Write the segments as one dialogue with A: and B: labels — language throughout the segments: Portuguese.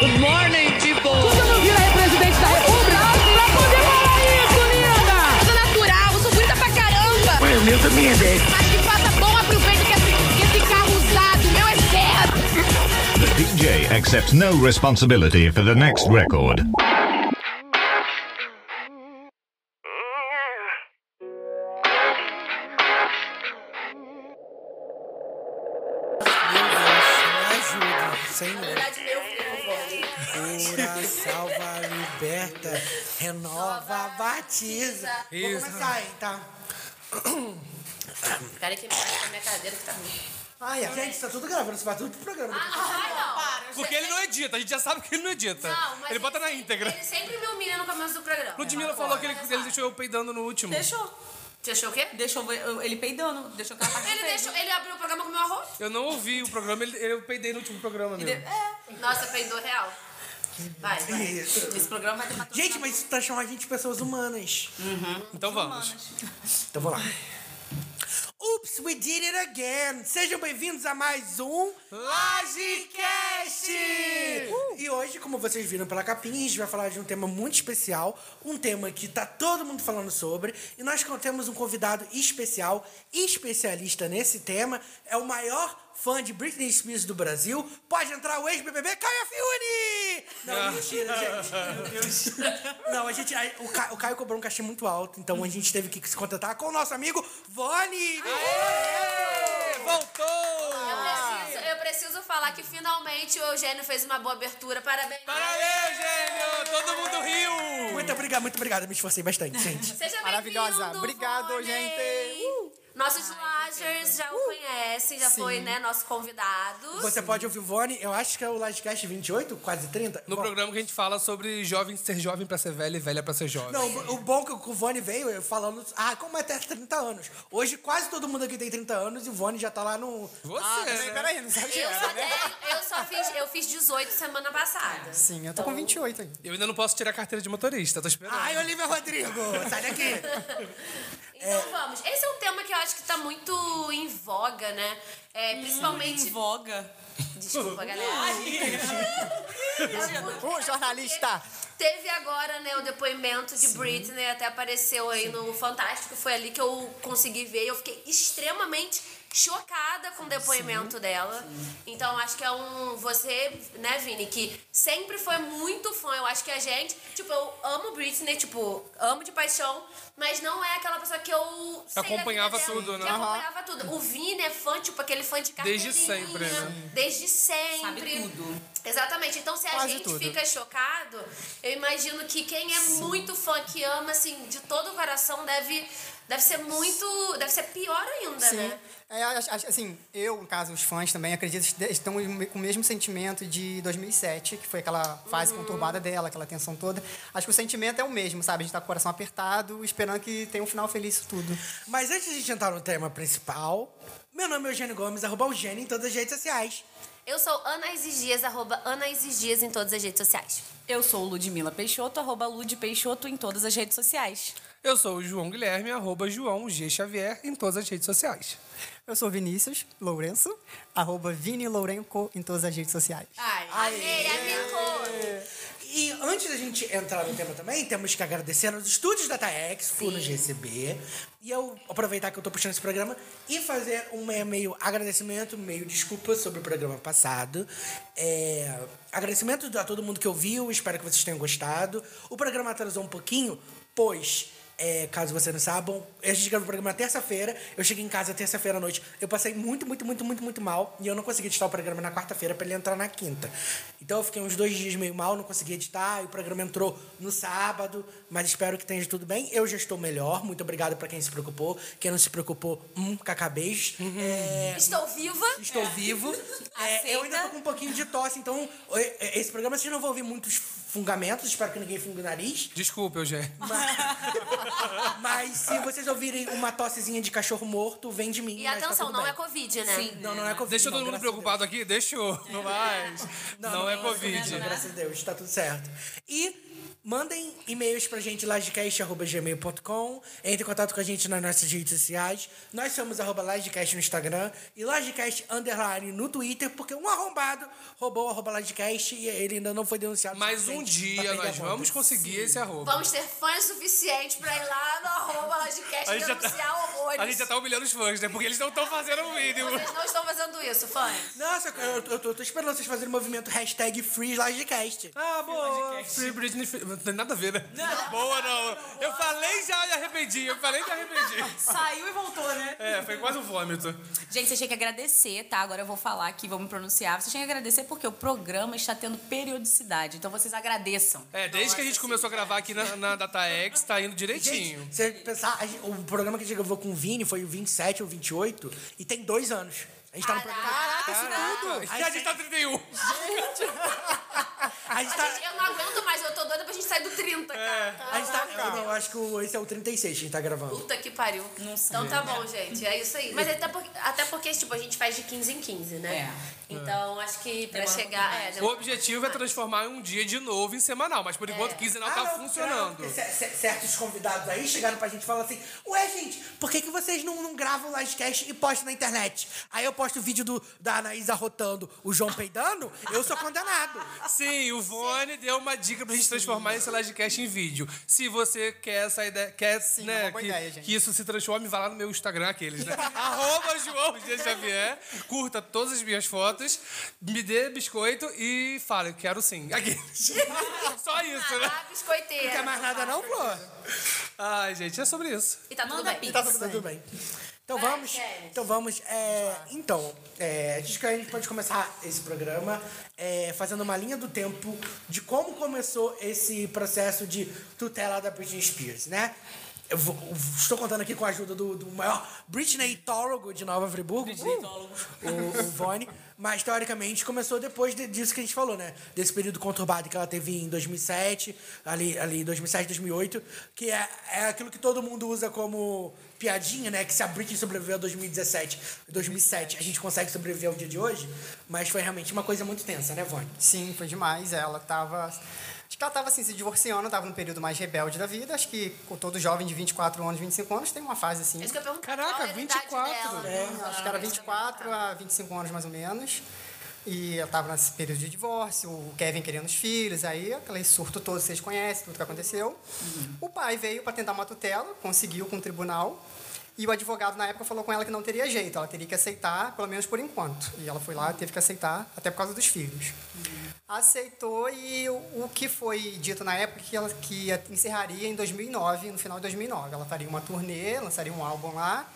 A: Good morning, people!
B: Você não vira a presidente da República pra poder falar isso, linda!
C: sou natural, eu sou bonita pra caramba.
D: O meu também é 10.
C: Mas que faça bom, aproveita que esse, que esse carro usado, meu é zero.
E: The DJ accepts no responsibility for the next record.
F: Senhor,
G: é
F: cura, salva, liberta, renova, batiza. Vou começar, hein, tá?
G: Peraí que me bate na minha cadeira que tá ruim. Ah,
F: Ai, a gente tá tudo gravando, isso vai tudo pro programa.
H: Porque ele não edita, a gente já sabe que ele não edita.
G: Não, mas
H: ele bota na
G: sempre-
H: íntegra.
G: Ele sempre me humilha no começo do programa.
H: Ludmilla falou que ele, ele deixou eu peidando no último.
I: Deixou.
G: Você achou o quê?
I: Deixou eu- ele peidando. Deixou aquela parte
G: Ele,
I: do peido.
G: deixou, ele abriu o programa com o meu arroz.
H: Eu não ouvi o programa, ele, eu peidei no último programa mesmo.
I: É.
G: Nossa, peidou real. Vai, vai.
F: Isso.
I: Esse programa vai ter Uhum. uma
F: Gente, mas isso transforma a gente em pessoas humanas.
H: Então vamos.
F: Então vamos lá. Oops, we did it again! Sejam bem-vindos a mais um LajeCast!
H: Uh!
F: E hoje, como vocês viram pela capinha, a gente vai falar de um tema muito especial, um tema que tá todo mundo falando sobre, e nós contamos um convidado especial, especialista nesse tema, é o maior fã de Britney Spears do Brasil, pode entrar o ex-BBB Caio Fiune!
H: Ah.
F: Não, mentira, gente. Não, a gente. a- o, Ca- o Caio cobrou um cachê muito alto, então a gente teve que se contratar com o nosso amigo Vone!
H: É, voltou!
G: Eu preciso, eu preciso falar que finalmente o Eugênio fez uma boa abertura. Parabéns.
H: Parabéns, gênio! Todo mundo riu!
F: Muito obrigado, muito obrigado. Me esforcei bastante, gente.
G: Seja
J: Maravilhosa.
G: bem-vindo,
J: Obrigado,
G: Voney.
J: gente.
G: Nossos Lagers já
J: Uh.
G: o conhecem, já foi, né, nosso convidado.
F: Você pode ouvir o Vone, eu acho que é o Livecast 28, quase 30.
H: No
F: Bom,
H: programa que a gente fala sobre jovem ser jovem pra ser velho e velha pra ser jovem.
F: Não, o- o bom é que o Vone veio eu falando. Ah, como é até 30 anos? Hoje quase todo mundo aqui tem 30 anos e o Vone já tá lá no.
H: Você,
J: Ah, também,
H: né?
J: peraí, não sabe o que
G: Eu
J: era,
G: só,
J: né?
G: dei- eu só fiz, eu fiz 18 semana passada.
J: Sim, eu tô com 28 ainda.
H: Eu ainda não posso tirar a carteira de motorista, tô esperando.
F: Ai, Olivia Rodrigo, sai daqui!
G: Então vamos. Esse é um tema que eu acho que tá muito em voga, né? É, principalmente.
I: em voga.
G: Desculpa, galera.
J: Ô, jornalista!
G: Teve agora, né, o depoimento de Britney, até apareceu aí no Fantástico, foi ali que eu consegui ver. e Eu fiquei extremamente chocada com o depoimento dela. Então acho que é um você, né, Vini, que sempre foi muito fã. Eu acho que a gente, tipo, eu amo Britney, tipo, amo de paixão, mas não é aquela pessoa que eu sei da vida
H: Acompanhava
G: dela,
H: tudo, né?
G: Que acompanhava tudo. O Vini é fã, tipo, aquele fã de carteirinha.
H: Desde sempre, né?
G: Desde sempre.
I: Sabe tudo.
G: Exatamente. Então, se a
J: Quase
G: gente
J: tudo.
G: fica chocado, eu imagino que quem é muito fã, que ama, assim, de todo o coração, deve, deve ser muito. Deve ser pior ainda,
J: Sim.
G: né?
J: É, a- a- assim, eu, no caso, os fãs também, acredito que estão com o mesmo sentimento de 2007, que foi aquela fase conturbada dela, aquela tensão toda. Acho que o sentimento é o mesmo, sabe? A gente tá com o coração apertado, esperando que tenha um final feliz isso tudo.
F: Mas antes de a gente entrar no tema principal, meu nome é Eugênio Gomes, arroba Eugênio em todas as redes sociais.
G: Eu sou Ana Isis Dias, arroba Ana Isis Dias em todas as redes sociais.
I: Eu sou Ludmila Peixoto, arroba Lud Peixoto em todas as redes sociais.
H: Eu sou o João Guilherme, arroba João G. Xavier, em todas as redes sociais.
J: Eu sou Vinícius Lourenço, arroba Vini Lourenco em todas as redes sociais.
G: Ai, amei, amigo!
F: E antes da gente entrar no tema também, temos que agradecer aos estúdios da TAEX por nos receber. E eu aproveitar que eu tô puxando esse programa e fazer um meio, meio agradecimento, meio desculpa sobre o programa passado. É, agradecimento a todo mundo que ouviu, espero que vocês tenham gostado. O programa atrasou um pouquinho, pois. é, caso vocês não saibam, a gente gravou o programa terça-feira. Eu cheguei em casa terça-feira à noite. Eu passei muito, muito, muito, muito, muito mal. E eu não consegui editar o programa na quarta-feira pra ele entrar na quinta. Então eu fiquei uns dois dias meio mal, não consegui editar. E o programa entrou no sábado. Mas espero que tenha tudo bem. Eu já estou melhor. Muito obrigado pra quem se preocupou. Quem não se preocupou, hum, cacabês.
G: Uhum.
F: É,
G: Estou viva.
F: Estou vivo. É, eu ainda
I: Aceita.
F: tô com um pouquinho de tosse, então é, é, esse programa vocês não vão ouvir muitos fungamentos, espero que ninguém fungue o nariz.
H: Desculpa, Eugênio.
F: Mas se vocês ouvirem uma tossezinha de cachorro morto, vem de mim.
G: E
F: mas tá
G: atenção,
F: tudo
G: não
F: bem.
G: é Covid, né?
I: Sim.
F: Não, não é Covid.
H: Deixa
F: não,
H: todo mundo
F: graças a
H: preocupado aqui? Deixou. Não mais. Não, é Covid.
F: né, Deus. Graças a Deus, tá tudo certo. E Mandem e-mails pra gente, lajecast.gmail.com. Entre em contato com a gente nas nossas redes sociais. Nós somos arroba lajecast no Instagram e lajecast underline no Twitter, porque um arrombado roubou o arroba lajecast e ele ainda não foi denunciado.
H: Mas um dia nós vamos conseguir esse arroba.
G: Vamos ter fãs suficientes pra ir lá no arroba Lodcast
H: A gente, já
G: denunciar
H: tá,
G: horrores.
H: a gente já tá humilhando os fãs, né? Porque eles não estão fazendo o mínimo.
G: Vocês não estão fazendo isso, fãs.
F: Nossa, eu, eu, eu tô, eu tô esperando vocês fazerem o movimento hashtag free lajecast.
H: Ah, boa. Free Britney. Free- Não tem nada a ver, né? Boa, não. Eu falei já me arrependi. Eu falei que arrependi.
I: Saiu e voltou, né?
H: É, foi quase um vômito.
I: Gente, vocês têm que agradecer, tá? Agora eu vou falar aqui, vou me pronunciar. Vocês têm que agradecer porque o programa está tendo periodicidade. Então vocês agradeçam.
H: É, desde que a gente começou a gravar aqui na, na DataX, tá indo direitinho.
F: Gente, você pensar, a gente- o programa que a gente gravou com o Vini foi o 27 ou 28 e tem dois anos. A gente tá no programa.
G: Caraca,
H: Tudo. E a gente tá 31.
F: A gente
G: Gente,
F: tá.
G: eu não aguento mais, eu tô doida pra gente sair do 30, cara.
F: A gente tá eu não, acho que o- esse é o 36 que a gente tá gravando.
G: Puta que pariu. então tá bom, gente. É isso aí. Mas até porque, até porque, tipo, a gente faz de 15 em 15, né?
I: É.
G: Então acho que pra
I: Demora um
G: chegar.
I: pouquinho
G: é,
I: mais.
G: demora
H: O
G: um
H: objetivo é
G: pouquinho mais.
H: transformar um dia de novo em semanal, mas por enquanto quinzenal tá
F: Ah, não,
H: funcionando.
F: não, c- c- Certos convidados aí chegaram pra gente e falaram assim: Ué, gente, por que, que vocês não, não gravam o livecast e postam na internet? Aí eu posto o vídeo do, da Anaísa rotando o João peidando, eu sou condenado. Tá,
H: Sim, o Vone deu uma dica pra gente transformar esse livecast em vídeo. Se você quer essa ideia, quer né,
J: é uma boa
H: que,
J: ideia, gente.
H: que isso se transforme, vá lá no meu Instagram, aqueles, né? Arroba João G. Xavier, curta todas as minhas fotos, me dê biscoito e fale, quero sim. Aqueles. Só isso, né?
G: Ah, biscoiteira.
F: Não quer mais nada, não, Flor?
H: Ai, gente, é sobre isso.
G: E tá tudo bem.
F: Tá tudo, tudo bem. Então
G: Vai,
F: vamos.
G: Kelly.
F: Então vamos. é, então, é, a gente- a gente pode começar esse programa é, fazendo uma linha do tempo de como começou esse processo de tutela da Britney Spears, né? Eu vou- eu estou contando aqui com a ajuda do, do maior Britney Torogo de Nova Friburgo. Britney o, o Vone. Mas, teoricamente, começou depois de- disso que a gente falou, né? Desse período conturbado que ela teve em 2007, ali, ali 2007, 2008, que é, é aquilo que todo mundo usa como piadinha, né? Que se a Britney sobreviveu a 2017, 2007, a gente consegue sobreviver ao dia de hoje. Mas foi realmente uma coisa muito tensa, né, Vone?
J: Sim, foi demais. Ela tava. Acho que ela tava assim, se divorciando, tava num período mais rebelde da vida. Acho que com todo jovem de 24 anos, 25 anos, tem uma fase assim.
G: É isso que eu pergunto.
H: Caraca,
G: qual era a idade
H: 24,
G: dela,
J: É,
G: né?
J: acho que era 24 a 25 anos mais ou menos. E ela tava nesse período de divórcio, o Kevin querendo os filhos, aí aquele surto todo, vocês conhecem, tudo que aconteceu. O pai veio para tentar uma tutela, conseguiu com o tribunal. E o advogado na época falou com ela que não teria jeito, ela teria que aceitar, pelo menos por enquanto. E ela foi lá, teve que aceitar, até por causa dos filhos. Aceitou e o, o que foi dito na época é que ela que ia- encerraria em 2009, no final de 2009. Ela faria uma turnê, lançaria um álbum lá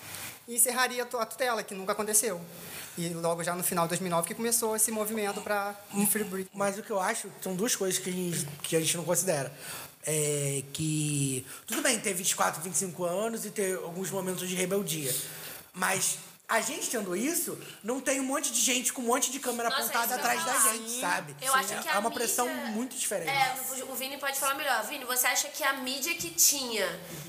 J: e encerraria a tu- a tutela, que nunca aconteceu. E logo já no final de 2009 que começou esse movimento para Free Britney.
F: Mas o que eu acho são duas coisas que a gente, que a gente não considera. É que. Tudo bem ter 24, 25 anos e ter alguns momentos de rebeldia. Mas a gente tendo isso, não tem um monte de gente com um monte de câmera
G: Nossa, isso que
F: apontada
G: eu
F: atrás
G: ia
F: da
G: falar.
F: gente, sabe?
G: Eu acho que
F: é
G: a
F: uma pressão
G: mídia-
F: muito diferente.
G: É, o Vini pode falar melhor. Vini, você acha que a mídia que tinha,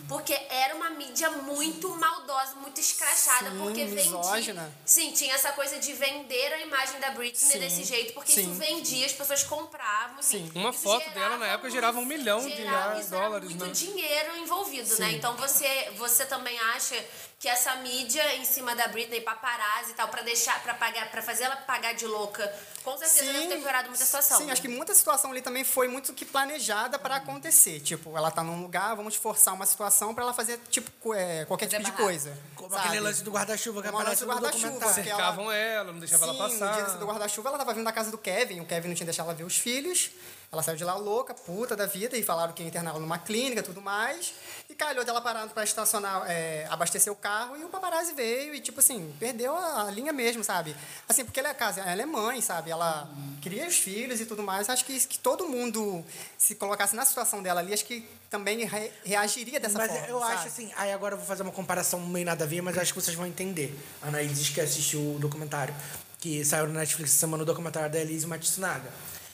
G: porque era uma mídia muito maldosa, muito escrachada,
J: Sim,
G: porque vendia.
J: misógina.
G: Sim, tinha essa coisa de vender a imagem da Britney
J: Sim,
G: desse jeito, porque isso
J: sim.
G: vendia, as pessoas compravam. assim, Sim.
H: Uma foto dela na época gerava um milhão de reais,
G: isso era
H: dólares,
G: muito
H: né?
G: dinheiro envolvido, né? Então você, você também acha que essa mídia em cima da Britney, paparazzi e tal, pra deixar, para pagar, para fazer ela pagar de louca, com certeza deve ter piorado muita situação.
J: Sim,
G: né?
J: acho que muita situação ali também foi muito que planejada para acontecer. Tipo, ela tá num lugar, vamos forçar uma situação para ela fazer tipo co- é, qualquer tipo de
I: barraco.
J: coisa.
F: Como
J: sabe?
F: aquele lance do guarda-chuva que
J: Como o lance
F: aparece
J: do
F: no
J: guarda-chuva,
F: documentário.
J: que
H: Cercavam ela, não deixavam ela
J: Sim, no dia
H: passar.
J: do guarda-chuva, ela tava vindo da casa do Kevin. O Kevin não tinha deixado ela ver os filhos. Ela saiu de lá louca, puta da vida, e falaram que ia internar ela numa clínica e tudo mais. E calhou dela parando pra estacionar, é, abastecer o carro, e o paparazzi veio e, tipo assim, perdeu a, a linha mesmo, sabe? Assim, porque ela é, casa, ela é mãe, sabe? Ela cria os filhos e tudo mais. Acho que, isso- que todo mundo se colocasse na situação dela ali, acho que também re- reagiria dessa
F: Mas
J: forma.
F: eu acho
J: sabe?
F: assim, aí agora eu vou fazer uma comparação meio nada a ver, mas acho que vocês vão entender. A Anaís que assistiu o documentário, que saiu na Netflix essa semana o documentário da Elise Matsunaga.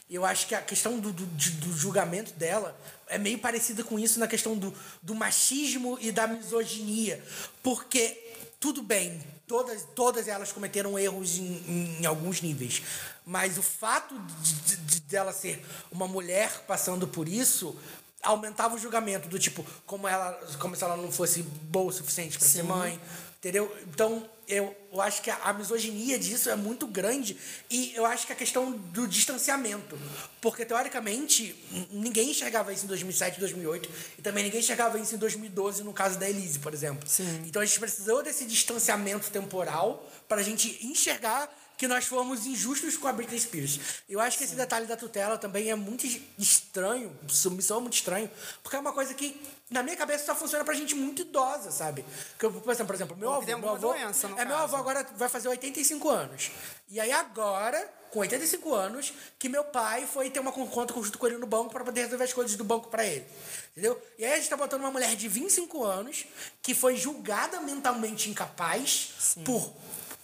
F: E Eu acho que a questão do, do, de- do julgamento dela é meio parecida com isso na questão do, do machismo e da misoginia. Porque, tudo bem, todas, todas elas cometeram erros em, em- em alguns níveis. Mas o fato de- de- de dela ser uma mulher passando por isso aumentava o julgamento do tipo, como ela, como se ela não fosse boa o suficiente pra ser mãe, entendeu? Então, eu, eu acho que a, a misoginia disso é muito grande e eu acho que a questão do distanciamento, porque teoricamente n- ninguém enxergava isso em 2007, 2008 e também ninguém enxergava isso em 2012 no caso da Elise, por exemplo.
J: Sim.
F: Então a gente precisou desse distanciamento temporal pra gente enxergar que nós fomos injustos com a Britney Spears. Eu acho que esse detalhe da tutela também é muito es- estranho, submissão é muito estranho, porque é uma coisa que na minha cabeça só funciona pra gente muito idosa, sabe? Que eu, por exemplo, por exemplo, meu
J: Ou que
F: avô,
J: tem
F: meu avô,
J: alguma doença, no
F: é meu
J: caso.
F: avô agora vai fazer 85 anos. E aí agora, com 85 anos, que meu pai foi ter uma con- conta junto com ele no banco pra poder resolver as coisas do banco pra ele. Entendeu? E aí a gente tá botando uma mulher de 25 anos que foi julgada mentalmente incapaz por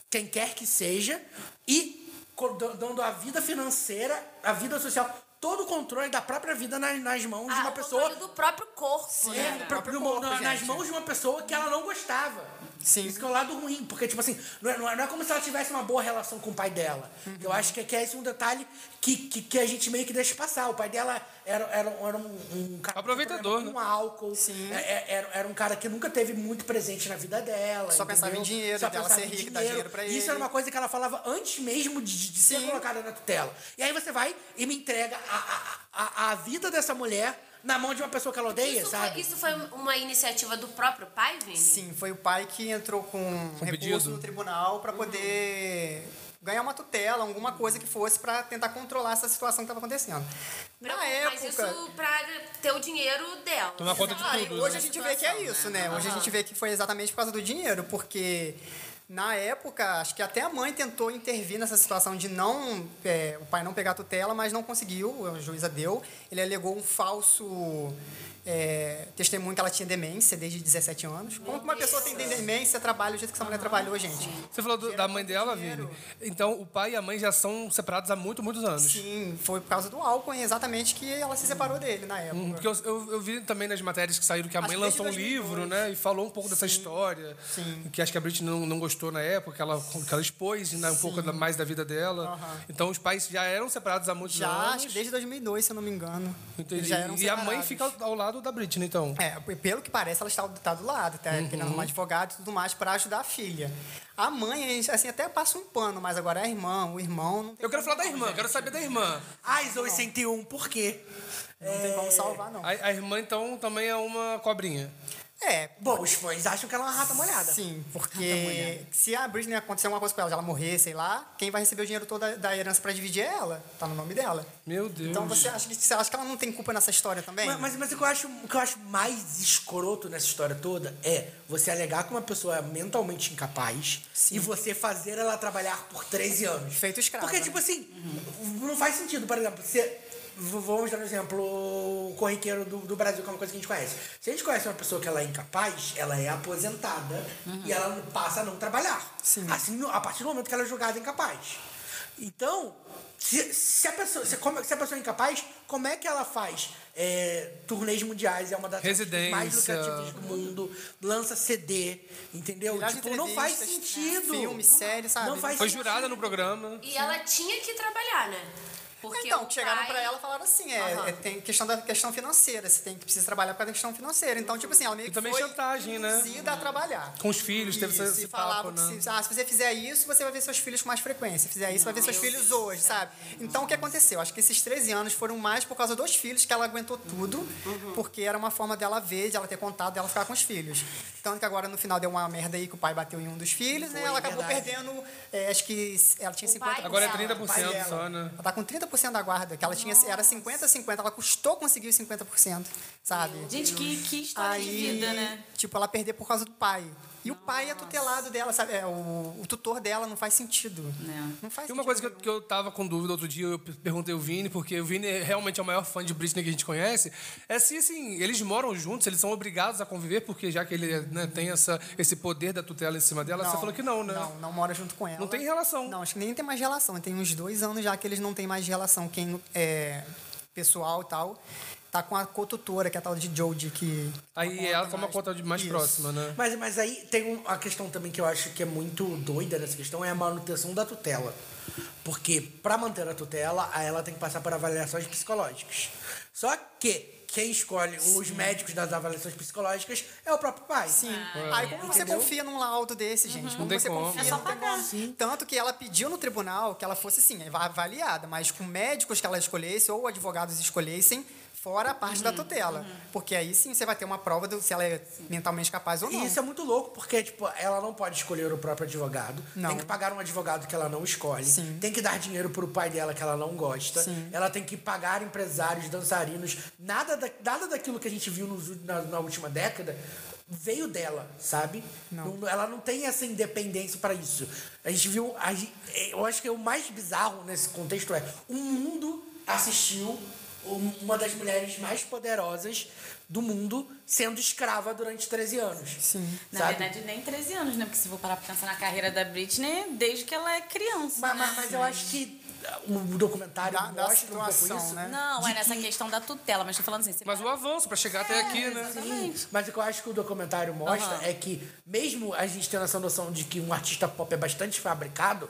F: quem quer que seja e co- dan- dando a vida financeira, a vida social, todo o controle da própria vida nas, nas mãos de
G: Ah,
F: uma
G: o
F: pessoa
G: controle do próprio
F: é,
G: corpo, né?
F: pra-
J: próprio
F: no-
J: corpo,
F: na- nas
J: gente.
F: mãos de uma pessoa que ela não gostava.
J: Sim.
F: Isso que é o lado ruim, porque, tipo assim, não é, não é- não é como se ela tivesse uma boa relação com o pai dela. Eu acho que, que é esse um detalhe que, que, que a gente meio que deixa passar. O pai dela era, era, um- era um, um cara com
H: Aproveitador,
F: problema com
J: né?
F: álcool.
J: Sim.
F: É- é- Era, era um cara que nunca teve muito presente na vida dela.
J: Só pensava
F: entendeu?
J: em dinheiro,
F: Só
J: dela
F: pensava
J: ser
F: em
J: rica, dar dinheiro pra
F: E Isso
J: ele.
F: era uma coisa que ela falava antes mesmo de, de ser
J: Sim.
F: colocada na tutela. E aí você vai e me entrega a, a, a, a vida dessa mulher na mão de uma pessoa que ela odeia,
G: Isso
F: sabe?
G: foi, isso foi uma iniciativa do próprio pai, Vini?
J: Sim, foi o pai que entrou com um recurso
H: pedido.
J: no tribunal
G: Uhum.
J: para poder ganhar uma tutela, alguma coisa que fosse para tentar controlar essa situação que estava acontecendo.
G: Pra-
J: Na
G: mas
J: época,
G: isso pra ter o dinheiro dela.
H: Tomar conta de
G: Olha,
H: tudo, né?
J: hoje a gente vê que é isso, né? Hoje a
G: Aham.
J: gente vê que foi exatamente por causa do dinheiro, porque na época, acho que até a mãe tentou intervir nessa situação de não é, o pai não pegar a tutela, mas não conseguiu, a juíza deu. Ele alegou um falso é, testemunho que ela tinha demência desde 17 anos. Como que uma pessoa tem demência, trabalha do jeito que essa mulher trabalhou, Ah, gente?
H: Você falou do- da mãe dela,
J: dinheiro.
H: Vini. Então, o pai e a mãe já são separados há muito, muitos anos.
J: Sim, foi por causa do álcool exatamente que ela se separou dele na época.
H: Hum, Porque eu, eu- eu vi também nas matérias que saíram que a
J: Uhum. Acho
H: mãe
J: que desde
H: lançou um
J: 2002.
H: livro, né? E falou um pouco dessa história.
J: Sim.
H: Que acho que a Britney não, não gostou na época, que ela, que ela expôs né, um pouco da- mais da vida dela. Então os pais já eram separados há muitos
J: Já,
H: anos.
J: acho que desde 2002, se eu não me engano.
H: Entendi.
J: Eles Já eram
H: e a mãe
J: separados.
H: fica ao, ao lado da Britney, então.
J: É, p- pelo que parece, ela está tá do lado, tá
F: Uhum.
J: querendo um advogado e tudo mais para ajudar a filha. A mãe, a gente, assim, até passa um pano, mas agora a irmã, o irmão, não tem,
H: Eu quero falar da irmã, quero saber da irmã.
F: Ai,
J: Tá
F: Zoe 101, por quê?
J: não tem
F: É.
J: como salvar,
F: Ah,
J: não.
H: A, a irmã, então, também é uma cobrinha.
J: É,
F: Bom, os fãs acham que ela é uma rata molhada.
J: sim, porque se a Britney acontecer alguma coisa com ela, se ela morrer, sei lá, quem vai receber o dinheiro todo da, da herança para dividir é ela, tá no nome dela.
H: Meu Deus.
J: Então você acha, que, você acha que ela não tem culpa nessa história também?
F: Mas, mas, mas o, que eu acho, o que eu acho mais escroto nessa história toda é você alegar que uma pessoa é mentalmente incapaz e você fazer ela trabalhar por 13 anos.
J: Feito né? escrava.
F: Porque, tipo assim, não faz sentido. Por exemplo, você. v- Vamos dar um exemplo o corriqueiro do, do Brasil, que é uma coisa que a gente conhece. Se a gente conhece uma pessoa que ela é incapaz, ela é aposentada e ela passa a não trabalhar. Assim, no- a partir do momento que ela é julgada incapaz. Então, se, se a, pessoa, se, como- se a pessoa é incapaz, como é que ela faz é, turnês mundiais? É uma das
H: Residência.
F: mais lucrativas do mundo, lança CD, entendeu?
J: Milhares de
F: tipo, não faz
J: entrevistas, né?
F: sentido.
J: Filme, série, sabe?
F: Não faz
H: Foi jurada no programa.
G: E ela tinha que trabalhar, né? Porque
J: então,
G: o
J: chegaram
G: pai-
J: pra ela e falaram assim, é,
G: Aham.
J: é, tem questão da questão financeira, você tem que precisa trabalhar por causa da questão financeira. Então, tipo assim, ela meio
H: E
J: que
H: também
J: foi
H: chantagem, né?
J: induzida a trabalhar.
H: Com os filhos, teve
J: Isso,
H: esse,
J: e
H: esse
J: falava
H: papo,
J: que
H: né?
J: se, ah, se você fizer isso, você vai ver seus filhos com mais frequência. Se fizer isso, vai ver seus
G: eu
J: filhos
G: vi,
J: hoje, sabe? Então, o que aconteceu? Acho que esses 13 anos foram mais por causa dos filhos que ela aguentou tudo,
G: Uhum.
J: porque era uma forma dela ver, de ela ter contado, dela ficar com os filhos. Tanto que agora, no final, deu uma merda aí que o pai bateu em um dos filhos, né? Ela acabou
F: verdade.
J: perdendo, é, acho que ela tinha 50%.
G: pai
H: Agora é
G: dela,
H: 30%
J: Pai dela.
H: só, né?
J: Ela tá com 30% da guarda, que ela tinha, era 50-50, ela custou conseguir os 50%, sabe?
I: Gente, que, que história
J: Aí,
I: de vida, né?
J: tipo, ela perder por causa do pai. E o pai é tutelado dela, sabe? É, o, o tutor dela não faz sentido.
I: Né?
J: Não, faz sentido.
H: Tem uma coisa que eu, que eu tava com dúvida outro dia, eu per- perguntei ao Vini, porque o Vini é realmente é o maior fã de Britney que a gente conhece, é se, assim, eles moram juntos, eles são obrigados a conviver, porque já que ele né, tem essa, esse poder da tutela em cima dela, você falou que não, né?
J: Não, não mora junto com ela.
H: Não tem relação.
J: Não, acho que nem tem mais relação. Tem uns dois anos já que eles não têm mais relação. Quem é pessoal e tal, tá com a cotutora, que é a tal de Jodie, que...
H: Aí ela toma
J: mais-
H: conta de mais
J: Isso.
H: próxima, né?
F: Mas, mas aí tem um- a questão também que eu acho que é muito doida nessa questão, é a manutenção da tutela. Porque para manter a tutela, a- ela tem que passar por avaliações psicológicas. Só que quem escolhe os médicos das avaliações psicológicas é o próprio pai.
J: Sim.
H: Ah,
J: Aí
H: é.
J: como você confia num laudo desse, gente? Como
H: Uhum. tem
J: você
H: como.
J: confia?
I: É só
J: Não tem
I: pagar.
J: como. Tanto que ela pediu no tribunal que ela fosse, sim, avaliada, mas com médicos que ela escolhesse ou advogados escolhessem, fora a parte
G: Uhum,
J: da tutela. Porque aí sim você vai ter uma prova do se ela é mentalmente capaz ou não.
F: E isso é muito louco, porque, tipo, ela não pode escolher o próprio advogado.
J: Não.
F: Tem que pagar um advogado que ela não escolhe.
J: Sim.
F: Tem que dar dinheiro pro pai dela que ela não gosta. Ela tem que pagar empresários, dançarinos. Nada, da- nada daquilo que a gente viu nos ú- na, na última década veio dela, sabe? Não- ela não tem essa independência pra isso. A gente viu. a gen- é, eu acho que o mais bizarro nesse contexto é o mundo assistiu um- uma das mulheres mais poderosas do mundo sendo escrava durante 13 anos. Sim.
I: Na verdade, nem 13 anos, né? Porque se for parar pra pensar na carreira da Britney, desde que ela é criança.
F: Ma- ma-
I: né?
F: Mas, eu acho que o documentário
J: Da- da
F: mostra um
J: situação,
F: pouco isso.
J: né?
I: Não, é nessa questão da tutela, mas tô falando assim. Você
H: Mas o avanço pra chegar até aqui, né?
F: Sim, mas o que eu acho que o documentário mostra
I: Aham.
F: é que, mesmo a gente tendo essa noção de que um artista pop é bastante fabricado,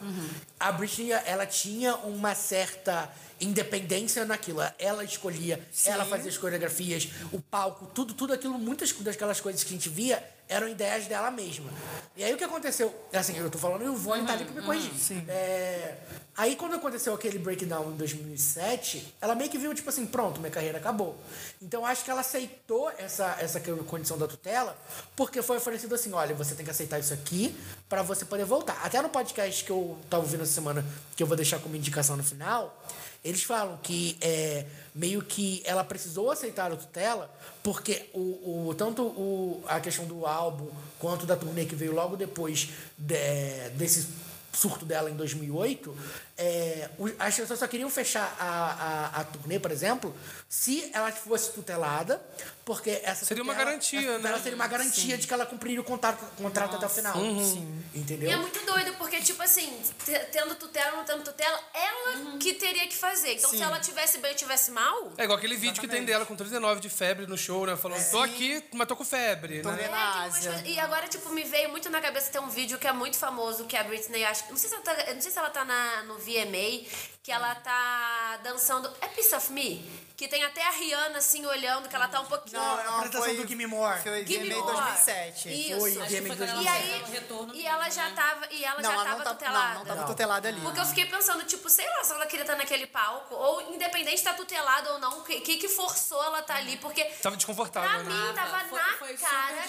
F: a Britney, ela tinha uma certa independência naquilo. Ela escolhia, ela fazia as coreografias, o palco, tudo, tudo aquilo, muitas daquelas coisas que a gente via eram ideias dela mesma. E aí o que aconteceu? Assim, eu tô falando e o Vone tá ali pra me corrigir. É, aí quando aconteceu aquele breakdown em 2007, ela meio que viu, tipo assim, pronto, minha carreira acabou. Então acho que ela aceitou essa, essa condição da tutela, porque foi oferecido assim: olha, você tem que aceitar isso aqui pra você poder voltar. Até no podcast que eu tava ouvindo essa semana, que eu vou deixar como indicação no final, eles falam que é, meio que ela precisou aceitar a tutela, porque o, o- tanto o, a questão do álbum quanto da turnê que veio logo depois de- é, desse surto dela em 2008, é, o- as pessoas só queriam fechar a, a, a turnê, por exemplo, se ela fosse tutelada, porque essa
H: Seria uma
F: tutela-
H: garantia,
F: essa tutela
H: né?
F: seria uma garantia de que ela cumpriria o contrato, contrato até o final.
H: Uhum.
G: E é
F: Entendeu?
G: muito doido, porque, tipo assim, te- tendo tutela ou não tendo tutela, ela que teria que fazer. Então, se ela tivesse bem ou tivesse mal,
H: É igual aquele vídeo que tem dela com 39 de febre no show, né? Falando, tô aqui, mas tô com febre,
J: Tô
H: né?
J: vendo
G: É, tem
J: na
G: umas
J: Ásia.
G: coisas- E agora, tipo, me veio muito na cabeça tem um vídeo que é muito famoso, que a Britney, acho que. Não sei se ela tá, eu não sei se ela tá na, no VMA, que ela tá dançando. É Piece of Me? Que tem até a Rihanna, assim, olhando, que ela tá um pouquinho.
J: Não, é
F: a apresentação
J: foi-
F: do Gimme More.
J: Foi
G: Give me
J: VMA
G: more.
J: 2007.
G: Isso.
F: Foi,
I: Acho que
F: Gemini
I: foi quando ela
G: E
I: fez
G: aí,
I: o retorno né?
G: e ela já tava, e ela já
J: ela
G: tava
J: tá-
G: tutelada.
J: não, não tava tutelada ali.
G: Porque eu fiquei pensando, tipo, sei lá se ela queria estar naquele palco, ou independente de estar tutelada ou não, o que, que que forçou ela estar ali, porque
H: Tava desconfortável,
G: pra
H: né?
G: mim tava
I: Foi-
G: na
I: foi super
G: cara que ela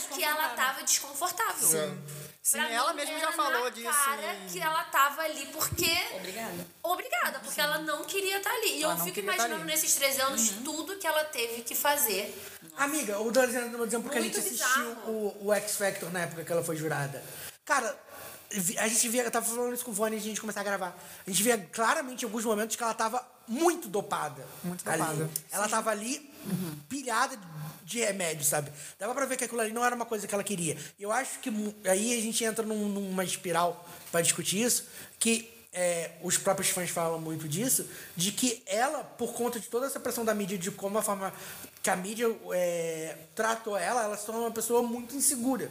I: desconfortável.
G: tava desconfortável.
J: Sim,
G: Pra
J: ela
G: mim,
J: mesma
G: era
J: já falou
G: na
J: disso.
G: cara
J: em-
G: que ela tava ali porque...
I: Obrigada.
G: Obrigada, porque ela não queria estar ali. E
J: Ela
G: eu
J: não
G: fico
J: queria tá
G: imaginando
J: ali. Uhum.
G: nesses três anos tudo que ela teve que fazer.
F: Amiga, o Doris dando um exemplo que a
G: Muito
F: gente assistiu
G: bizarro.
F: o, o X Factor na época que ela foi jurada. Cara, vi- a gente via, eu tava falando isso com o Vone antes de a gente começar a gravar. A gente via claramente em alguns momentos que ela tava muito dopada.
J: Muito
F: ali.
J: dopada.
F: Ela tava ali
G: Uhum.
F: pilhada de remédio, sabe? Dava pra ver que aquilo ali não era uma coisa que ela queria. Eu acho que mu- aí a gente entra num- numa espiral pra discutir isso, que é, os próprios fãs falam muito disso, de que ela, por conta de toda essa pressão da mídia, de como a forma que a mídia é, tratou ela, ela se tornou uma pessoa muito insegura.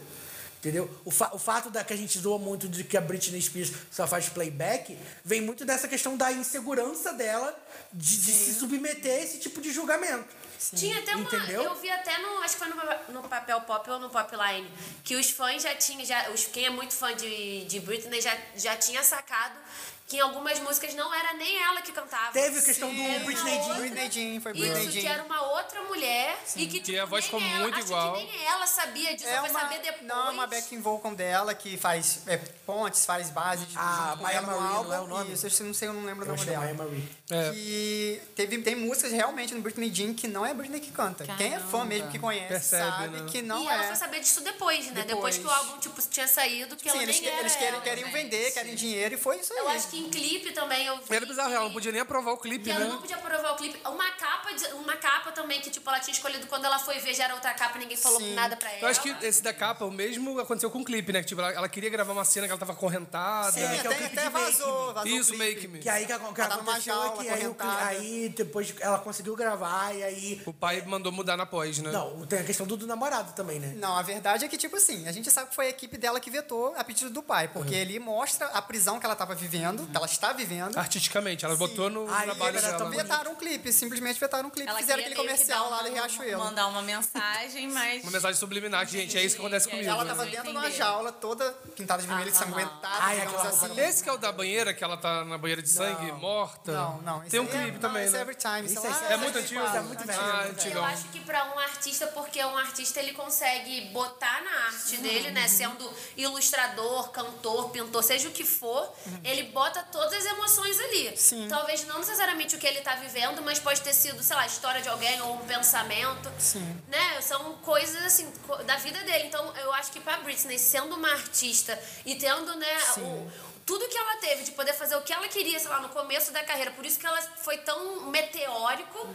F: Entendeu? O, fa- o fato da que a gente zoa muito de que a Britney Spears só faz playback vem muito dessa questão da insegurança dela de, de se submeter a esse tipo de julgamento.
G: Tinha até uma.
F: Entendeu?
G: Eu vi até no. Acho que foi no, no papel pop ou no popline. Que os fãs já tinham. Já, os, quem é muito fã de, de Britney já, já tinha sacado que em algumas músicas não era nem ela que cantava.
F: Teve a questão
G: Era
F: do
G: uma
F: Britney
G: outra-
F: Jean.
J: Britney Jean, foi Britney
G: Isso,
J: Jean.
G: que era uma outra mulher e que, tipo,
H: a voz
G: nem
H: ficou
G: ela-
H: muito
G: acho
H: igual.
G: que nem ela sabia disso, ela foi saber depois.
J: Não, é uma backing vocal dela que faz é, pontes, faz bases.
F: Ah,
J: junto com
F: Maya
J: ela no
F: Marie, não
J: álbum.
F: é o nome?
J: Isso, eu não sei, eu não lembro o
F: Eu
J: nome
F: acho que é
J: dela.
F: Maya Marie.
H: É.
J: Que teve, tem músicas realmente no Britney Jean que não é a Britney que canta. Quem é fã
I: Caramba.
J: mesmo que conhece
H: Percebe,
J: sabe
H: né?
J: que
G: E
J: não
G: ela
J: é.
G: foi saber disso depois, né? Depois, que o
J: Depois.
G: álbum, tipo, tinha saído, que
J: Sim,
G: ela
J: eles,
G: nem
J: que- eles
G: era
J: querem,
G: ela,
J: queriam
G: né?
J: vender, querem dinheiro e foi isso aí.
G: Eu acho que em clipe também eu vi.
H: E era bizarro, ela não
G: que-
H: podia nem aprovar o clipe,
G: E ela não
H: né?
G: podia provar o clipe. Uma capa, de- uma capa também que, tipo, ela tinha escolhido quando ela foi ver, já era outra capa, ninguém falou nada pra ela.
H: Eu acho que é esse da capa, o mesmo aconteceu com o clipe, né? Que, tipo, ela, ela queria gravar uma cena que ela tava acorrentada.
J: Sim,
F: que é o
J: até,
F: clipe
J: até
F: de Make
J: vazou, um
F: Me.
J: vazou
G: um
J: o
H: Isso,
J: clipe.
H: Make Me.
F: Que aí que, a- que
J: Ela tava
F: aconteceu
J: numa
F: é
J: jaula,
F: que aí, o cli-
J: acorrentada.
F: aí depois ela conseguiu gravar e aí...
H: O pai mandou mudar na pós, né?
F: Não, tem a questão do, do namorado também, né?
J: Não, a verdade é que, tipo assim, a gente sabe que foi a equipe dela que vetou a pedido do pai, porque ele mostra a prisão que ela tava vivendo,
H: Uhum.
J: que ela está
H: Ah,
J: vivendo.
H: Artisticamente, ela botou no
F: Aí,
H: trabalho
F: ela
H: dela. né?
F: também-
J: Vetaram um clipe, simplesmente vetaram um clipe.
I: Ela
J: Fizeram
I: queria
J: aquele
I: meio que
J: comercial
I: dar
J: lá do
I: uma-
J: Riachuelo.
I: Mandar uma mensagem, mas.
H: Uma mensagem subliminar, que, gente, é isso que acontece
I: Entendi, ela
H: comigo.
J: Ela
H: né?
J: tava
I: Vocês
J: dentro de uma
I: entenderam.
J: jaula toda pintada de vermelho, ensanguentada,
F: Ai,
J: digamos
F: aquela
J: assim.
F: roupa
H: Esse que é o da banheira, que ela tá na banheira de sangue, morta.
J: Não, não. esse
H: Tem um
J: aí
H: clipe
J: é,
H: também,
J: não, esse
H: né?
J: é Every Time. sei
F: aí
J: lá,
F: é
H: É muito antigo?
J: Ah,
F: é muito velho.
H: Ah,
G: Eu
H: antigão.
G: acho que pra um artista, porque um artista ele consegue botar na arte dele, né? Sendo ilustrador, cantor, pintor, seja o que for, ele bota todas as emoções ali. Talvez não necessariamente o que ele tá vivendo, mas pode ter sido, sei lá, a história de alguém ou um pensamento. Sim. Né? São coisas assim co- da vida dele. Então eu acho que pra Britney, sendo uma artista e tendo, né, o, tudo que ela teve de poder fazer o que ela queria, sei lá, no começo da carreira. Por isso que ela foi tão meteórico.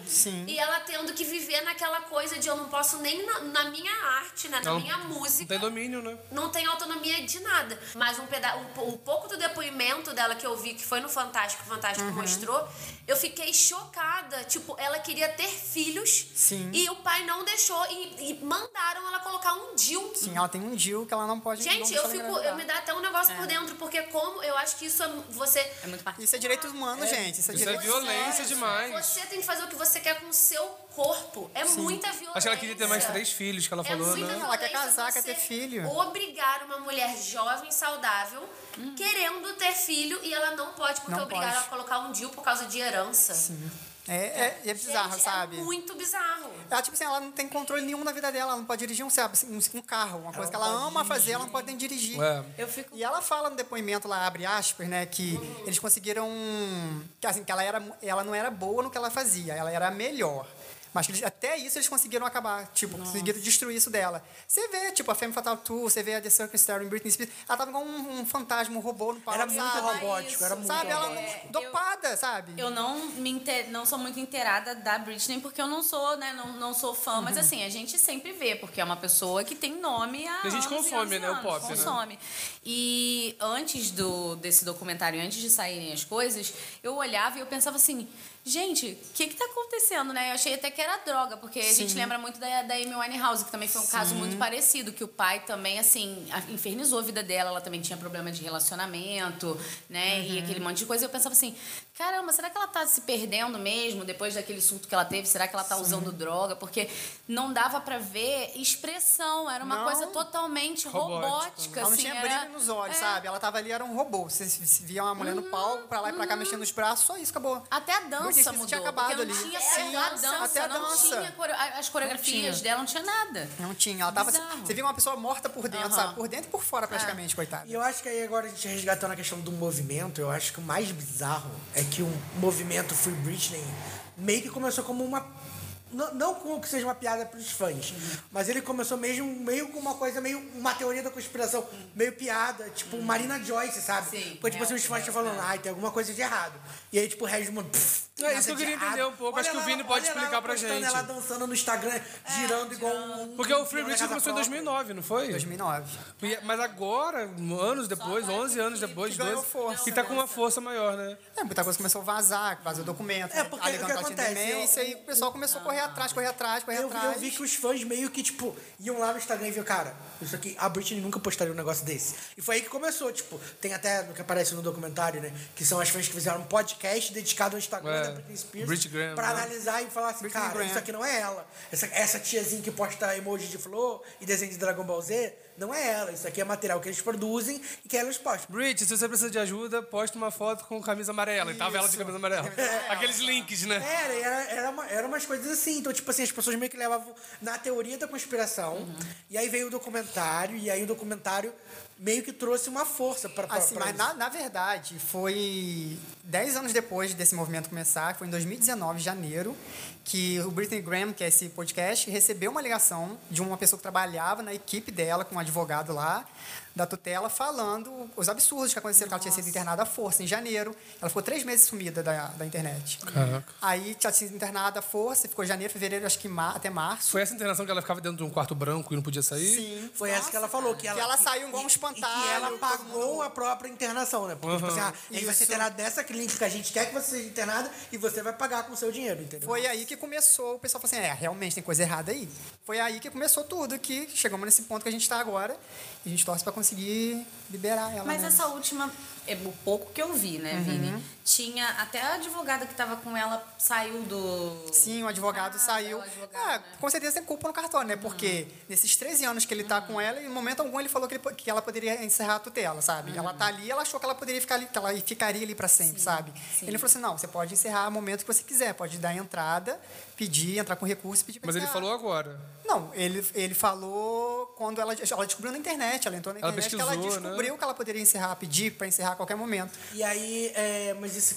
G: E ela tendo que viver naquela coisa de eu não posso nem na, na minha arte, né? Na
H: Não.
G: minha
H: Não
G: música. é
H: tem domínio, né?
G: Não tem autonomia de nada. Mas um, peda um, po- um pouco do depoimento dela que eu vi, que foi no Fantástico, o Fantástico
H: Uhum.
G: mostrou, eu fiquei chocada. Tipo, ela queria ter filhos
J: Sim.
G: e o pai não deixou. E, e mandaram ela colocar um DIL.
J: Sim, ela tem um deal que ela não pode... não
G: Gente,
J: deixa
G: eu
J: ela
G: fico.
J: engravidar.
G: Eu me dá até um negócio
H: É.
G: por dentro, porque como eu acho que isso é. Você.
I: É muito particular.
J: Isso é direito humano, gente. Isso é
H: Isso é
J: direito
H: violência demais.
G: Você tem que fazer o que você quer com o seu corpo. É muita violência. É
H: Acho que ela queria ter mais três filhos, que ela falou,
G: muita
H: né?
J: Ela quer
G: violência
J: casar, quer
G: você
J: ter filho.
G: Obrigar uma mulher jovem, saudável, querendo ter filho e ela não pode, porque
J: Hum. Não
G: obrigaram
J: pode.
G: a colocar um DIL por causa de herança. Sim.
J: É, é, e é bizarro, sabe?
G: É muito bizarro.
J: Ela, tipo assim, ela não tem controle nenhum da vida dela. Ela não pode dirigir um, sabe, assim, um, um carro. Uma coisa que ela ama fazer, ela não pode nem dirigir.
H: É.
I: Eu fico.
J: E ela fala no depoimento lá, abre aspas, né, que eles conseguiram que assim, que ela era ela não era boa no que ela fazia, ela era a melhor. Mas que eles- até isso eles conseguiram acabar, tipo, conseguiram destruir isso dela. Você vê, tipo, a Femme Fatal Tour, você vê a The Circle Star em Britney Spears, ela tava igual um, um fantasma, um robô no palco,
F: Era muito
J: sabe?
F: robótico, era muito
J: Sabe, ela
F: robótico.
J: não- é dopada, sabe?
I: É, Eu não me inte- não sou muito inteirada da Britney porque eu não sou, né, não, não sou fã, mas
H: Uhum.
I: assim, a gente sempre vê porque é uma pessoa que tem nome há
H: E a
I: anos
H: gente consome,
I: anos
H: né, o
I: anos,
H: pop, né?
I: Consome. E antes do desse documentário, antes de saírem as coisas, eu olhava e eu pensava assim, gente, o que que tá acontecendo, né? Eu achei até que era droga, porque a gente lembra muito da, da Amy Winehouse, que também foi um caso muito parecido, que o pai também, assim, a- infernizou a vida dela, ela também tinha problema de relacionamento, né? E aquele monte de coisa. E eu pensava assim, caramba, será que ela tá se perdendo mesmo depois daquele surto que ela teve? Será que ela tá usando droga? Porque não dava pra ver expressão, era uma
J: Não.
I: coisa totalmente
H: Robótica.
I: robótica,
J: Ela não
I: assim,
J: tinha
I: era-
J: brilho nos olhos,
I: É. Uhum,
J: sabe? Ela tava ali, era um robô. Você se via uma mulher no palco, pra lá e pra cá, mexendo nos braços, só isso, acabou.
I: Até a
J: Muito
I: dança
J: difícil,
I: mudou.
J: tinha acabado
I: porque não
J: ali.
I: tinha assim,
J: Sim,
I: a dança,
J: até a
I: não
J: dança.
I: tinha core- a- as coreografias
J: tinha.
I: dela, não tinha nada.
J: Não tinha. Ela tava.
I: Bizarro.
J: Você via uma pessoa morta por dentro,
I: Aham. É.
J: sabe? Por dentro e por fora, praticamente, coitada.
F: E eu acho que aí agora a gente resgatando a questão do movimento, eu acho que o mais bizarro é que o movimento Free Britney meio que começou como uma. Não, não como que seja uma piada pros fãs, mas ele começou mesmo meio com uma coisa, meio uma teoria da conspiração, meio piada, tipo Marina Joyce, sabe?
I: Uhum. Sim,
F: Porque, tipo
I: é,
F: assim, os fãs
I: é,
F: estão falando, ai, tem alguma coisa de errado. E aí, tipo, o Regis, pff,
H: É, isso
F: nada
H: que eu
F: de
H: queria entender
F: errado.
H: um pouco, acho
F: Olha
H: que o
F: lá,
H: Vini pode
F: olha lá,
H: explicar pra
F: postando
H: gente.
F: Ela dançando no Instagram,
I: É,
F: girando igual um.
H: Porque o Free
F: peão na
H: Britney
F: casa
H: começou
F: própria.
H: em 2009, não foi?
J: 2009.
H: E- Mas agora, anos depois, 11 anos depois,
J: que ganhou
H: 12,
J: força,
H: e tá com uma força maior, né?
J: É, muita coisa começou a vazar, vazou documento,
F: É, porque
J: alegando
F: o que
J: ela tinha
F: acontece,
J: demência,
F: eu-
J: e o pessoal começou a correr atrás, correr atrás, correr
F: Eu,
J: atrás.
F: eu vi que os fãs meio que, tipo, iam lá no Instagram e viam, cara, isso aqui, a Britney nunca postaria um negócio desse. E foi aí que começou, tipo, tem até no que aparece no documentário, né? Que são as fãs que fizeram um podcast dedicado ao Instagram
H: É,
F: da Britney Spears
H: Brit Graham,
F: pra
H: né?
F: analisar e falar assim,
J: Britney
F: cara,
J: Graham.
F: isso aqui não é ela. Essa, essa tiazinha que posta emoji de flor e desenho de Dragon Ball Z, não é ela. Isso aqui é material que eles produzem e que elas postam.
H: Brit, se você precisa de ajuda, posta uma foto com camisa amarela. E tava ela de camisa amarela.
F: É.
H: Aqueles links, né?
F: Era, era, era, uma- era umas coisas assim. Então, tipo assim, as pessoas meio que levavam na teoria da conspiração. E aí veio o documentário, e aí o documentário meio que trouxe uma força pra, pra,
J: Assim,
F: pra
J: mas
F: isso.
J: na, na verdade, foi 10 anos depois desse movimento começar, foi em 2019, janeiro, que o Britney Graham, que é esse podcast, recebeu uma ligação de uma pessoa que trabalhava na equipe dela, com um advogado lá, da tutela, falando os absurdos que aconteceram, que ela tinha sido internada à força em janeiro. Ela ficou três meses sumida da, da internet.
H: Caraca.
J: Aí tinha sido internada à força, ficou janeiro, fevereiro, acho que mar- até março.
H: Foi essa internação que ela ficava dentro de um quarto branco e não podia sair?
J: Sim.
F: Foi essa que ela falou, que ela,
J: ela saiu igual um
F: e- E
J: espantalho,
F: que ela
J: todo
F: pagou
J: mundo- Uhum.
F: a própria internação, né? Porque, tipo assim, ah, aí vai
J: Isso.
F: ser internado nessa clínica que a gente quer que você seja internada e você vai pagar com o seu dinheiro, entendeu?
J: Foi aí que começou, o pessoal falou assim, é, realmente tem coisa errada aí. Foi aí que começou tudo, que chegamos nesse ponto que a gente está agora, tá e a gente torce para conseguir liberar ela.
I: Mas
J: né?
I: essa última, é o pouco que eu vi, né,
J: Uhum.
I: Vini? Tinha até a advogada que tava com ela saiu do.
J: Sim, o advogado
I: Ah,
J: saiu.
I: o advogado,
J: Ah,
I: né? Uhum.
J: com certeza tem culpa no cartório, né? Porque nesses 13 anos que ele tá com ela, em momento algum ele falou que, ele po- que ela poderia encerrar a tutela, sabe? Ela
I: Uhum.
J: tá ali, ela achou que ela poderia ficar ali, que ela ficaria ali pra sempre, sabe? Ele falou assim: não, você pode encerrar o momento que você quiser, pode dar entrada, pedir, entrar com recurso, pedir pra
H: Mas ele
F: Tá.
J: encerrar."
H: falou agora.
J: Não, ele, ele falou quando ela, ela descobriu na internet, ela entrou na
H: Ela
J: internet que ela
H: pesquisou, né?
J: descobriu que ela poderia encerrar, pedir pra encerrar a qualquer momento.
F: E aí, é, mas essa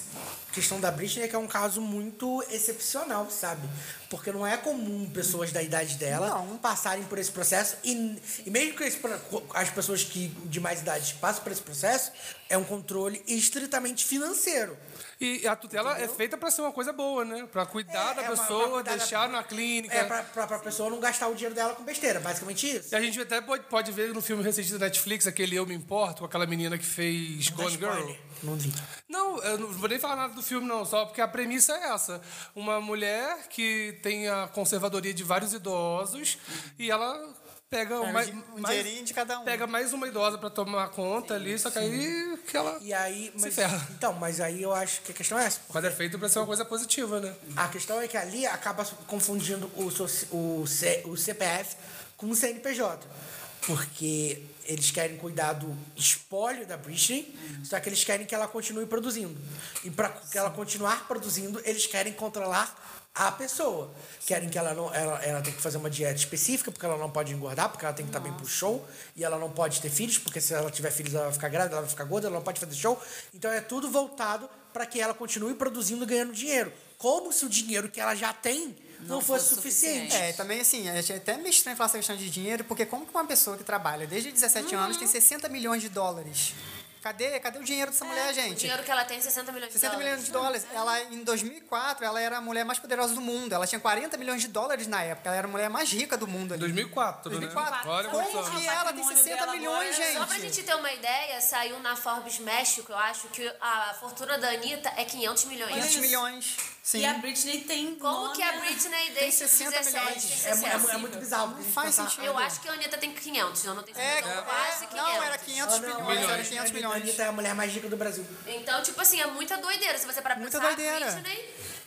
F: questão da Britney é que é um caso muito excepcional, sabe? Porque não é comum pessoas da idade dela
J: Não.
F: passarem por esse processo. E, e mesmo que esse pro- as pessoas que de mais idade passam por esse processo, é um controle estritamente financeiro.
H: E a tutela é feita pra ser uma coisa boa, né? Pra cuidar da
F: É, é uma-
H: pessoa,
F: pra cuidar da-
H: deixar na clínica.
F: É, pra, pra, pra pessoa não gastar o dinheiro dela com besteira, basicamente isso.
H: E a gente até pode, pode ver no filme recente da Netflix, aquele Eu Me Importo, com aquela menina que fez
F: Dá
H: Gone Girl.
F: spoiler. Não vi.
H: Não, eu não vou nem falar nada do filme, não, só porque a premissa é essa. Uma mulher que tem a conservadoria de vários idosos e ela pega,
J: Pega
H: mais,
J: um di- um
H: mais-
J: dinheirinho de cada um.
H: Pega mais uma idosa pra tomar conta ali, só que aí que ela.
F: E aí,
H: Se
F: mas,
H: ferra.
F: então, mas aí eu acho que a questão é essa.
H: Mas é feito pra ser uma coisa positiva, né?
F: A questão é que ali acaba confundindo o, soci- o, C- o CPF com o CNPJ. Porque eles querem cuidar do espólio da Britney, só que eles querem que ela continue produzindo. E para que ela continuar produzindo, eles querem controlar a pessoa. Querem que ela não. Ela, ela tem que fazer uma dieta específica, porque ela não pode engordar, porque ela tem que estar bem pro show. E ela não pode ter filhos, porque se ela tiver filhos, ela vai ficar grávida, ela vai ficar gorda, ela não pode fazer show. Então é tudo voltado para que ela continue produzindo e ganhando dinheiro. Como se o dinheiro que ela já tem não, fosse suficiente.
J: É, também assim, é até meio estranho falar essa questão de dinheiro, porque como que uma pessoa que trabalha desde 17
H: Uhum.
J: anos tem 60 milhões de dólares? Cadê, cadê o dinheiro dessa mulher,
G: O
J: gente?
G: dinheiro que ela tem, 60 milhões de
J: 60 milhões de dólares. Ela, em 2004, ela era a mulher mais poderosa do mundo. Ela tinha 40 milhões de dólares na época. Ela era a mulher mais rica do mundo.
H: Em
J: ali.
H: 2004, né?
J: 2004.
H: Olha
J: Como
H: quantos anos.
J: que ela tem
I: patrimônio
J: 60
I: dela
J: milhões,
I: agora é
G: Só pra
J: gente?
G: gente ter uma ideia, saiu na Forbes México, eu acho, que a fortuna da Anitta é 500 milhões.
J: 500 milhões. Sim.
I: E a Britney tem.
G: Como
I: nome,
G: que a
I: né?
G: Britney desde
J: 60
G: 17
J: milhões.
G: tem
F: É, mu- é
G: 60?
F: mu- é muito bizarro.
J: Não faz
F: pensar-
J: sentido.
G: Eu acho que a Anitta tem 500, eu não tenho
J: É,
G: certeza.
J: é,
G: então, quase 500.
J: não, era 500
F: Não,
J: milhões,
F: a
J: era
F: Anitta-
J: 500
F: A
J: milhões.
F: Anitta é a mulher mais rica do Brasil.
G: Então, tipo assim, é muita doideira. Se você parar pra
J: Muita
G: pensar,
J: doideira.
G: a Britney,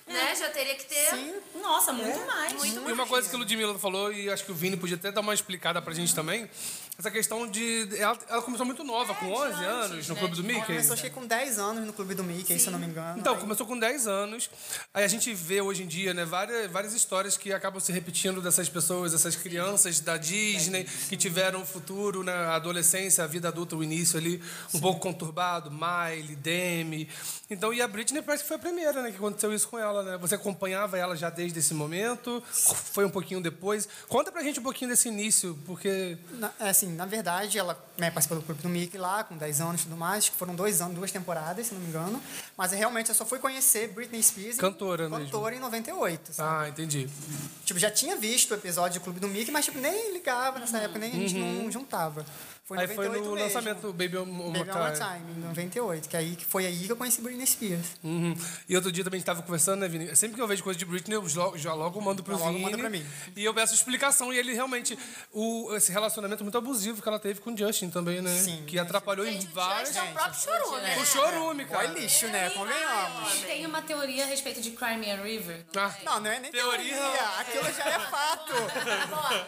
G: né, já teria que ter... É.
J: Sim.
I: Nossa, muito mais.
G: Muito
H: E uma coisa que o Ludmilla falou, e acho que o Vini podia até dar uma explicada pra gente também, essa questão de. Ela, ela começou muito nova, com 11 anos, no Clube do
J: Ela
H: Mickey.
J: começou, achei, com 10 anos no Clube do Mickey, se eu não me engano.
H: Então,
J: Aí-
H: começou com 10 anos. Aí a gente vê hoje em dia, né, várias, várias histórias que acabam se repetindo dessas pessoas, dessas crianças da Disney, que tiveram um futuro na adolescência, a vida adulta, o início ali, um pouco conturbado, Miley, Demi. Então, e a Britney parece que foi a primeira, né, que aconteceu isso com ela, né? Você acompanhava ela já desde esse momento, foi um pouquinho depois. Conta pra gente um pouquinho desse início, porque
J: Na, é assim, na verdade, ela né, participou do Clube do Mickey lá, com 10 anos e tudo mais, acho que foram dois anos, duas temporadas, se não me engano. Mas é, realmente eu só fui conhecer Britney Spears. em-
H: Cantora mesmo.
J: Cantora em 98. sabe?
H: Ah, entendi.
J: assim. Tipo, já tinha visto o episódio do Clube do Mickey, mas tipo, nem ligava nessa época, nem a gente não juntava. Foi em
H: Uhum. Aí foi
J: 98
H: no
J: mesmo.
H: lançamento do Baby One More
J: Baby One More
H: Time.
J: Time, em 98, que, aí, que foi aí que eu conheci Britney Spears.
H: Uhum. E outro dia também a gente tava conversando, né, Vini? Sempre que eu vejo coisa de Britney, eu logo, já logo mando pro
J: Já logo
H: Vini.
J: manda pra mim.
H: E eu peço explicação. E ele realmente... O, esse relacionamento muito abusivo que ela teve com o Justin também, né?
J: Sim.
H: Que atrapalhou em
G: Gente, o
H: vários...
G: Justin é o próprio chorume, né?
H: O chorume,
J: Foi
H: cara.
J: lixo, né? Convenhamos.
I: E tem uma teoria a respeito de Crimea River. não
H: Ah,
I: tem?
J: Não, não é nem
H: Teoria.
J: teoria. Aquilo já é fato.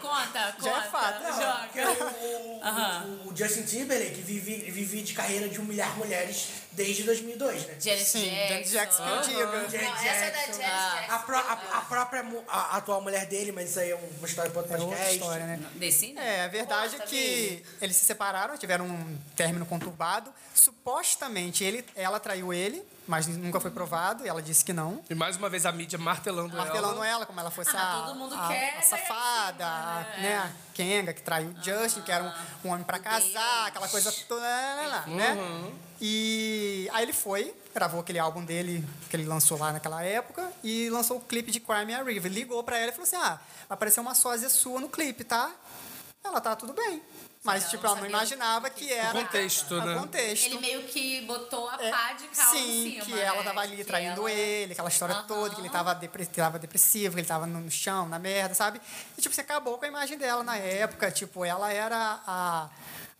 I: Conta, conta.
J: Já é fato.
F: Não,
I: Joga.
F: porque o, o- o Justin Timberlake vive, vive de carreira de humilhar mulheres desde 2002, né?
I: Janet
J: Sim, Janet Jackson que eu diga.
F: Janet
G: Não, essa é da
F: Jackson.
G: Janet Jackson.
F: A, pró- a- a própria mu- a- a atual mulher dele, mas isso aí é uma história para outro
J: É outra
F: podcast.
J: história, né?
I: Desse, né?
J: É, a verdade
G: Nossa,
J: é que eles se separaram, tiveram um término conturbado. Supostamente ele, ela traiu ele, mas nunca foi provado, e ela disse que não.
H: E mais uma vez a mídia martelando,
J: Martelando
H: ela.
J: é ela, como ela fosse
I: Ah,
J: a,
I: todo mundo
J: a-
I: quer
J: a
I: ganhar
J: safada, a,
I: em cima,
J: né? A Kenga, que traiu o Justin, que era um, um homem pra casar, aquela coisa toda, lá, lá, lá, né? E aí ele foi, gravou aquele álbum dele, que ele lançou lá naquela época, e lançou o clipe de Crime and River. Ligou pra ela e falou assim, ah, apareceu uma sósia sua no clipe, tá? Ela tá tudo bem. Mas, tipo, ela não imaginava que era...
H: contexto,
J: a
H: né?
J: contexto.
I: Ele meio que botou a
J: É,
I: pá de cal
J: Sim,
I: em cima.
J: que ela
I: né?
J: tava ali
I: Que
J: traindo
I: ela-
J: ele, aquela história toda, que ele tava, depre- tava depressivo, que ele tava no chão, na merda, sabe? E, tipo, você acabou com a imagem dela na época. Tipo, ela era a,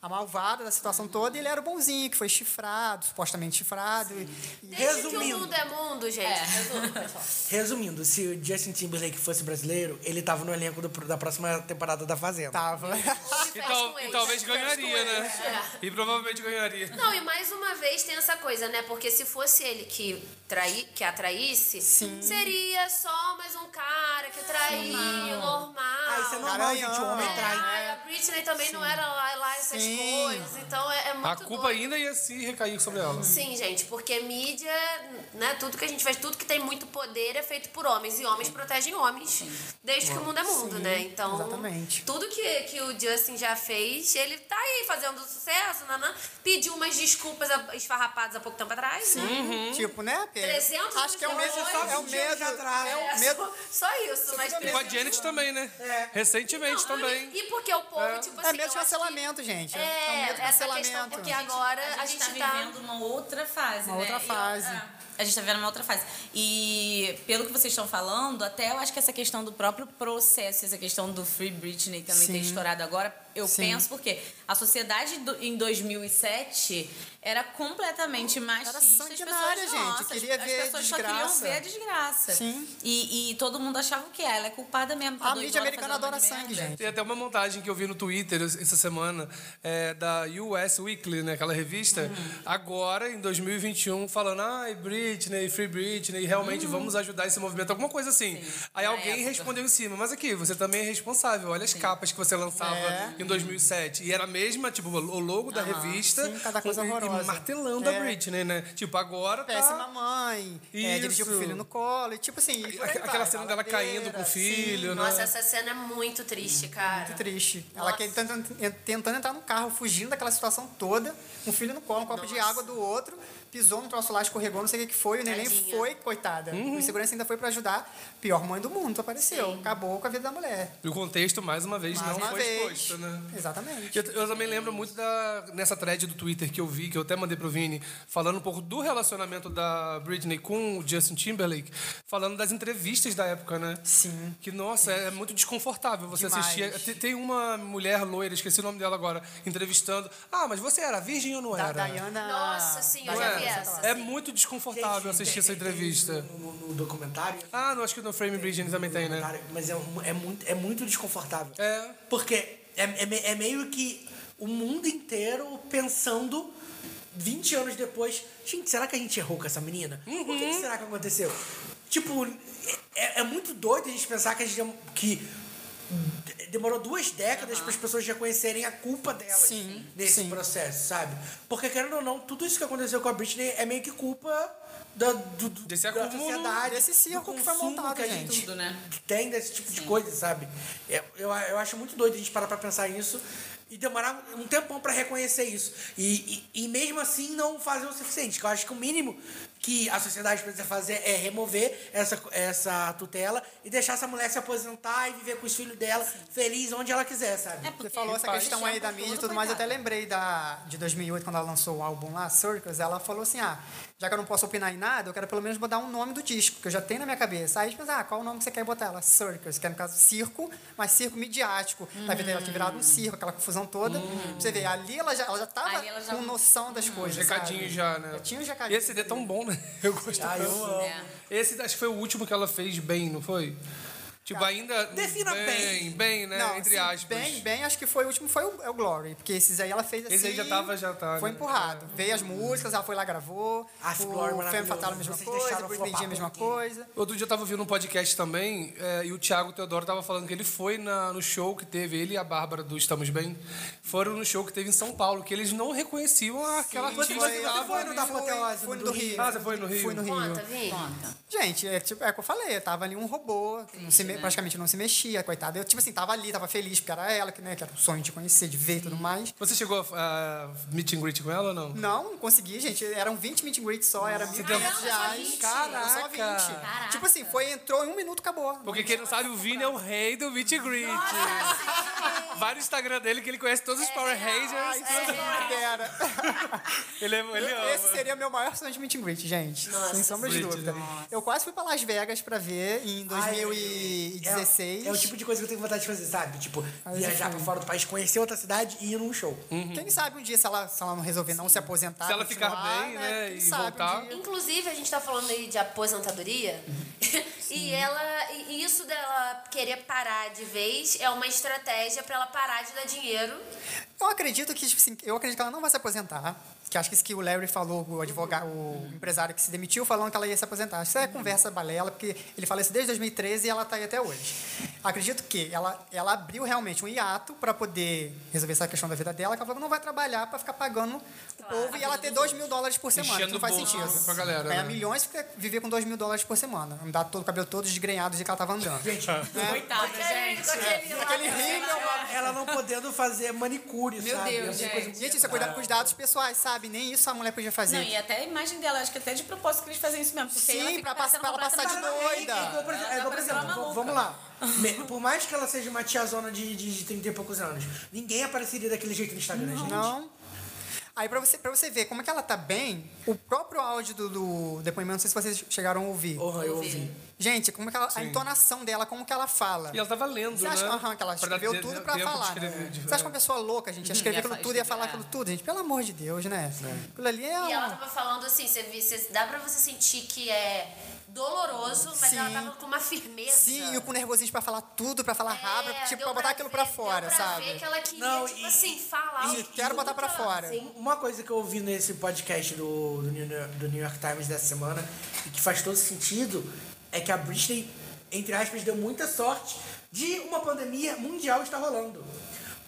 J: a malvada da situação toda, e ele era o bonzinho, que foi chifrado, supostamente chifrado. e- e-
G: Desde que o
F: Resumindo.
G: mundo é mundo, gente. Resumo, pessoal.
F: Resumindo, se o Justin Timberlake fosse brasileiro, ele tava no elenco do- da próxima temporada da Fazenda.
J: Tava.
G: Ou se
H: E,
G: fecha
H: tal-
G: com
H: e
G: eles.
H: talvez
G: Se fecha
H: ganharia,
G: com
H: né?
G: eles, é.
H: E provavelmente ganharia.
G: Não, e mais uma vez tem essa coisa, né? Porque se fosse ele que, trai, que a traísse, seria só mais um cara que traiu, normal.
F: Ah, isso é normal, gente.
J: tipo, um
F: O homem
G: É,
F: trai.
G: ai, a Britney também não era lá, lá essas
J: Sim.
G: coisas, então é, é muito
H: A culpa
G: doido.
H: ainda ia se recair sobre ela.
G: Sim, gente, porque mídia, né, tudo que a gente faz, tudo que tem muito poder é feito por homens, e homens protegem homens, desde que o mundo é mundo, né? Então,
J: exatamente.
G: tudo que, que o Justin já fez, ele tá aí fazendo sucesso, nanã, pediu umas desculpas a- esfarrapadas há pouco tempo atrás, né?
J: Tipo, né? Porque
G: 300
J: Acho que é o medo,
G: milhões
J: é o
F: de anos
J: medo,
F: atrás.
J: é
G: É,
J: o medo
G: só, só isso, mas...
H: E com a Janet também, né? Recentemente
G: Não,
H: também.
G: E porque o povo, tipo assim...
J: É medo de
G: eu acho que-
J: cancelamento, gente. É,
G: É,
J: medo de
G: essa questão,
J: cancelamento.
G: porque agora
A: a gente, tá, vivendo uma outra fase,
J: Uma
A: né?
J: outra
A: E-
J: fase.
A: é, a gente tá vivendo uma outra fase. E pelo que vocês estão falando, até eu acho que essa questão do próprio processo, essa questão do Free Britney também ter
J: Sim.
A: estourado agora, eu
J: Sim.
A: penso porque a sociedade do- em 2007 era completamente machista. as
J: sanguinária,
A: pessoas,
J: gente,
A: nossa, as-
J: queria
A: as,
J: ver
A: pessoas só queriam
J: desgraça.
A: ver a desgraça.
J: Sim.
A: E, e todo mundo achava o quê? Ela é culpada mesmo. tá
J: A
A: doidona,
J: mídia americana
A: fazendo um
J: adora
A: monte de
J: sangue,
A: merda.
J: gente.
H: Tem até uma montagem que eu vi no Twitter essa semana é, da US Weekly, né, aquela revista, agora em 2021 falando, ai, Britney, Free Britney, realmente
J: Uhum.
H: vamos ajudar esse movimento, alguma coisa assim. Aí
A: na
H: alguém
A: época.
H: respondeu em cima, mas aqui, você também é responsável, olha as capas que você lançava
J: É.
H: em 2007. E era a mesma, tipo, o logo da revista,
J: sim, cada coisa
H: com- e- e
J: horrorosa.
H: martelando a
J: É.
H: Britney, né? Tipo, agora tá...
J: Péssima mãe, é, dirigiu
H: Isso.
J: com o filho no colo, e tipo assim. e por aí
H: Aquela
J: vai,
H: cena dela
J: baladeira,
H: caindo com o
J: sim,
H: filho, né?
G: Nossa, essa cena é muito triste, cara.
J: Muito triste. Ela que- tentando, tentando entrar no carro, fugindo daquela situação toda, um filho no colo, um copo de água do outro, pisou no troço lá, escorregou, não sei o que que foi, o neném
G: Tadinha.
J: foi, coitada.
H: Uhum.
J: O segurança ainda foi pra ajudar. Pior mãe do mundo apareceu. Acabou com a vida da mulher.
H: E o contexto, mais uma vez,
J: Mais
H: não
J: uma
H: foi
J: vez.
H: exposto, né?
J: Exatamente.
H: Eu, eu também lembro muito da nessa thread do Twitter que eu vi, que eu até mandei pro Vini, falando um pouco do relacionamento da Britney com o Justin Timberlake, falando das entrevistas da época, né?
J: Sim.
H: Que, nossa, é muito desconfortável você
J: Demais.
H: assistir. Te- Tem uma mulher loira, esqueci o nome dela agora, entrevistando. Ah, mas você era virgem ou não
J: Da
H: era?
J: Diana.
G: Nossa senhora,
H: Não
G: eu
H: era?
G: vi essa.
H: É
G: sim.
H: muito desconfortável assistir essa entrevista.
F: No, no- no documentário.
H: Ah, não, acho que no Frame Britney também tem, né?
F: documentário, Mas é, um- é muito, é muito desconfortável.
H: É.
F: Porque é, é me- é meio que o mundo inteiro pensando 20 anos depois, gente, será que a gente errou com essa menina? O que, que será que aconteceu? Tipo, é, é muito doido a gente pensar que a gente que de- demorou duas décadas para as pessoas reconhecerem a culpa delas
J: Sim,
F: nesse
J: sim.
F: processo, sabe? Porque querendo ou não, tudo isso que aconteceu com a Britney é meio que culpa da, do, do-
H: Desse
F: da
H: acúmulo,
F: sociedade,
J: desse
F: do
J: circo que foi
F: consumo
J: montado,
F: que a gente
J: gente.
A: Tudo, né?
F: que tem desse tipo de coisa, sabe? É, Eu, eu acho muito doido a gente parar pra pensar nisso e demorar um tempão pra reconhecer isso. E, e, e mesmo assim não fazer o suficiente. Que eu acho que o mínimo que a sociedade precisa fazer é remover essa, essa tutela e deixar essa mulher se aposentar e viver com os filhos dela feliz onde ela quiser, sabe?
A: É, porque
J: Você falou essa questão aí da mídia e tudo mais, eu até lembrei da, de 2008, quando ela lançou o álbum lá, Circus, ela falou assim, ah, já que eu não posso opinar em nada, eu quero pelo menos botar um nome do disco, que eu já tenho na minha cabeça. Aí a gente pensa, ah, qual o nome que você quer botar? Ela, Circus, que é no caso circo, mas circo midiático. Tá vendo? Ela tinha virado
A: Uhum.
J: um circo, aquela confusão toda. Pra Você vê, ali ela já, ela já tava
A: Ali ela já- Uhum.
J: com noção das coisas,
H: Recadinho
J: sabe?
H: já, né?
J: Já tinha um recadinho.
H: E esse CD é tão bom, né? Eu gosto
F: Ah, eu
H: tanto.
F: amo.
H: Esse acho que foi o último que ela fez bem, não foi? Tipo, ainda.
F: Defina
H: Bem,
F: bem.
H: bem, né?
J: Não,
H: Entre
J: assim,
H: aspas.
J: Bem, bem, acho que foi o último, foi o, é o Glory. Porque esses aí ela fez assim.
H: Esse aí já tava- já tá,
J: Foi
H: né?
J: empurrado. Veio as músicas, ela foi lá, gravou.
F: Ah, esse Glory é
J: o Femme
F: maravilhoso.
J: Fatal a mesma
F: Vocês
J: coisa,
F: deixaram
J: o Britney
F: flopar
J: Jean a mesma
F: por quê?
J: coisa.
H: Outro dia eu tava ouvindo um podcast também é, e o Thiago Teodoro tava falando que ele foi na- no show que teve, ele e a Bárbara do Estamos Bem, foram no show que teve em São Paulo, que eles não reconheciam aquela
F: Você
H: artista
F: foi,
H: que
F: você
H: tava
F: foi no
H: ali.
F: da Apoteose,
J: Fui no
F: do
J: do
F: Rio?
J: Rio.
H: Ah, você foi no Rio?
J: Fui no Rio.
G: Conta, Vi.
J: Gente, é, tipo, é o que eu falei, tava ali um robô, não se me-
H: né?
J: praticamente não se mexia, coitada. Eu, tipo assim, tava ali, tava feliz, porque era ela, que, né, que era o sonho de conhecer, de ver e tudo mais.
H: Você chegou a a meet and greet com ela ou não?
J: Não, não consegui, gente. Eram 20 meet and greets só, era 1.500 reais.
H: Caraca.
J: Só 20. Tipo assim, foi, entrou em um minuto, acabou.
H: Porque quem não sabe, o Vini é o rei do meet and greet. Vai no Instagram dele que ele conhece todos os
J: É
H: Power Rangers.
J: Nossa, não dera.
H: Ele, é, ele ama.
J: Esse seria meu maior sonho de meet and greet, gente. é sem sombra de
H: Britney.
J: dúvida. Eu quase fui pra Las Vegas pra ver em 2000
F: Ai,
J: 2016.
F: É, é o tipo de coisa que eu tenho vontade de fazer, sabe? Tipo,
J: Aí
F: viajar
J: foi.
F: pra fora do país, conhecer outra cidade e ir num show.
J: Quem sabe um dia, se ela, se ela não resolver não se aposentar.
H: Se ela ficar
J: continuar,
H: bem, né,
J: Quem
H: e
J: sabe um
H: voltar.
J: dia.
G: Inclusive, a gente tá falando aí de aposentadoria. e ela. E isso dela querer parar de vez é uma estratégia pra ela parar de dar dinheiro.
J: Eu acredito que, tipo assim, eu acredito que ela não vai se aposentar. Que acho que isso que o Larry falou, o advogado, o empresário que se demitiu, falando que ela ia se aposentar. Acho que Isso é conversa balela, porque ele fala isso desde 2013 e ela está aí até hoje. Acredito que ela, ela abriu realmente um hiato para poder resolver essa questão da vida dela, que ela falou que não vai trabalhar para ficar pagando o povo e ela ter 2 mil dólares por semana.
H: Enchendo
J: que não faz
H: o bolso
J: sentido.
H: pra galera,
J: Ganhar
H: né?
J: milhões e fica- viver com 2 mil dólares por semana. Andar todo o cabelo todo desgrenhado de que ela estava andando.
A: Coitada, gente.
J: Aquele rímel,
F: Ela não podendo fazer manicure,
A: Meu
F: sabe?
A: Deus,
F: Essas
A: gente.
F: coisas muito
J: Gente, isso é cuidar com os dados pessoais, sabe? Nem isso a mulher podia fazer.
A: Não, e até a imagem dela, acho que até de propósito que eles fazem isso mesmo. Porque
J: Sim,
A: ela fica
J: pra passar-
A: parecendo
J: pra ela passar de
A: completamente-
J: doida.
F: É igual, por exemplo, é igual, por
A: Ela
F: exemplo,
A: parece uma
F: vamos lá. Me- Por mais que ela seja uma tiazona de, de, de 30 e poucos anos, ninguém apareceria daquele jeito no Instagram, gente.
J: Não. Aí pra você, pra você ver como é que ela tá bem, o próprio áudio do, do depoimento, não sei se vocês chegaram a ouvir.
H: Oh.
F: Porra, eu ouvi.
J: Gente, como é que ela, a entonação dela, como que ela fala.
H: E ela tava lendo,
J: Você acha
H: né?
J: aham, que ela
H: Pra dar
J: escreveu
H: tempo-
J: tudo pra
H: tempo de
J: falar?
H: escrever,
J: né?
H: de-
J: Você acha que uma pessoa louca, gente,
G: Uhum.
J: ia escrever
A: Ia
J: aquilo
A: fa-
J: tudo, ia falar
A: é.
J: aquilo tudo, gente? Pelo amor de Deus, né? Aquilo ali é
G: E ela
J: uma...
G: tava falando assim, você, vi- você- dá pra você sentir que é doloroso, mas ela
J: Sim.
G: tava com uma firmeza.
J: Sim, e com nervosismo pra falar tudo, pra falar rápido,
G: É,
J: tipo,
G: deu
J: pra botar aquilo
G: ver-
J: pra fora,
G: deu pra
J: sabe?
G: Ver que ela queria,
F: Não,
G: tipo
F: e-
G: assim, falar.
J: e
G: o que-
J: quero botar pra
G: que
J: fora.
G: Assim,
F: Uma coisa que eu ouvi nesse podcast do, do, New, do New York Times dessa semana e que faz todo sentido é que a Britney, entre aspas, deu muita sorte de uma pandemia mundial estar rolando.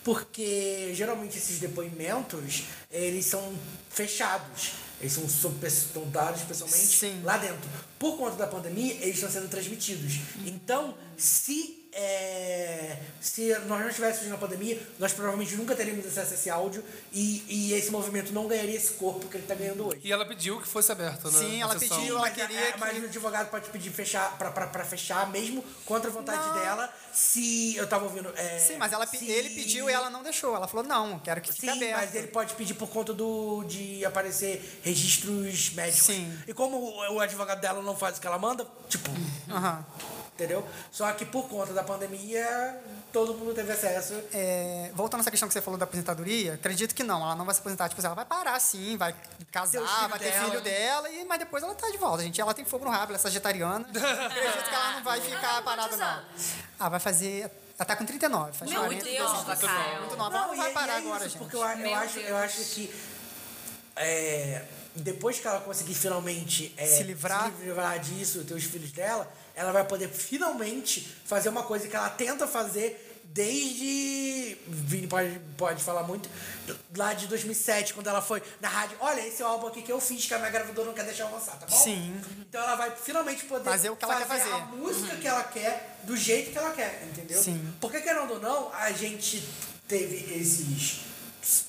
F: Porque geralmente esses depoimentos, eles são fechados. Eles são, sob pe- estão dados pessoalmente
J: Sim.
F: lá dentro. Por conta da pandemia, eles estão sendo transmitidos. Então, se. é, se nós não estivéssemos na pandemia, nós provavelmente nunca teríamos acesso a esse áudio e, e esse movimento não ganharia esse corpo que ele está ganhando hoje.
H: E ela pediu que fosse aberta, né?
J: Sim, ela
H: a sessão.
J: pediu, ela queria que...
F: Mas o advogado pode pedir fechar pra, pra, pra fechar, mesmo contra a vontade dela, se eu tava ouvindo. é,
J: Sim, mas ela, pe-
F: se-
J: ele pediu e ela não deixou. Ela falou, não, quero que fique
F: Sim,
J: aberto.
F: mas ele pode pedir por conta do, de aparecer registros médicos.
J: Sim.
F: E como o, o advogado dela não faz o que ela manda, tipo,
J: Aham.
F: entendeu? Só que por conta da pandemia, todo mundo teve acesso.
J: É, voltando a essa questão que você falou da aposentadoria, acredito que não. Ela não vai se aposentar. Tipo, ela vai parar sim, vai
F: Ter os
J: casar,
F: filhos
J: vai ter
F: dela.
J: filho dela, e, mas depois ela tá de volta, gente. Ela tem fogo no rabo, ela é sagitariana. acredito que ela não vai ficar parada, não. Ah, vai fazer. Ela tá com 39, faz
A: Meu
J: 40.
A: Deus, Rafael.
J: Muito nova. Ela não
F: e
J: vai
F: é-
J: parar
F: e é
J: agora, gente.
F: isso, Porque eu, eu
A: Meu
F: acho, eu
A: Deus.
F: acho que é, depois que ela conseguir finalmente é,
J: Se livrar.
F: se livrar disso, ter os filhos dela, ela vai poder finalmente fazer uma coisa que ela tenta fazer desde. Vini pode, pode falar muito. Lá de 2007, quando ela foi na rádio. Olha, esse álbum aqui que eu fiz, que a minha gravadora não quer deixar eu lançar, tá bom?
J: Sim.
F: Então ela vai finalmente poder
J: Fazer o que ela quer
F: a
J: fazer.
F: música que ela quer, do jeito que ela quer, entendeu?
J: Sim.
F: Porque querendo ou não, a gente teve esses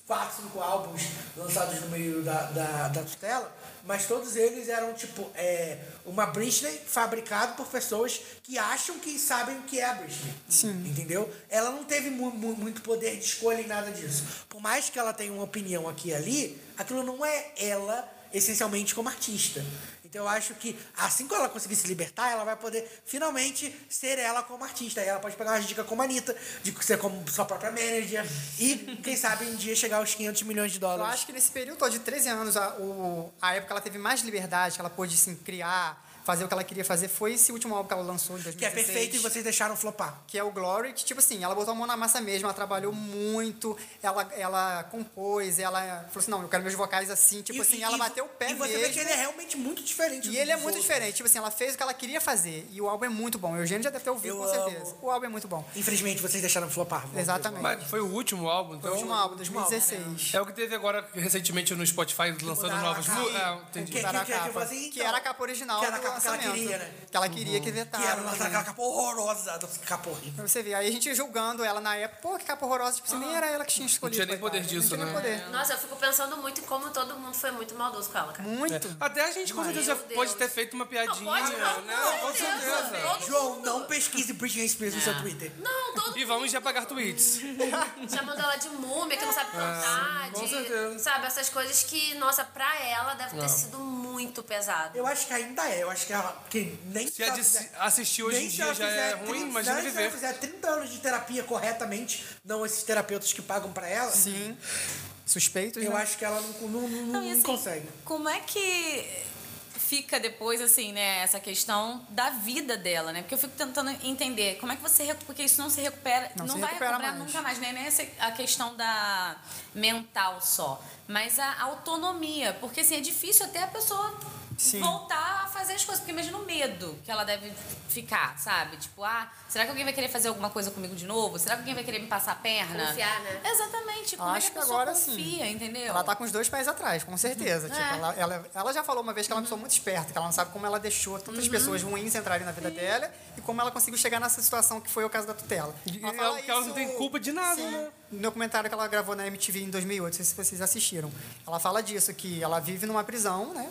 F: quatro, cinco álbuns lançados no meio da, da, da tutela, mas todos eles eram tipo é, uma Britney fabricado por pessoas que acham que sabem o que é a Britney. Sim. Entendeu? Ela não teve mu- mu- muito poder de escolha em nada disso. Por mais que ela tenha uma opinião aqui e ali, aquilo não é ela essencialmente como artista. Então eu acho que assim que ela conseguir se libertar, ela vai poder finalmente ser ela como artista. Aí ela pode pegar umas dicas como a Anitta, de ser como sua própria manager e, quem sabe, um dia chegar aos 500 milhões de
J: Eu
F: dólares.
J: acho que nesse período todo de 13 anos, a, o- a época que ela teve mais liberdade, que ela pôde assim, criar, fazer o que ela queria fazer, foi esse último álbum que ela lançou em 2016.
F: Que é perfeito e vocês deixaram flopar.
J: que é o Glory, que, tipo assim, ela botou a mão na massa mesmo, ela trabalhou
F: Uhum.
J: muito, ela, ela compôs, ela falou assim, não, eu quero meus vocais assim, tipo
F: E-
J: assim,
F: e-
J: ela
F: e-
J: bateu o pé
F: E você
J: mesmo.
F: vê que ele é realmente muito diferente.
J: E
F: do-
J: ele é
F: dos
J: muito
F: outros.
J: diferente, tipo assim, ela fez o que ela queria fazer. E o álbum é muito bom. O Eugênio já deve ter ouvido,
F: Eu
J: com certeza.
F: amo.
J: O álbum é muito bom.
F: Infelizmente, vocês deixaram flopar.
J: Exatamente.
H: Mas foi o último álbum, então.
J: Foi o último
F: né?
J: álbum, 2016.
H: É o que teve agora recentemente no Spotify lançando
F: Mudaram a
H: novas
F: capa.
H: músicas. É,
F: Que- Ah, que-
H: entendi.
J: Que era a
F: que- que-
J: capa.
F: que- assim,
J: Que
F: então,
J: era a capa original
F: que era a
J: do
F: capa que ela
J: lançamento.
F: queria, né?
J: Que ela
H: Uhum.
J: queria que vetasse.
F: Que era lá aquela capa horrorosa, do- capa horrível.
J: Pra você ver. Aí a gente julgando ela na época, pô, que capa horrorosa. Tipo, assim,
F: Ah.
J: nem era ela que tinha escolhido.
H: tinha nem
J: coitada.
H: poder disso,
J: Não tinha nem
H: né?
J: poder.
G: Nossa, eu fico pensando muito em como todo mundo foi muito maldoso com ela, cara.
J: Muito.
H: Até a gente, com certeza, já
G: Meu Deus.
H: pode ter feito uma piadinha,
G: Não, pode não,
H: né?
G: com
H: Com
G: certeza.
H: certeza.
F: João, não pesquise Britney Spears no seu Twitter.
G: Não, todo
H: E vamos já pagar tweets.
G: chamando ela de múmia, que não sabe cantar,
H: Ah, com
G: de-
H: certeza. Ah.
G: sabe, essas coisas que, nossa, pra ela deve ter sido muito pesado.
F: Eu acho que ainda é. Eu acho acho que, ela, que nem
H: Se a de
F: fizer-
H: se- assistir hoje
F: nem
H: em
F: se
H: dia
F: ela
H: já é
F: fizer
H: ruim,
F: 30
H: imagina
F: nem se ela
H: viver.
F: fizer 30 anos de terapia corretamente, não esses terapeutas que pagam pra ela,
J: Sim. Suspeitos,
F: eu
J: né?
F: acho que ela não, não, não,
A: Não, e
F: não
A: assim,
F: consegue.
A: Como é que fica depois, assim, né, essa questão da vida dela, né? Porque eu fico tentando entender como é que você recu- porque isso não se recupera, não,
J: Não se
A: vai
J: recupera
A: recuperar
J: mais.
A: nunca mais, né? Nem essa a questão da mental só, mas a autonomia, porque assim é difícil até a pessoa
J: Sim.
A: voltar a fazer as coisas, porque imagina o medo que ela deve ficar, sabe? Tipo, ah, será que alguém vai querer fazer alguma coisa comigo de novo? Será que alguém vai querer me passar a perna?
G: Confiar, né?
A: Exatamente. Como é
J: Acho
A: que
J: que
A: a pessoa
J: agora sim.
A: confia, entendeu?
J: Ela tá com os dois pés atrás, com certeza. Tipo, ela, ela, ela já falou uma vez que ela é uma pessoa muito esperta, que ela não sabe como ela deixou tantas pessoas ruins entrarem na vida dela e como ela conseguiu chegar nessa situação que foi o caso da tutela.
H: E é
J: fala
H: algo que ela não
J: isso-
H: tem culpa de nada,
J: Sim,
H: né?
J: No documentário que ela gravou na MTV em 2008, não sei se vocês assistiram. Ela fala disso, que ela vive numa prisão, né?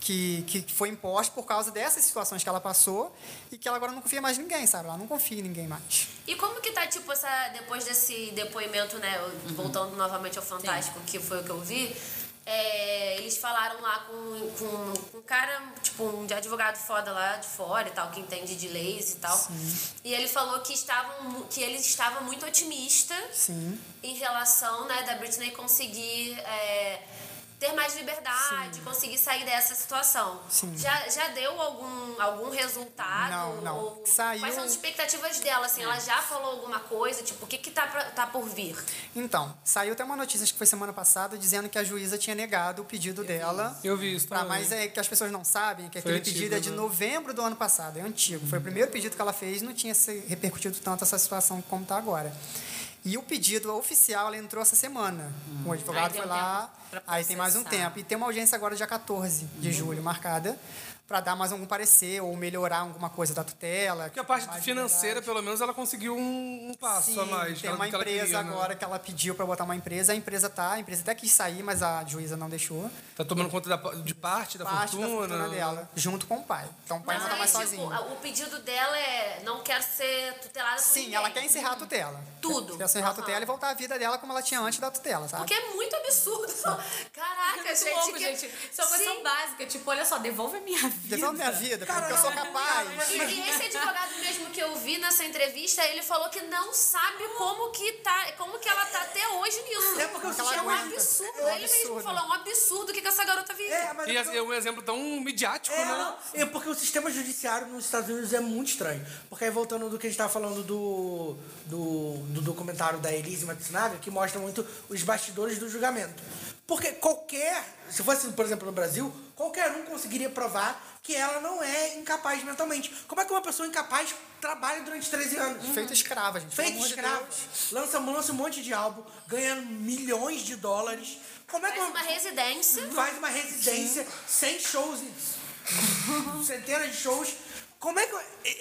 J: Que, que foi imposta por causa dessas situações que ela passou e que ela agora não confia mais em ninguém, sabe? Ela não confia em ninguém mais.
G: E como que tá, tipo, essa, depois desse depoimento, né?
J: Uhum.
G: Voltando novamente ao Fantástico, que foi o que eu vi. é, eles falaram lá com, com, com um cara, tipo, um de advogado foda lá de fora e tal, que entende de leis e tal. E ele falou que, estavam, mu- que ele estava muito otimista
J: Sim.
G: em relação, né, da Britney conseguir. é, ter mais liberdade, conseguir sair dessa situação.
J: Sim.
G: Já, já deu algum, algum resultado?
J: Não, não.
G: Ou
J: Saiu-
G: Quais são as expectativas dela, assim, ela já falou alguma coisa, tipo, o que que tá, pra- tá por vir?
J: Então, saiu até uma notícia, acho que foi semana passada, dizendo que a juíza tinha negado o pedido dela.
H: Eu vi isso
J: Pra,
H: também.
J: mas é que as pessoas não sabem que
H: Foi
J: aquele
H: antigo,
J: pedido é de
H: né?
J: novembro do ano passado, é antigo. Foi o primeiro pedido que ela fez, não tinha se repercutido tanto essa situação como está agora. E o pedido oficial, ela entrou essa semana.
H: Hum.
J: O
A: Aí
J: advogado
A: tem
J: foi
A: um
J: lá,
A: tempo pra
J: aí tem mais um
A: processar.
J: tempo. E tem uma audiência agora dia 14 de
H: Uhum.
J: julho marcada para dar mais algum parecer ou melhorar alguma coisa da tutela.
H: Porque a parte
J: mais
H: financeira, pelo menos, ela conseguiu um, um passo
J: Sim,
H: a mais.
J: Tem
H: ela-
J: uma
H: que ela
J: empresa
H: queria, né?
J: agora que ela pediu para botar uma empresa, a empresa tá, a empresa até quis sair, mas a juíza não deixou.
H: Tá tomando conta da, de parte
J: Parte da
H: da Tá fortuna. né?
J: fortuna dela, junto com o pai. Então o pai não tá mais
G: aí,
J: sozinho.
G: tipo, a- o pedido dela é não quero ser tutelada por
J: Sim,
G: ninguém.
J: ela quer encerrar a tutela.
G: Tudo.
J: Quer encerrar a
G: Aham.
J: tutela e voltar à vida dela como ela tinha antes da tutela, sabe?
G: Porque é muito absurdo. Caraca,
A: Muito
G: gente.
A: louco,
G: que...
A: gente. Isso é uma
G: Sim.
A: coisa básica. Tipo, olha só, devolve a minha é vida.
J: Devolve minha vida, porque eu sou capaz.
G: E, e esse advogado mesmo que eu vi nessa entrevista, ele falou que não sabe como que tá, como que ela tá até hoje nisso.
F: É porque o
G: é um
F: sistema-
G: absurdo.
F: é um
G: Ele mesmo
J: absurdo.
G: falou, é um absurdo o que, que essa garota vive.
F: É, mas
H: E
F: é porque-
H: é um exemplo tão midiático,
F: É,
H: né?
F: não. É porque o sistema judiciário nos Estados Unidos é muito estranho. Porque aí voltando do que a gente tava falando do, do, do documentário da Elise Matsunaga, que mostra muito os bastidores do julgamento. Porque qualquer, se fosse, por exemplo, no Brasil, qualquer um conseguiria provar que ela não é incapaz mentalmente. Como é que uma pessoa incapaz trabalha durante 13 anos?
J: Feito escrava, gente. pelo
F: Feito
J: amor de
F: escravos, lança, lança um monte de álbum, ganha milhões de dólares. Como é que
G: Faz uma residência.
F: faz uma residência sem shows, em- centenas de shows. Como é que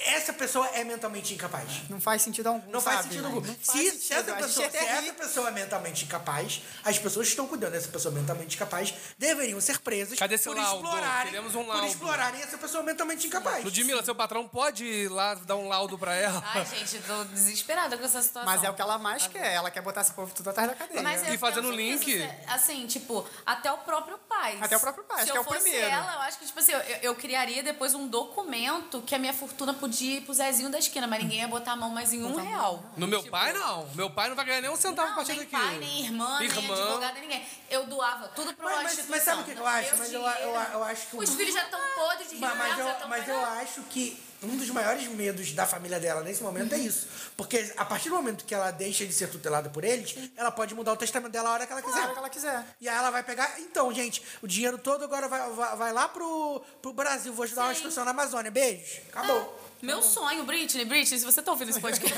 F: essa pessoa é mentalmente incapaz?
J: Deus. Não faz sentido algum.
F: Não faz
J: sabe?
F: sentido
H: né?
F: algum.
J: Não faz
F: Se,
J: sentido.
F: se essa
J: A gente
F: pessoa,
J: até
F: se
J: ri.
F: essa pessoa é mentalmente incapaz, as pessoas que estão cuidando dessa pessoa mentalmente incapaz deveriam ser presas
H: Cadê seu
F: por,
H: laudo?
F: explorarem,
H: Queremos um
F: por
H: laudo.
F: explorarem essa pessoa mentalmente incapaz.
H: Ludmilla, seu patrão pode ir lá dar um laudo pra ela?
A: Ai, gente, eu tô desesperada com essa situação.
J: Mas é o que ela mais quer. Ela quer botar esse povo tudo atrás da cadeia.
H: E
A: eu
H: fazendo
A: penso
H: link.
A: que, assim, Assim, tipo, até o próprio pai.
J: Até o próprio pai, acho
A: Se eu
J: que é o
A: fosse
J: primeiro.
A: ela, eu acho que, tipo assim, eu, eu criaria depois um documento que a minha fortuna podia ir pro Zezinho da esquina, mas ninguém ia botar a mão mais em um real.
H: No meu pai, não. Meu pai não vai ganhar nem um centavo a
A: Não,
H: partir
A: nem
H: daqui.
A: pai, nem irmã, nem advogado, nem ninguém. Eu doava tudo pra uma
F: Mas- mas-
A: instituição.
F: mas sabe o que eu acho?
A: Meu
F: Mas eu-
A: dinheiro.
F: eu- eu acho que o-
G: Os filhos já estão podres de
F: Mas, mas
G: ribeirão, já
F: eu,
G: estão
F: mas eu acho que um dos maiores medos da família dela nesse momento
J: Uhum.
F: é isso. Porque a partir do momento que ela deixa de ser tutelada por eles, ela pode mudar o testamento dela a hora que ela quiser.
J: A hora que ela quiser.
F: E aí ela vai pegar. Então, gente, o dinheiro todo agora vai, vai, vai lá pro, pro Brasil. Vou ajudar uma instituição na Amazônia. Beijos. Acabou.
A: Meu sonho, Britney, Britney, se você tá ouvindo esse podcast,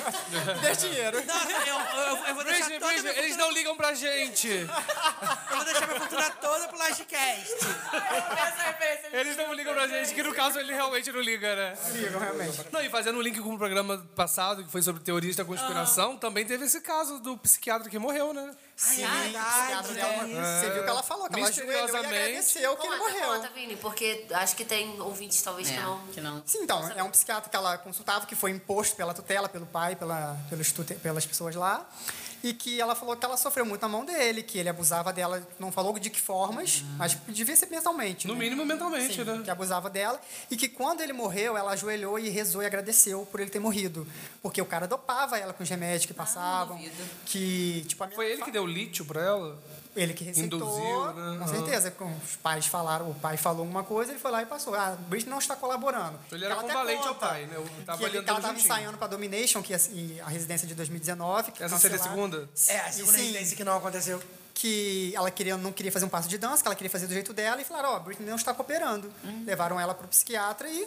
J: Deu dinheiro.
F: eu, eu- eu vou deixar
H: Britney,
F: toda
H: Britney,
F: minha
H: eles não ligam pra gente.
F: fortuna- eu vou deixar minha fortuna toda pro Lastcast.
H: Eles não ligam pra gente, que no caso ele realmente não liga, né?
J: Ligam, realmente.
H: Não, e fazendo um link com o programa passado, que foi sobre teorias da conspiração, também teve esse caso do psiquiatra que morreu, né?
F: Ai,
J: Sim, psiquiatra dela- Você viu o que ela falou, que ela ajoelhou e
H: Misteriosamente.
J: agradeceu que ele
G: é
J: morreu.
G: Conta, Vini, porque acho que tem ouvintes
J: É,
G: talvez que não...
A: É, que não.
J: Sim, então, é um psiquiatra que ela consultava, que foi imposto pela tutela, pelo pai, pela, pelos tute- pelas pessoas lá. e que ela falou que ela sofreu muito na mão dele, que ele abusava dela, não falou de que formas, mas devia ser mentalmente.
H: Ah. No
J: né?
H: mínimo mentalmente,
J: Sim,
H: né?
J: Que abusava dela. E que quando ele morreu, ela ajoelhou e rezou e agradeceu por ele ter morrido. Porque o cara dopava ela com os remédios que passavam. que, tipo, a minha
H: Ah, Foi ele que deu lítio pra ela?
J: ele que receitou,
H: Induziu, né?
J: com
H: Aham.
J: certeza. Com os pais falaram, o pai falou uma coisa, ele foi lá e passou. Ah, Britney não está colaborando.
H: Então, Ele era
J: Ela até
H: convalente ao
J: conta
H: pai, né? O- tava
J: que ele-
H: ali
J: que ela
H: andando
J: estava
H: juntinho.
J: ensaiando para Domination, que ia- e a residência de 2019. Que
H: Essa seria a
J: cancelaram.
H: segunda?
F: É,
J: E
F: a segunda
J: sim.
F: residência que não aconteceu.
J: Que ela queria, não queria fazer um passo de dança, que ela queria fazer do jeito dela. E falaram, ó, Britney não está cooperando.
F: Uhum.
J: Levaram ela para o psiquiatra e...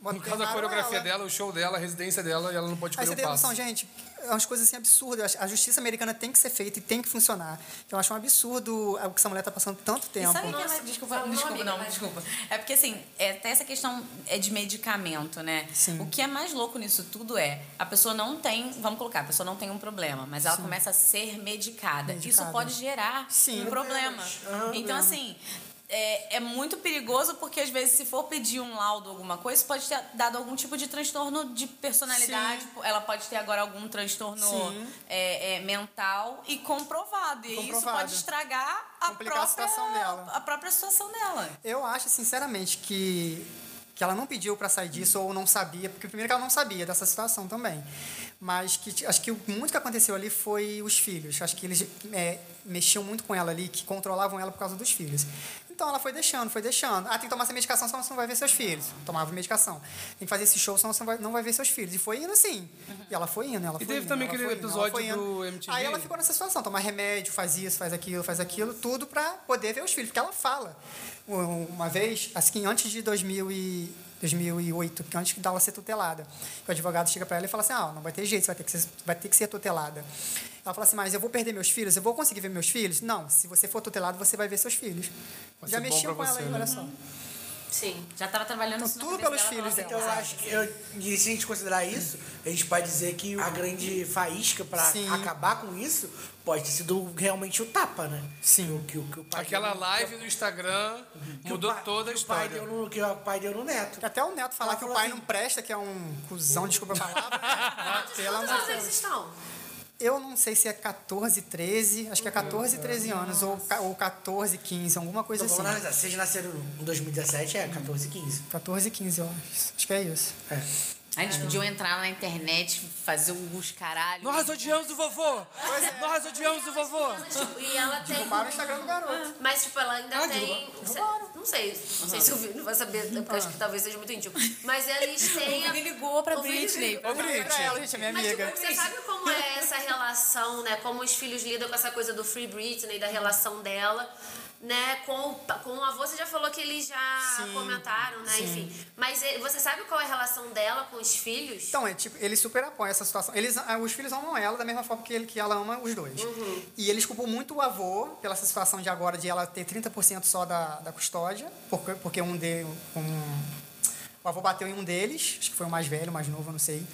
H: No caso, a coreografia
F: né?
H: dela, o show dela, a residência dela, e ela não pode
J: Aí você
H: escolher
J: tem
H: o
J: noção,
H: um passo.
J: gente, é umas coisas assim absurdas. A justiça americana tem que ser feita e tem que funcionar. Eu acho um absurdo o que essa mulher tá passando tanto
F: é
J: tempo.
I: E sabe que
G: Nossa,
I: ela, desculpa,
G: fala, não,
I: desculpa,
G: amiga,
I: não,
G: vai.
I: desculpa. É porque assim, é até essa questão é de medicamento, né?
J: Sim.
I: O que é mais louco nisso tudo é a pessoa não tem, vamos colocar, a pessoa não tem um problema, mas ela começa a ser medicada. Isso
J: Medicada.
I: pode gerar
J: Sim.
I: um problema. então assim, é, é muito perigoso porque às vezes se for pedir um laudo alguma coisa, isso pode ter dado algum tipo de transtorno de personalidade. Ela pode ter agora algum transtorno
J: Sim.
I: é, é, mental e comprovado. E isso
J: Comprovado.
I: pode estragar a
J: Complicar a
I: própria
J: situação dela.
I: a própria situação dela.
J: Eu acho, sinceramente, que, que ela não pediu pra sair disso ou não sabia, porque primeiro que ela não sabia dessa situação também. Mas que t- acho que o- muito que aconteceu ali foi os filhos. Acho que eles é, mexiam muito com ela ali, que controlavam ela por causa dos filhos. Então ela foi deixando, foi deixando. Ah, tem que tomar essa medicação, senão você não vai ver seus filhos. Tomava medicação. Tem que fazer esse show, senão você não vai, não vai ver seus filhos. E foi indo assim. E ela foi indo, ela foi
H: teve
J: indo,
H: também
J: ela
H: aquele
J: foi indo, ela foi
H: episódio
J: indo.
H: do MTV.
J: Aí ela ficou nessa situação, tomar remédio, faz isso, faz aquilo, faz aquilo, tudo pra poder ver os filhos, porque ela fala. Um- Uma vez, assim, antes de 2000 e- 2008, que antes dela ser tutelada, que o advogado chega pra ela e fala assim: "Ah, não vai ter jeito, você vai ter que ser, vai ter que ser tutelada". Ela fala assim: "Mas eu vou perder meus filhos, eu vou conseguir ver meus filhos?". Não, se você for tutelado, você vai ver seus filhos.
H: Vai
J: Já
H: ser bom
J: mexeu
H: pra
J: com ela
H: você,
J: aí,
H: né?
J: olha
F: Uhum.
J: só.
G: Sim.
I: Já tava trabalhando
A: assim
I: isso na
J: Então, tudo
I: cabeça
J: pelos
I: dela,
J: filhos
I: falando,
F: Então eu acho que. Eu, e se a gente considerar isso, a gente pode dizer que a grande faísca pra
J: Sim.
F: acabar com isso pode ter sido realmente o tapa, né?
J: Sim.
F: O que, o que o pai
H: Aquela
F: deu no-
H: live no Instagram
F: que o
H: mudou
F: pai-
H: toda a
F: que o pai
H: história.
F: deu no- Que o pai deu no neto.
J: Que Até o neto falar
F: Ela
J: que o
F: falou
J: pai
F: assim-
J: não presta, que é um cuzão, desculpa a palavra. né? Pelo amor
G: Quantos
J: de
G: anos
J: Deus.
G: eles estão?
J: Eu não sei se é 14, 13, acho que é 14, 13 anos, ou, ca- ou 14, 15, alguma coisa
F: Então vamos
J: assim.
F: analisar. Vocês nasceram em 2017, é 14, 15.
J: 14, 15 horas. Acho que é isso.
F: É.
I: Aí eles podiam entrar na internet, fazer
A: um
I: uns caralhos.
H: Nós odiamos o vovô!
F: é.
H: Nós odiamos o vovô!
G: Tipo, e ela tem.
J: Para o Instagram do garoto.
G: Mas, tipo, ela
J: é
G: ainda tem. Cê- Não sei. Não sei se o Vini vai saber depois, que talvez seja muito íntimo. Mas eles têm.
I: Ele ligou pra
G: O Vini
I: Britney.
J: Eu falei pra ela, gente, é minha
G: Mas, tipo,
J: amiga.
G: você sabe como é essa relação, né? Como os filhos lidam com essa coisa do Free Britney, da relação dela, né? Com o, pa- com o avô, você já falou que eles já
J: Sim,
G: comentaram, né?
J: sim.
G: Enfim. Mas eh, você sabe qual é a relação dela com os filhos?
J: Então, é tipo, eles super apoiam essa situação. Eles, ah, os filhos amam ela da mesma forma que, ele, que ela ama os dois.
G: Uhum.
J: E eles culpam muito o avô pela essa situação de agora de ela ter 30% só da, da custódia, porque, porque um de, um- o avô bateu em um deles, acho que foi o mais velho, o mais novo, eu não sei.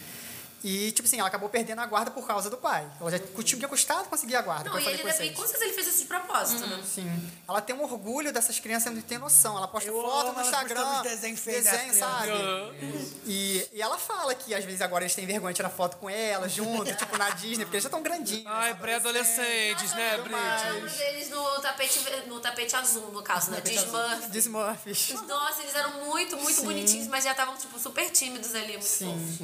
J: E, tipo assim, ela acabou perdendo a guarda por causa do pai. Ela já cu- tinha custado conseguir a guarda.
G: não,
J: como
G: e
J: eu
G: ele
J: falei com
G: deve. Com
J: vocês.
G: certeza ele fez isso de propósito, né?
J: Sim. Ela tem um orgulho dessas crianças, não tem noção. Ela posta
F: Eu
J: foto
F: amo,
J: no
F: ela
J: Instagram.
F: postando os desenhos feios das
J: desenho,
F: crianças.
J: sabe? E, e ela fala que às vezes agora eles têm vergonha de tirar foto com ela, junto, tipo na Disney, porque eles já estão grandinhos.
H: Ai, pré-adolescentes, né, Brit?
G: Eu lembro deles no tapete, ve- no tapete azul, no caso, né? De Smurf.
J: De Smurfs.
G: Nossa, eles eram muito, muito
J: Sim.
G: bonitinhos, mas já estavam, tipo, super tímidos ali, muito fofos.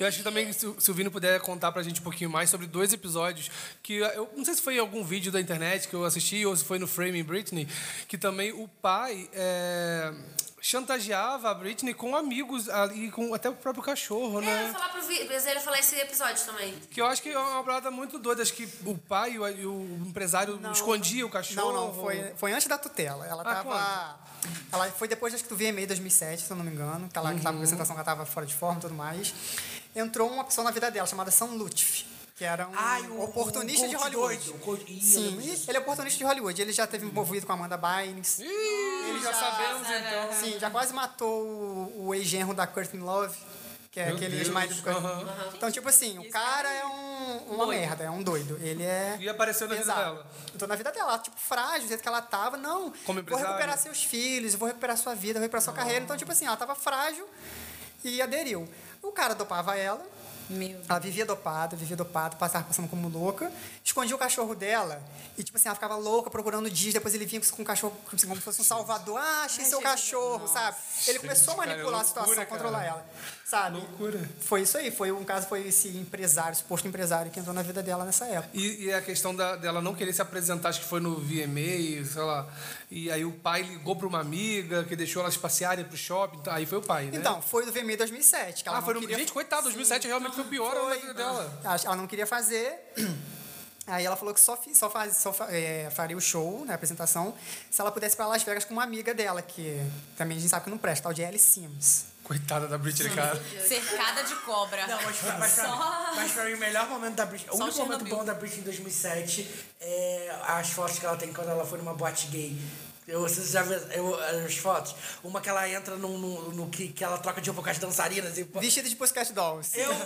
H: Eu acho que também, que se o se o Vini puder contar pra gente um pouquinho mais sobre dois episódios que eu não sei se foi em algum vídeo da internet que eu assisti ou se foi no Framing Britney, que também o pai é, chantageava a Britney com amigos ah, e com até o próprio cachorro,
G: É, eu ia
H: né?
G: falar pro Vi- eu ia falar esse episódio também.
H: Que eu acho que é uma parada muito doida. Acho que o pai e o, e o empresário escondia o cachorro.
J: Não, não, foi, foi antes da tutela. Ela
H: Ah,
J: tava. Ela foi depois, acho que do VMA 2007, se eu não me engano, que ela que tava com a apresentação que ela tava fora de forma e tudo mais. Entrou uma pessoa na vida dela chamada Sam Lutfi, que era um
F: Ai, o-
J: oportunista
F: o
J: de
F: coach
J: Hollywood.
F: doido, o coach- Ih, eu
J: Sim,
F: lembro
J: e ele é oportunista de Hollywood. Ele já teve envolvido com a Amanda Bynes.
H: Ih, já sabemos então.
J: Sim, já quase matou o, o ex-genro da Courtney Love, que é
H: Meu
J: aquele
H: Deus,
J: ex-marido do Courtney
H: aham.
J: Então, tipo assim, o cara é um, uma merda, é um doido. Ele é...
H: E apareceu na vida
J: Exato.
H: dela.
J: Então, na vida dela, tipo, frágil, do jeito que ela tava. Não,
H: Como
J: vou
H: empresária.
J: recuperar seus filhos, vou recuperar sua vida, vou recuperar sua carreira. Então, tipo assim, ela tava frágil e aderiu. O O cara dopava ela.
A: Meu
J: Ela vivia dopada, vivia dopada, passava passando como louca. Escondia o cachorro dela e, tipo assim, ela ficava louca procurando dias. Depois ele vinha com o cachorro assim, como se fosse um salvador. Ah, achei seu cachorro, sabe? Ele começou a
H: cara, é
J: manipular a situação,
H: loucura,
J: controlar
H: cara.
J: ela, sabe?
H: Loucura.
J: Foi isso aí. Foi um caso, foi esse empresário, suposto empresário que entrou na vida dela nessa época.
H: E, e a questão da- dela não querer se apresentar, acho que foi no VMA, sei lá. E aí o pai ligou pra uma amiga que deixou elas passearem pro shopping. Aí foi o pai, né?
J: Então, foi no VMA 2007. Que ela
H: ah,
J: não
H: foi no...
J: queria...
H: Gente, coitado, 2007 realmente foi o pior ano da vida dela.
J: Ela, ela não queria fazer. Aí ela falou que só, fi- só, faz, só fa- é, faria o show, né, a apresentação, se ela pudesse ir pra Las Vegas com uma amiga dela, que também a gente sabe que não presta, tal de Ellie Sims.
H: Coitada da Britney, cara.
A: Cercada de cobra.
F: Não, mas, pra- mas, pra- mas pra mim, o melhor momento da Britney. O
A: Só
F: único momento
A: Chernobyl.
F: bom da Britney em 2007 é as fotos que ela tem quando ela foi numa boate gay. Eu, vocês já viram eu- as fotos? Uma que ela entra num- num- no, que, que ela troca de roupa com as dançarinas. E, pô,
J: Vestida de Pussycat Dolls.
F: eu amo,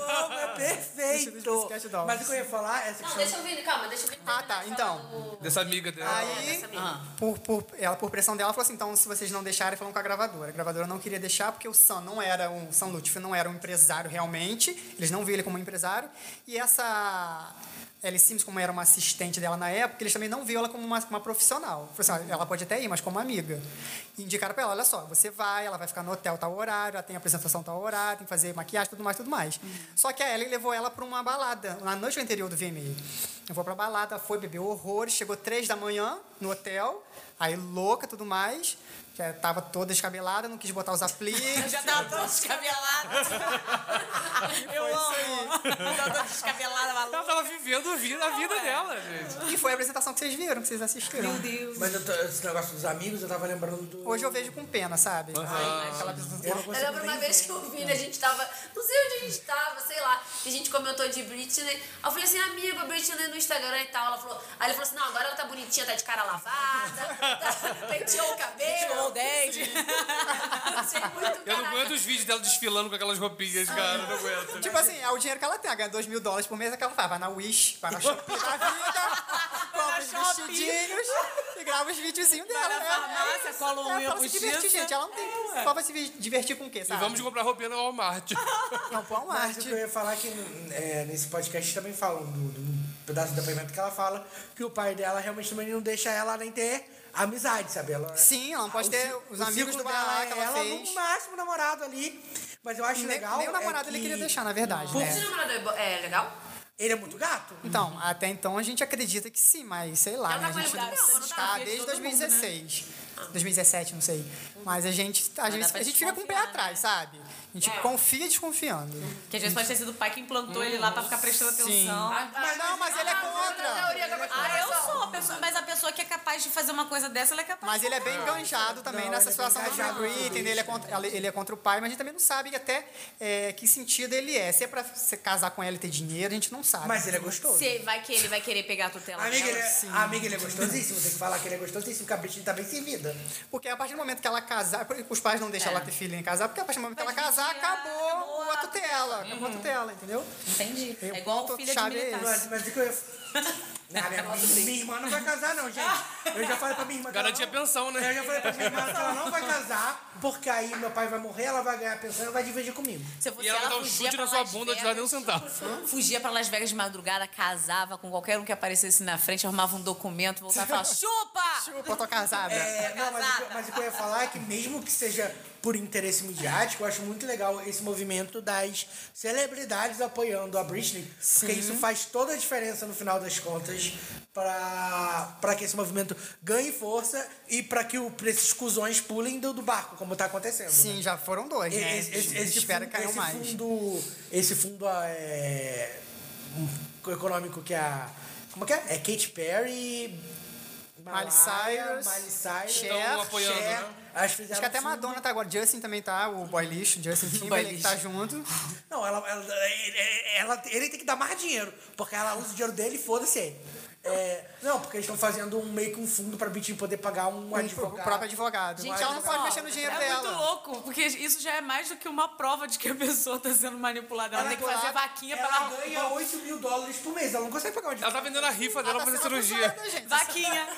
F: é
J: Vestido de
F: perfeito!
J: Pussycat Dolls.
F: Mas o que eu ia falar é essa
G: Não,
F: questão.
G: deixa eu vir, calma, deixa eu vir.
J: Ah, tá, então. Ah,
H: Dessa amiga dela.
G: É,
J: Aí, por, por- ela, por pressão dela, falou assim, então, se vocês não deixarem, falam com a gravadora. A gravadora não queria deixar porque o Sam não era um... Sam Lutfi não era um empresário realmente. Eles não viam ele como um empresário. E essa... Ellie Sims, como era uma assistente dela na época, eles também não viam ela como uma, uma profissional. Falou assim, "Ah, ela pode até ir, mas como amiga. E indicaram pra ela, olha só, você vai, ela vai ficar no hotel tal horário, ela tem apresentação tal horário, tem que fazer maquiagem, tudo mais, tudo mais. Só que a Ellie levou ela pra uma balada, na noite anterior do VMA. Eu vou pra balada, foi, bebeu horrores, chegou três da manhã no hotel, aí louca, tudo mais, já tava toda descabelada, não quis botar os apliques.
A: Já tava toda descabelada. Eu amo. Tava toda descabelada, maluca.
H: Ela tava vivendo a vida, a vida dela, gente.
J: e foi a apresentação que vocês viram, que vocês assistiram.
F: Mas eu tô- esse negócio dos amigos, eu tava lembrando do.
J: Hoje eu vejo com pena, sabe? Ai, aquela apresentação-
F: Eu não
G: Eu
F: consigo
G: lembro uma
F: nem
G: vez
F: ver.
G: que eu vi, né, a gente tava. Não sei onde a gente tava, sei lá. E a gente comentou de Britney. Aí eu falei assim, amigo, a Britney no Instagram e tal. Ela falou. Aí ele falou assim: não, agora ela tá bonitinha, tá de cara lavada, tá, penteou o
A: Tirou o
G: cabelo.
A: dente.
G: Achei muito
H: Eu não
G: caraca.
H: aguento os vídeos dela desfilando com aquelas roupinhas, cara. Não aguento. né?
J: Tipo assim, é o dinheiro que ela tem, ela ganha 2 mil dólares por mês, é que ela faz, vai na Wish, vai na Shopee da vida, compra os
A: Shopping.
J: vestidinhos e grava os videozinhos dela.
A: na
J: né?
A: farmácia,
J: É,
A: cola um
J: é,
A: unha
J: pra se
A: postiça.
J: divertir, gente, ela não tem, só vai se vi- divertir com o quê,
H: E
J: sabe?
H: vamos comprar roupinha no Walmart.
J: Não, pô, é um
F: Mas o que eu
J: arte.
F: ia falar que hum, é, nesse podcast também falam do, do pedaço do depoimento que ela fala que o pai dela realmente também não deixa ela nem ter amizade, sabe? Ela,
J: Sim, ela não pode
F: o
J: ter
F: ci-
J: os
F: o
J: amigos
F: ciclo é
J: do bar lá que ela fez.
F: no máximo o namorado ali. Mas eu acho
J: Nem-
F: legal.
J: nem o
F: é
J: namorado ele
F: que
J: queria deixar, na verdade, né?
G: Esse namorado é bo- é legal?
F: Ele é muito gato.
J: Então, até então a gente acredita que sim, mas sei lá,
G: Ela
J: né?
G: tá com
J: a gente
G: a idade,
J: não
G: não tá na
J: tá
G: vida de
J: desde
G: todo mundo,
J: 2016. 2017, não sei. Mas a gente, a
A: dá
J: gente,
A: pra
J: a gente fica com o pé
A: desconfiar,
J: atrás, sabe? A gente confia desconfiando.
A: Que às vezes pode ter sido o pai que implantou ele lá pra ficar prestando atenção.
J: Mas não, mas ele é contra.
A: Ah, eu sou a pessoa, mas a pessoa que é capaz de fazer uma coisa dessa, ela é capaz.
J: Mas ele é bem enganjado também
F: Não,
J: nessa
F: ele é bem
J: situação do Jack
F: engajado,
J: Britney, ele é, contra, ele é contra o pai, mas a gente também não sabe até é, que sentido ele é. Se é pra se casar com ela e ter dinheiro, a gente não sabe.
F: Mas ele é gostoso.
A: Se vai que ele vai querer pegar a tutela
F: Amiga, ele
A: dela.
F: é, amiga, ele é gostosíssimo. Tem que falar que ele é gostosíssimo, que a Britney tá bem servida.
J: Porque a partir do momento que ela casar, porque os pais não deixam ela ter filho em casar, porque a partir do momento que ela casar, acabou, a tutela. Acabou a tutela, entendeu?
A: Entendi.
J: Eu
A: É igual
J: tô
A: filha de
J: chave
A: militar.
J: esse.
F: Mas, mas o que eu ia. Ah, minha,
J: tá
F: minha irmã não vai casar, não, gente. Eu já falei pra minha irmã. que ela
H: Garantia
F: não-
H: pensão, né?
F: Eu já falei pra minha irmã que ela não vai casar, porque aí meu pai vai morrer, ela vai ganhar pensão e ela vai dividir comigo.
A: Se eu fosse
H: E ela, dá um
A: fugia
H: chute na
A: pra
H: sua
A: Las
H: bunda, não te dá
A: Vegas.
H: nem um centavo.
A: Fugia pra Las Vegas de madrugada, casava com qualquer um que aparecesse na frente, arrumava um documento, voltava e falava, chupa!
J: Tipo, eu tô casada.
F: É, não, mas, o que,
A: Casada.
F: mas o que eu ia falar é que mesmo que seja por interesse midiático, eu acho muito legal esse movimento das celebridades apoiando a Britney, porque isso faz toda a diferença no final das contas pra pra que esse movimento ganhe força e pra que o, pra esses cuzões pulem do, do barco, como tá acontecendo. né?
J: Sim, já foram dois, né?
F: Esse, esse,
J: A gente
F: esse
J: espera
F: fundo,
J: que caiam
F: esse
J: mais.
F: Fundo, esse fundo é, um, econômico que a. Como que é? É Katy Perry. Mariah,
J: Cyrus,
F: Miley Cyrus.
J: Cher, Estão
H: apoiando,
F: Cher,
H: né?
F: elas fizeram
J: Acho que até
F: um fundo-
J: Madonna tá agora. Justin também tá, o boy lixo, Justin Timberlake
A: lixo.
J: tá junto.
F: Não, ela, ela- ele- ela- ele tem que dar mais dinheiro, porque ela usa o dinheiro dele e foda-se ele. É, não, porque eles estão fazendo um meio que um fundo pra Beatriz poder pagar um advogado.
J: O próprio advogado.
F: Gente,
J: ela não pode mexer no dinheiro
A: é
J: dela.
A: muito louco, porque isso já é mais do que uma prova de que a pessoa tá sendo manipulada. Ela, tem que fazer vaquinha
F: ela
A: pra ela...
F: ganha 8 mil dólares por mês. Ela não consegue pagar um
H: Ela
F: advogado.
H: tá vendendo a rifa dela
J: Ela tá
H: pra fazer
J: sendo
H: cirurgia.
J: abusada, gente.
A: Vaquinha,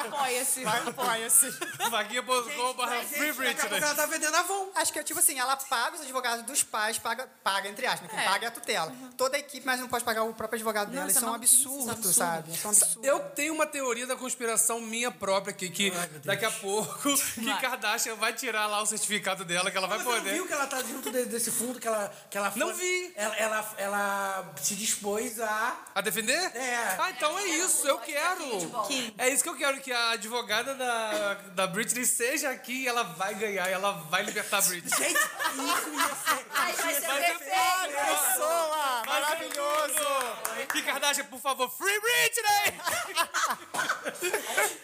A: apoia-se.
J: Vai, apoia-se.
H: Vaguinha.com barra Free
F: Daqui a pouco
H: Britney.
F: ela tá vendendo Avon.
J: Acho que é tipo assim, ela paga os advogados dos pais, paga, paga entre aspas, né? quem paga é a tutela. Toda a equipe, mas não pode pagar o próprio advogado dela. Isso
A: isso é
J: é um
A: maluquice, isso é
J: absurdo,
A: absurdo.
J: sabe? Isso é um absurdo.
H: Eu tenho uma teoria da conspiração minha própria aqui, que daqui a pouco que Kardashian vai tirar lá o certificado dela, que ela vai
F: Mas Você não
H: poder.
F: viu que ela tá junto de- desse fundo que ela... Que ela
H: né? Não
F: foi-
H: vi.
F: Ela, ela, ela se dispôs a...
H: A defender?
F: É.
H: Ah, então é isso, eu quero.
A: Que-
H: É isso que eu quero, que a advogada da, da Britney seja aqui e ela vai ganhar, e ela vai libertar a Britney.
F: Gente, isso ia ser...
G: Ai, vai ser perfeito.
J: Pessoa!
H: Maravilhoso! Que Kardashian, por favor, Free Britney!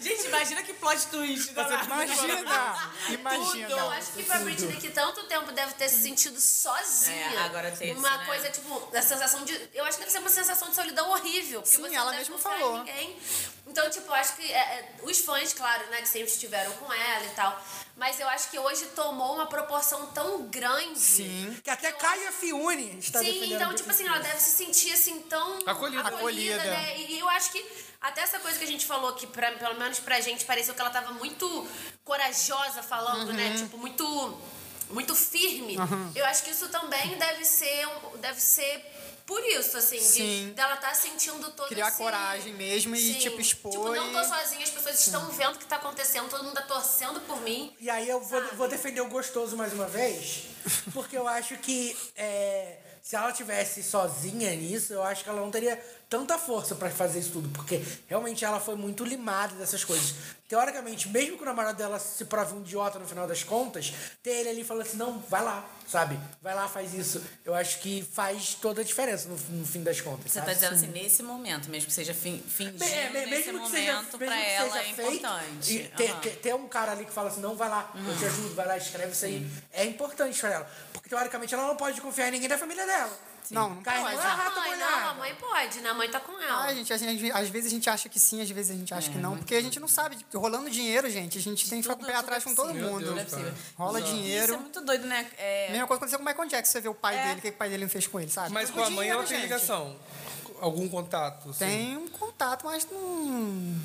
A: Gente, imagina que plot twist. né?
J: Imagina! Imagina!
G: Eu acho que pra Britney que tanto tempo deve ter se sentido sozinha.
A: É, agora tem isso,
G: Uma
A: né?
G: coisa, tipo, a sensação de. Eu acho que deve ser uma sensação de solidão horrível. Porque
J: Sim,
G: você
J: ela
G: não deve
J: mesma
G: confiar em
J: falou.
G: Ninguém. Então, tipo, eu acho que é, é, os fãs, claro, né, que sempre estiveram com ela e tal. Mas eu acho que hoje tomou uma proporção tão grande. Sim.
F: Que até Caia Fiune está
G: Sim,
F: defendendo
G: então,
F: o
G: tipo
F: Britney
G: assim, ela deve se sentir assim tão
H: Acolhida.
J: Acolhida.
G: né? E e eu acho que até essa coisa que a gente falou, que pra, pelo menos pra gente pareceu que ela tava muito corajosa falando,
J: Uhum.
G: né? Tipo, muito, muito firme. Eu acho que isso também deve ser. um- Deve ser por isso, assim, de-
J: Sim.
G: dela tá sentindo todo
J: Criar
G: esse-
J: coragem mesmo e, tipo, expor
G: Tipo, não tô
J: e-
G: sozinha, as pessoas estão vendo o que tá acontecendo, todo mundo tá torcendo por mim.
F: E aí eu vou, vou defender o gostoso mais uma vez, porque eu acho que é, se ela tivesse sozinha nisso, eu acho que ela não teria tanta força pra fazer isso tudo, porque realmente ela foi muito limada dessas coisas. Teoricamente, mesmo que o namorado dela se prove um idiota no final das contas, ter ele ali falando assim, não, vai lá, sabe? Vai lá, faz isso. Eu acho que faz toda a diferença no, no fim das contas.
A: Você
F: sabe?
A: tá dizendo assim, nesse momento, mesmo que seja fin fingido,
F: É, me-
A: nesse
F: mesmo que seja,
A: momento,
F: mesmo
A: pra
F: que
A: ela
F: seja
A: é
F: fake,
A: importante.
F: e ter,
A: Aham. Uhum.
F: ter- ter um cara ali que fala assim, não, vai lá, eu te ajudo, vai lá, escreve isso aí. É importante pra ela. Porque, teoricamente, ela não pode confiar em ninguém da família dela.
J: Não, não
F: Cai
J: pode.
F: não é
G: a
F: rata
G: mãe, não, a
F: molhada.
G: mãe pode, né? A mãe tá com ela.
J: Ah, gente, a gente- às vezes a gente acha que sim, às vezes a gente acha
H: É,
J: que não. Porque a gente não sabe. Rolando dinheiro, gente, a gente tem que ficar com o pé
A: tudo
J: atrás
A: é
J: com todo
A: possível,
J: mundo.
A: tudo é possível.
J: Rola
A: Isso é
J: dinheiro.
A: muito doido, né? É,
J: Mesma coisa aconteceu com o Michael Jackson. Você vê o pai
A: É.
J: dele, o que que o pai dele não fez com ele, sabe?
H: Mas
J: Tudo
H: com a mãe ela
J: dinheiro,
H: tem
J: gente.
H: ligação. Algum contato? assim?
J: Tem um contato, mas não.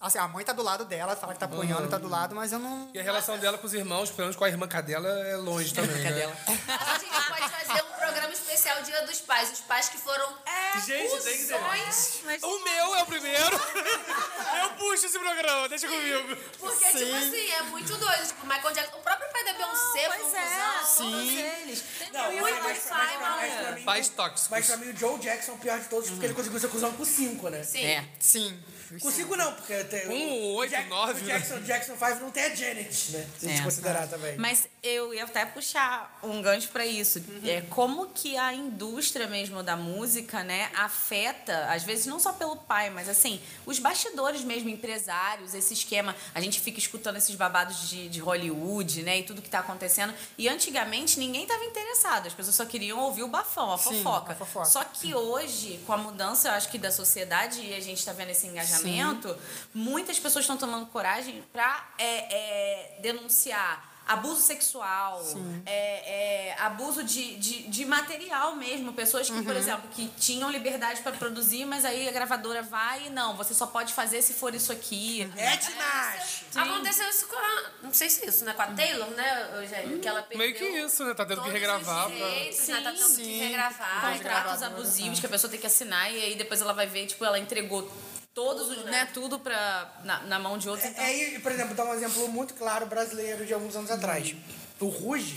J: Assim, a mãe tá do lado dela, fala que tá apanhando, tá do
H: Uhum.
J: lado, mas eu não.
H: E a relação dela com os irmãos, pelo menos com a irmã cadela, é longe também. né?
A: cadela.
G: A gente pode fazer um programa especial Dia dos Pais. Os pais que foram é,
H: Gente, tem que ter.
A: Mas
H: O meu é o primeiro. Eu puxo esse programa, deixa comigo.
G: Porque, tipo assim, é muito doido. Tipo, Michael Jackson, o próprio pai da Beyoncé foi um
A: pois é,
G: cuzão.
A: todos eles.
F: Não,
A: e o
F: mas- mas-
A: Irmão
F: mas-
G: Simon.
F: mas pra mim-
H: Pais tóxicos.
F: Mas pra mim, o Joe Jackson é o pior de todos,
A: Uhum.
F: porque ele conseguiu ser cuzão com cinco, né?
G: Sim.
A: É.
J: Sim.
F: Com cinco não, porque... Tem,
H: Um,
F: o
H: oito,
F: Jack-
H: nove,
F: O
H: né?
F: Jackson, Jackson 5 não tem a Janet, né? Se a gente
A: É.
F: considerar também.
A: Mas eu ia até puxar um gancho pra isso. É como que a indústria mesmo da música, né, afeta, às vezes não só pelo pai, mas assim, os bastidores mesmo, empresários, esse esquema, a gente fica escutando esses babados de, de Hollywood, né, e tudo que tá acontecendo. E antigamente ninguém tava interessado, as pessoas só queriam ouvir o bafão, a
J: Sim,
A: fofoca.
J: a fofoca.
A: Só que hoje, com a mudança, eu acho que da sociedade e a gente tá vendo esse engajamento, muitas pessoas estão tomando coragem pra é, é, denunciar abuso sexual, é, é, abuso de, de, de material mesmo. Pessoas que, por exemplo, que tinham liberdade pra produzir, mas aí a gravadora vai e não, você só pode fazer se for isso aqui.
F: Edna!
G: Aconteceu isso com a. Não sei se isso, né? Com a Taylor, né, Eugênio? Que ela perdeu.
H: Meio que isso, né? Tá tendo que
G: todos
H: regravar.
G: Os
H: pra-
G: direitos, né? Tá tendo que
J: Sim.
G: regravar.
A: Contratos abusivos que a pessoa tem que assinar e aí depois ela vai ver, tipo, ela entregou todos os, né, tudo pra, na, na mão de outros. Então...
F: É, e, por exemplo, dá um exemplo muito claro brasileiro de alguns anos atrás. O Ruge,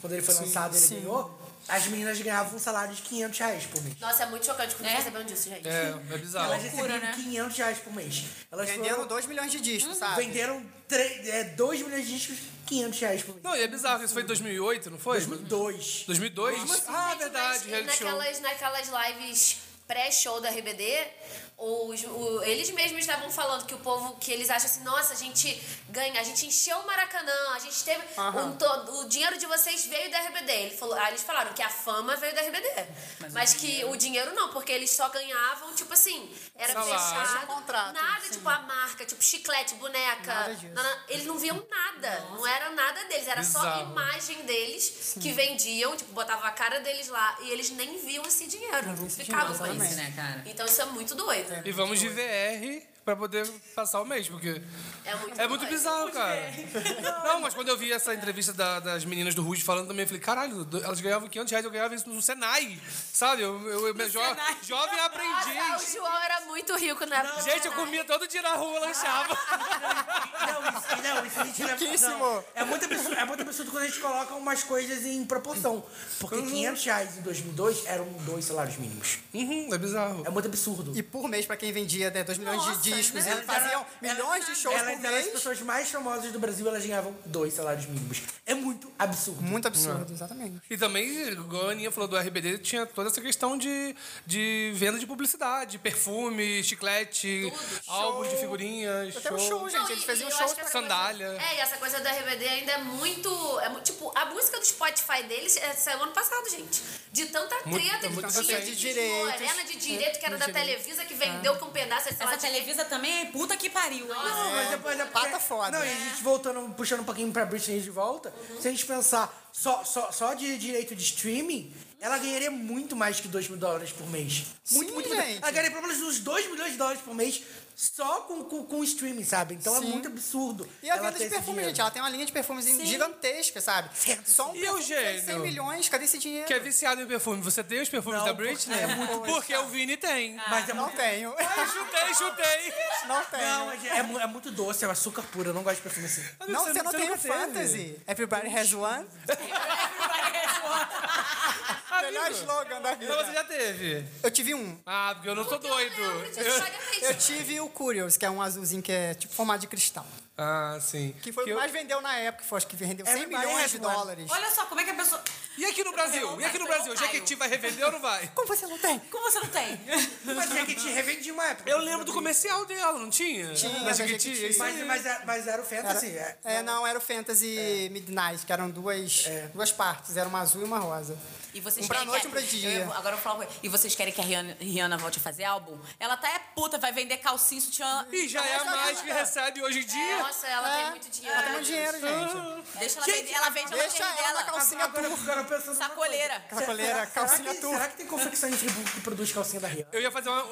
F: quando ele foi lançado, ele ganhou. As meninas ganhavam um salário de 500 reais por mês.
G: Nossa, é muito chocante quando
A: É.
G: vocês sabem disso, gente.
H: É, é bizarro.
F: Elas
A: loucura,
F: recebiam
A: né?
F: 500 reais por mês. Elas
J: Vendendo
F: foram-
J: 2 milhões de discos, sabe?
F: venderam 3, é, 2 milhões de discos, 500 reais por mês.
H: Não, e é bizarro, isso foi em 2008, não foi?
F: 2002.
H: 2002? Ah,
G: Gente,
H: verdade,
G: mas
H: reality show.
G: naquelas, naquelas lives pré-show da RBD, os, o- eles mesmos estavam falando que o povo, que eles acham assim, nossa, a gente ganha, a gente encheu o Maracanã, a gente teve. um to- o dinheiro de vocês veio da RBD. Ele falou, aí eles falaram que a fama veio da RBD. Mas, que o dinheiro não, porque eles só ganhavam, tipo assim, era
H: Salário.
G: fechado.
J: Contrato,
G: nada,
J: sim.
G: tipo, a marca, tipo, chiclete, boneca.
J: Nada disso.
G: nanã. eles não viam nada. Não era nada deles, era só a
H: Bizarro.
G: imagem deles que vendiam, tipo, botava a cara deles lá e eles nem viam esse dinheiro. ficavam com isso.
A: né, cara?
G: Então isso é muito doido.
H: E vamos de VR pra poder passar o mês, porque.
G: É muito
H: É muito
G: doido.
H: bizarro, cara. Não, mas quando eu vi essa entrevista da- das meninas do Ruge falando também, eu falei, caralho, do- elas ganhavam 500 reais, eu ganhava isso no Senai, sabe? Eu, eu, eu- jo- jovem
G: Nossa, é, o
H: aprendiz.
G: João era muito rico na época.
H: Gente, eu
G: né?
H: comia todo dia na rua, lanchava.
F: Não, isso, não, isso a gente leva-
J: Riquíssimo.
F: não. É muito, absurdo, é muito absurdo quando a gente coloca umas coisas em proporção. Porque 500 reais em 2002 eram dois salários mínimos.
H: Uhum, é bizarro.
F: É muito absurdo.
J: E por mês, pra quem vendia né, 2 milhões
A: Nossa,
J: de discos,
A: né?
J: eles faziam milhões de shows
F: elas
J: por
F: eram as
J: mês.
F: é pessoas mais famosas do Brasil, elas ganhavam dois salários mínimos. É muito absurdo.
J: Muito absurdo, exatamente.
H: E também, igual a Aninha falou do RBD, tinha toda essa questão de, de venda de publicidade, perfume, chiclete, álbuns de figurinhas,
J: Até
H: show.
J: um show, gente.
G: Não,
J: Eles
G: e-
J: faziam
G: e eu
J: show
G: acho que essa
H: sandália.
G: coisa- é, e essa coisa da RBD ainda é muito, é muito- Tipo, a música do Spotify deles é, saiu ano passado, gente. De tanta
H: Muito-
G: treta
H: muito
G: que tinha,
H: recente.
G: de,
J: Direitos.
G: morena de direito, que era da Televisa, que vendeu com um pedaço, sei lá,
A: Essa
G: de
A: televisa também é puta que pariu, hein?
F: Não, mas depois é porque-
J: pata foda. né?
F: Não, e a gente voltando, puxando um pouquinho pra Britney de volta, se a gente pensar só, só, só de direito de streaming, ela ganharia muito mais que 2 mil dólares por mês. Muito,
J: Sim,
F: muito,
J: gente.
F: Ela ganharia pelo menos uns 2 milhões de dólares por mês só com, com, com o streaming, sabe? Então é
J: Sim.
F: muito absurdo.
J: E a
F: ela
J: venda
F: ter
J: de
F: esse
J: perfume,
F: dinheiro.
J: gente, ela tem uma linha de perfumes gigantesca, sabe? Só um perfume
H: E
J: tem
H: Eugênio?
J: 100 milhões, cadê esse dinheiro?
H: Que é viciado em perfume. Você tem os perfumes
F: Não,
H: da Britney?
F: é muito
H: porque o Vini tem.
F: Mas é
J: Não
F: muito...
J: tenho.
H: Ai, chutei, chutei.
J: Não tenho.
F: Não, mas é, mu- é muito doce, é um açúcar puro, eu não gosto de perfume assim.
J: Não,
H: Você
J: você não
H: nunca
J: tem o
H: teve.
J: Fantasy. Everybody has one. Melhor slogan da
H: Então você
J: vida.
H: já teve.
J: Eu tive um.
H: Ah, porque eu não sou doido.
G: Eu lembro disso,
H: Eu-
G: vagamente.
J: Eu tive o Curious, que é um azulzinho que é tipo formato de cristal.
H: Ah, sim.
J: Que foi o que
H: eu-
J: mais vendeu na época, foi, acho que vendeu 100
F: Everybody
J: milhões
F: has
J: de
F: one.
J: dólares.
A: Olha só, como é que a pessoa.
H: E aqui no Brasil? E aqui no Brasil? Jequiti vai revender ou não vai?
J: Como você não tem?
A: Como você não tem?
F: Mas é que te revendi uma época.
H: Eu lembro do comercial dela, não tinha?
J: Tinha,
H: da
J: da
H: Jequiti.
J: Jequiti.
H: esse-
F: Mas, mas, é- mas era o fantasy, é.
J: É, não, era o Fantasy Midnight, que eram duas, duas partes, era uma azul e uma rosa.
A: E vocês
J: Um pra
A: querem
J: noite,
A: que...
J: um pra dia.
A: Eu- agora eu falo. E vocês querem que a Rihanna, Rihanna volte a fazer álbum? Ela tá é puta, vai vender calcinha, sutiã.
H: E já é a mais que recebe hoje em
F: É,
H: dia.
G: Nossa, ela tem muito
J: Ela
G: dinheiro.
J: tem muito um dinheiro, gente.
A: Deixa ela vender. Ela vende ela
J: Deixa ela na
A: dela.
J: calcinha
F: Agora eu
J: turva.
F: ficaram pensando... numa
A: Sacoleira.
J: Sacoleira, calcinha
F: será que,
J: turva.
F: será que tem confecção em Friburgo que produz calcinha da Rihanna?
H: Eu ia fazer uma,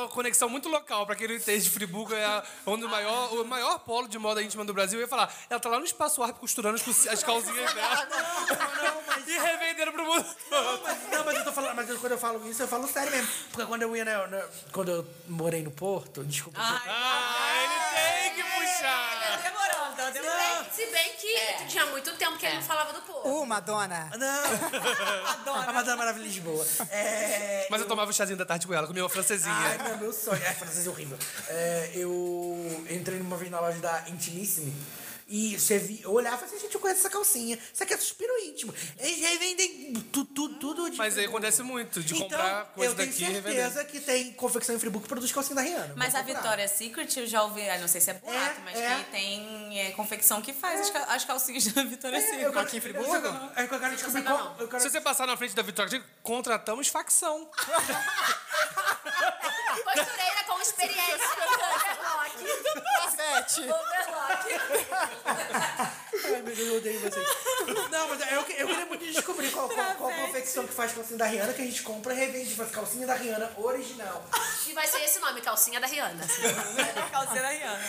H: uma conexão muito local, pra quem não entende, Friburgo é a- um do maior, o maior polo de moda íntima do Brasil. Eu ia falar, ela tá lá no espaço Arp costurando as, calci- as calcinhas dela
F: não, mas...
H: e revendendo pro mundo.
F: Não, mas, não, mas eu tô falando, mas eu- quando eu falo isso, eu falo sério mesmo. Porque quando eu ia na, na- quando eu morei no Porto, desculpa.
H: Ah, ele tem que puxar.
A: Demorando, tá
G: Se
A: demorando.
G: bem, se bem que tinha muito tempo que ele não falava do povo.
J: Ô, Madonna.
F: Não! A Madonna Maravilha de Lisboa. É,
H: Mas eu tomava o chazinho da tarde com ela, comia uma francesinha.
F: Ai, não, meu sonho. É, francês é horrível. É, eu entrei numa vez na loja da Intimissime e você vi, eu olhava e falei, assim, gente, eu conheço essa calcinha. Isso aqui é suspiro íntimo. Eles revendem tu, tu, tudo de
H: Mas aí
F: Friburgo.
H: acontece muito, de
F: então,
H: comprar coisa
F: eu tenho
H: daqui e revender.
F: certeza que tem confecção em Friburgo que produz calcinha da Rihanna. É,
A: Mas
F: Vou
A: a
F: procurar.
A: Victoria's Secret, eu já ouvi, ah, não sei se é boato, mas
F: é.
A: que tem é, confecção que faz as, cal- as calcinhas da Victoria's
F: É,
A: Secret.
F: eu quero-
J: Aqui em
F: eu-
J: Friburgo?
F: eu- Eu quero descobrir qual... eu quero-
H: Se você passar na frente da Vitória, Dica, contratamos facção.
G: Costureira com experiência. Overlock.
J: Pavete.
G: Overlock.
F: Ai, meu Deus, eu odeio vocês. Não, mas eu, eu queria muito descobrir qual, qual, qual confecção que faz calcinha da Rihanna que a gente compra e revende. Faz calcinha da Rihanna original.
G: E vai ser esse nome, calcinha da Rihanna.
A: Calcinha da Rihanna.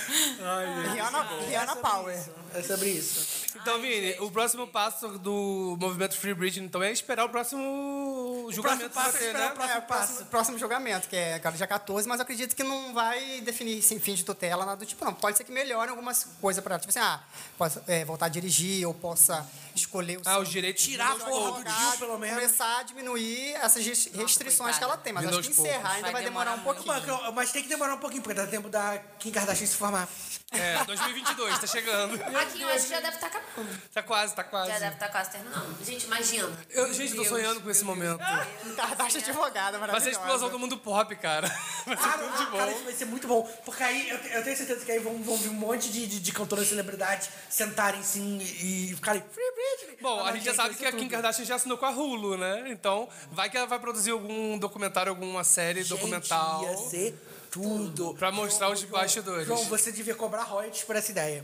J: Rihanna, Rihanna Power.
F: É sobre isso.
H: Então, Vini, o próximo passo do movimento Free Britney, então, é esperar o próximo
F: próximo passo é
H: julgamento pra você,
F: esperar
H: né?
F: o próximo
J: É, próximo,
F: passo.
J: próximo julgamento, que é agora dia 14, mas eu acredito que não vai definir sem fim de tutela, nada do tipo, não. Pode ser que melhore alguma coisa pra ela. Tipo assim, ah, possa é, voltar a dirigir, ou possa escolher o
H: Ah, os direitos.
F: Tirar a porra do Gil, pelo menos.
J: começar a diminuir essas res- restrições
A: coitada.
J: que ela tem. Mas
H: Vindo
J: acho que
H: aos poucos.
J: encerrar ainda
A: Vai
J: vai demorar,
A: demorar
J: um pouquinho.
F: tá Mas, mas tem que demorar um pouquinho, porque dá tempo da Kim Kardashian se formar.
H: É, 2022, tá chegando.
G: Aqui hoje já deve estar acabando.
H: Tá quase, tá quase.
G: Já deve estar quase terminando. Gente, imagina.
H: Eu, gente, tô sonhando com esse momento.
F: Ah,
J: Tardasta Um advogada, maravilhosa.
H: Vai ser a explosão do mundo pop, cara. Vai ser tudo de
F: Cara,
H: bom.
F: isso vai ser muito bom. Porque aí eu, eu tenho certeza que aí vão, vão vir um monte de, de, de cantoras celebridades sentarem sim e ficarem. Free Britney!
H: Bom,
F: Ah,
H: a gente já sabe
F: vai
H: que
F: ser
H: a Kim
F: tudo.
H: Kardashian já assinou com a Hulu, né? Então, vai que ela vai produzir algum documentário, alguma série
F: Gente,
H: documental.
F: Ia ser tudo.
H: Pra mostrar os bastidores.
F: João, você devia cobrar royalties por essa ideia.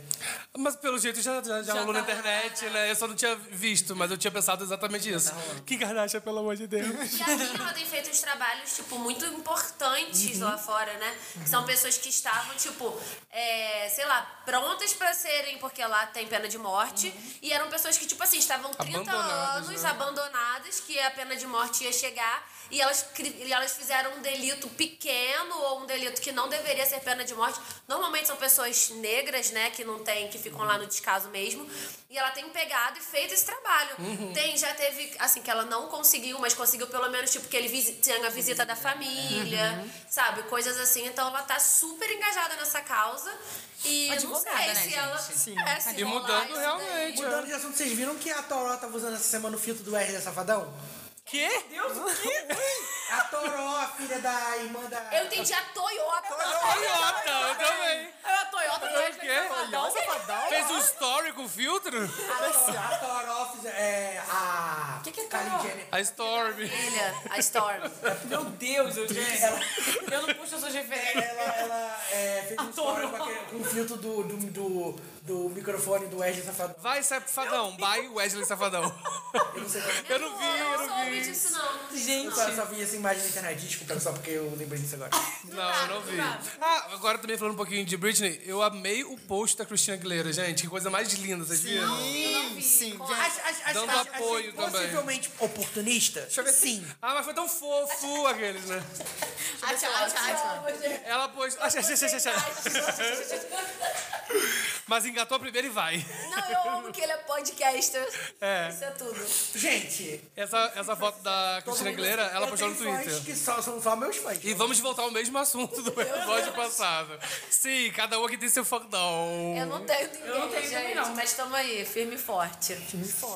H: Mas pelo jeito já, já, já rolou na
F: tá-
H: internet, né? Eu só não tinha visto, mas eu tinha pensado exatamente isso.
F: tá
H: Kim Kardashian, pelo amor de Deus.
G: E a Kim, ela tem feito uns trabalhos, tipo, muito importantes lá fora, né? Que São pessoas que estavam, tipo, é, sei lá, prontas pra serem, porque lá tem pena de morte. E eram pessoas que, tipo assim, estavam 30
H: Abandonadas,
G: anos
H: né?
G: abandonadas, que a pena de morte ia chegar. E elas, cri- e elas fizeram um delito pequeno ou um delito que não deveria ser pena de morte. Normalmente são pessoas negras, né? Que não tem, que ficam lá no descaso mesmo. E ela tem pegado e feito esse trabalho.
H: Uhum.
G: Tem, já teve, assim, que ela não conseguiu, mas conseguiu pelo menos, tipo, que ele visi- tenha a visita da família,
H: Uhum.
G: sabe? Coisas assim. Então ela tá super engajada nessa causa. E não
I: Advogada,
G: sei
I: né,
G: se
I: gente?
G: ela. É, se
H: E
G: rolar
H: mudando
G: isso daí.
H: realmente.
F: né? Mudando de assunto, vocês viram que a Toró tava usando essa semana o filtro do R da Safadão?
H: Quê?
F: A Toró, a filha da irmã da.
G: Eu entendi a Toyota.
H: Toyota, ah, eu também.
I: A Toyota
H: Eu o quê?
J: Nossa, Fadal.
H: Fez um story com filtro?
F: A Toró, a Toró fiz- é, a. O
A: que que é Toró?
H: A Storm.
G: Filha, a Storm.
A: Meu Deus, Eugênio.
F: Ela-
A: Eu não puxo essas referências.
F: Ela, ela é, fez um story
A: Toró.
F: com, aquele, com o filtro do, do, do, do microfone do Wesley Safadão.
H: Vai, Safadão. Vai, Wesley Safadão.
F: Eu não sei qual é.
H: Eu não vi, eu
G: não
H: não
G: soube
H: vi.
G: disso, não.
F: Eu só- só vi essa imagem na internet, desculpa, só porque eu lembrei disso agora.
H: Não, eu não vi. Ah, agora também falando um pouquinho de Britney, eu amei o post da Cristina Aguilera, gente. Que coisa mais linda, vocês viram?
J: Sim, sim. gente.
F: Acho- acho- acho-
H: Dando
F: acho- achei
H: apoio também.
F: Possivelmente oportunista. Deixa eu ver sim.
H: Ah, mas foi tão fofo aqueles, né?
I: A tia, a tia, a tia.
H: Ela pôs. Ah, xa, xa, xa, xa. Mas engatou a primeira e vai.
G: Não, eu amo que ele é podcaster.
H: É.
G: Isso é tudo.
F: Gente,
H: Essa, essa foto da
F: todo
H: Cristina
F: mundo- assim, é
H: Aguilera, ela
F: eu
H: postou no
F: tenho Fãs
H: Twitter.
F: que só, são só meus fãs.
H: E vamos voltar ao mesmo assunto do episódio passado. Sim, cada um aqui tem seu fandom.
G: Eu não tenho ninguém,
A: não tenho
G: gente,
A: também, não.
G: mas tamo aí, firme e forte.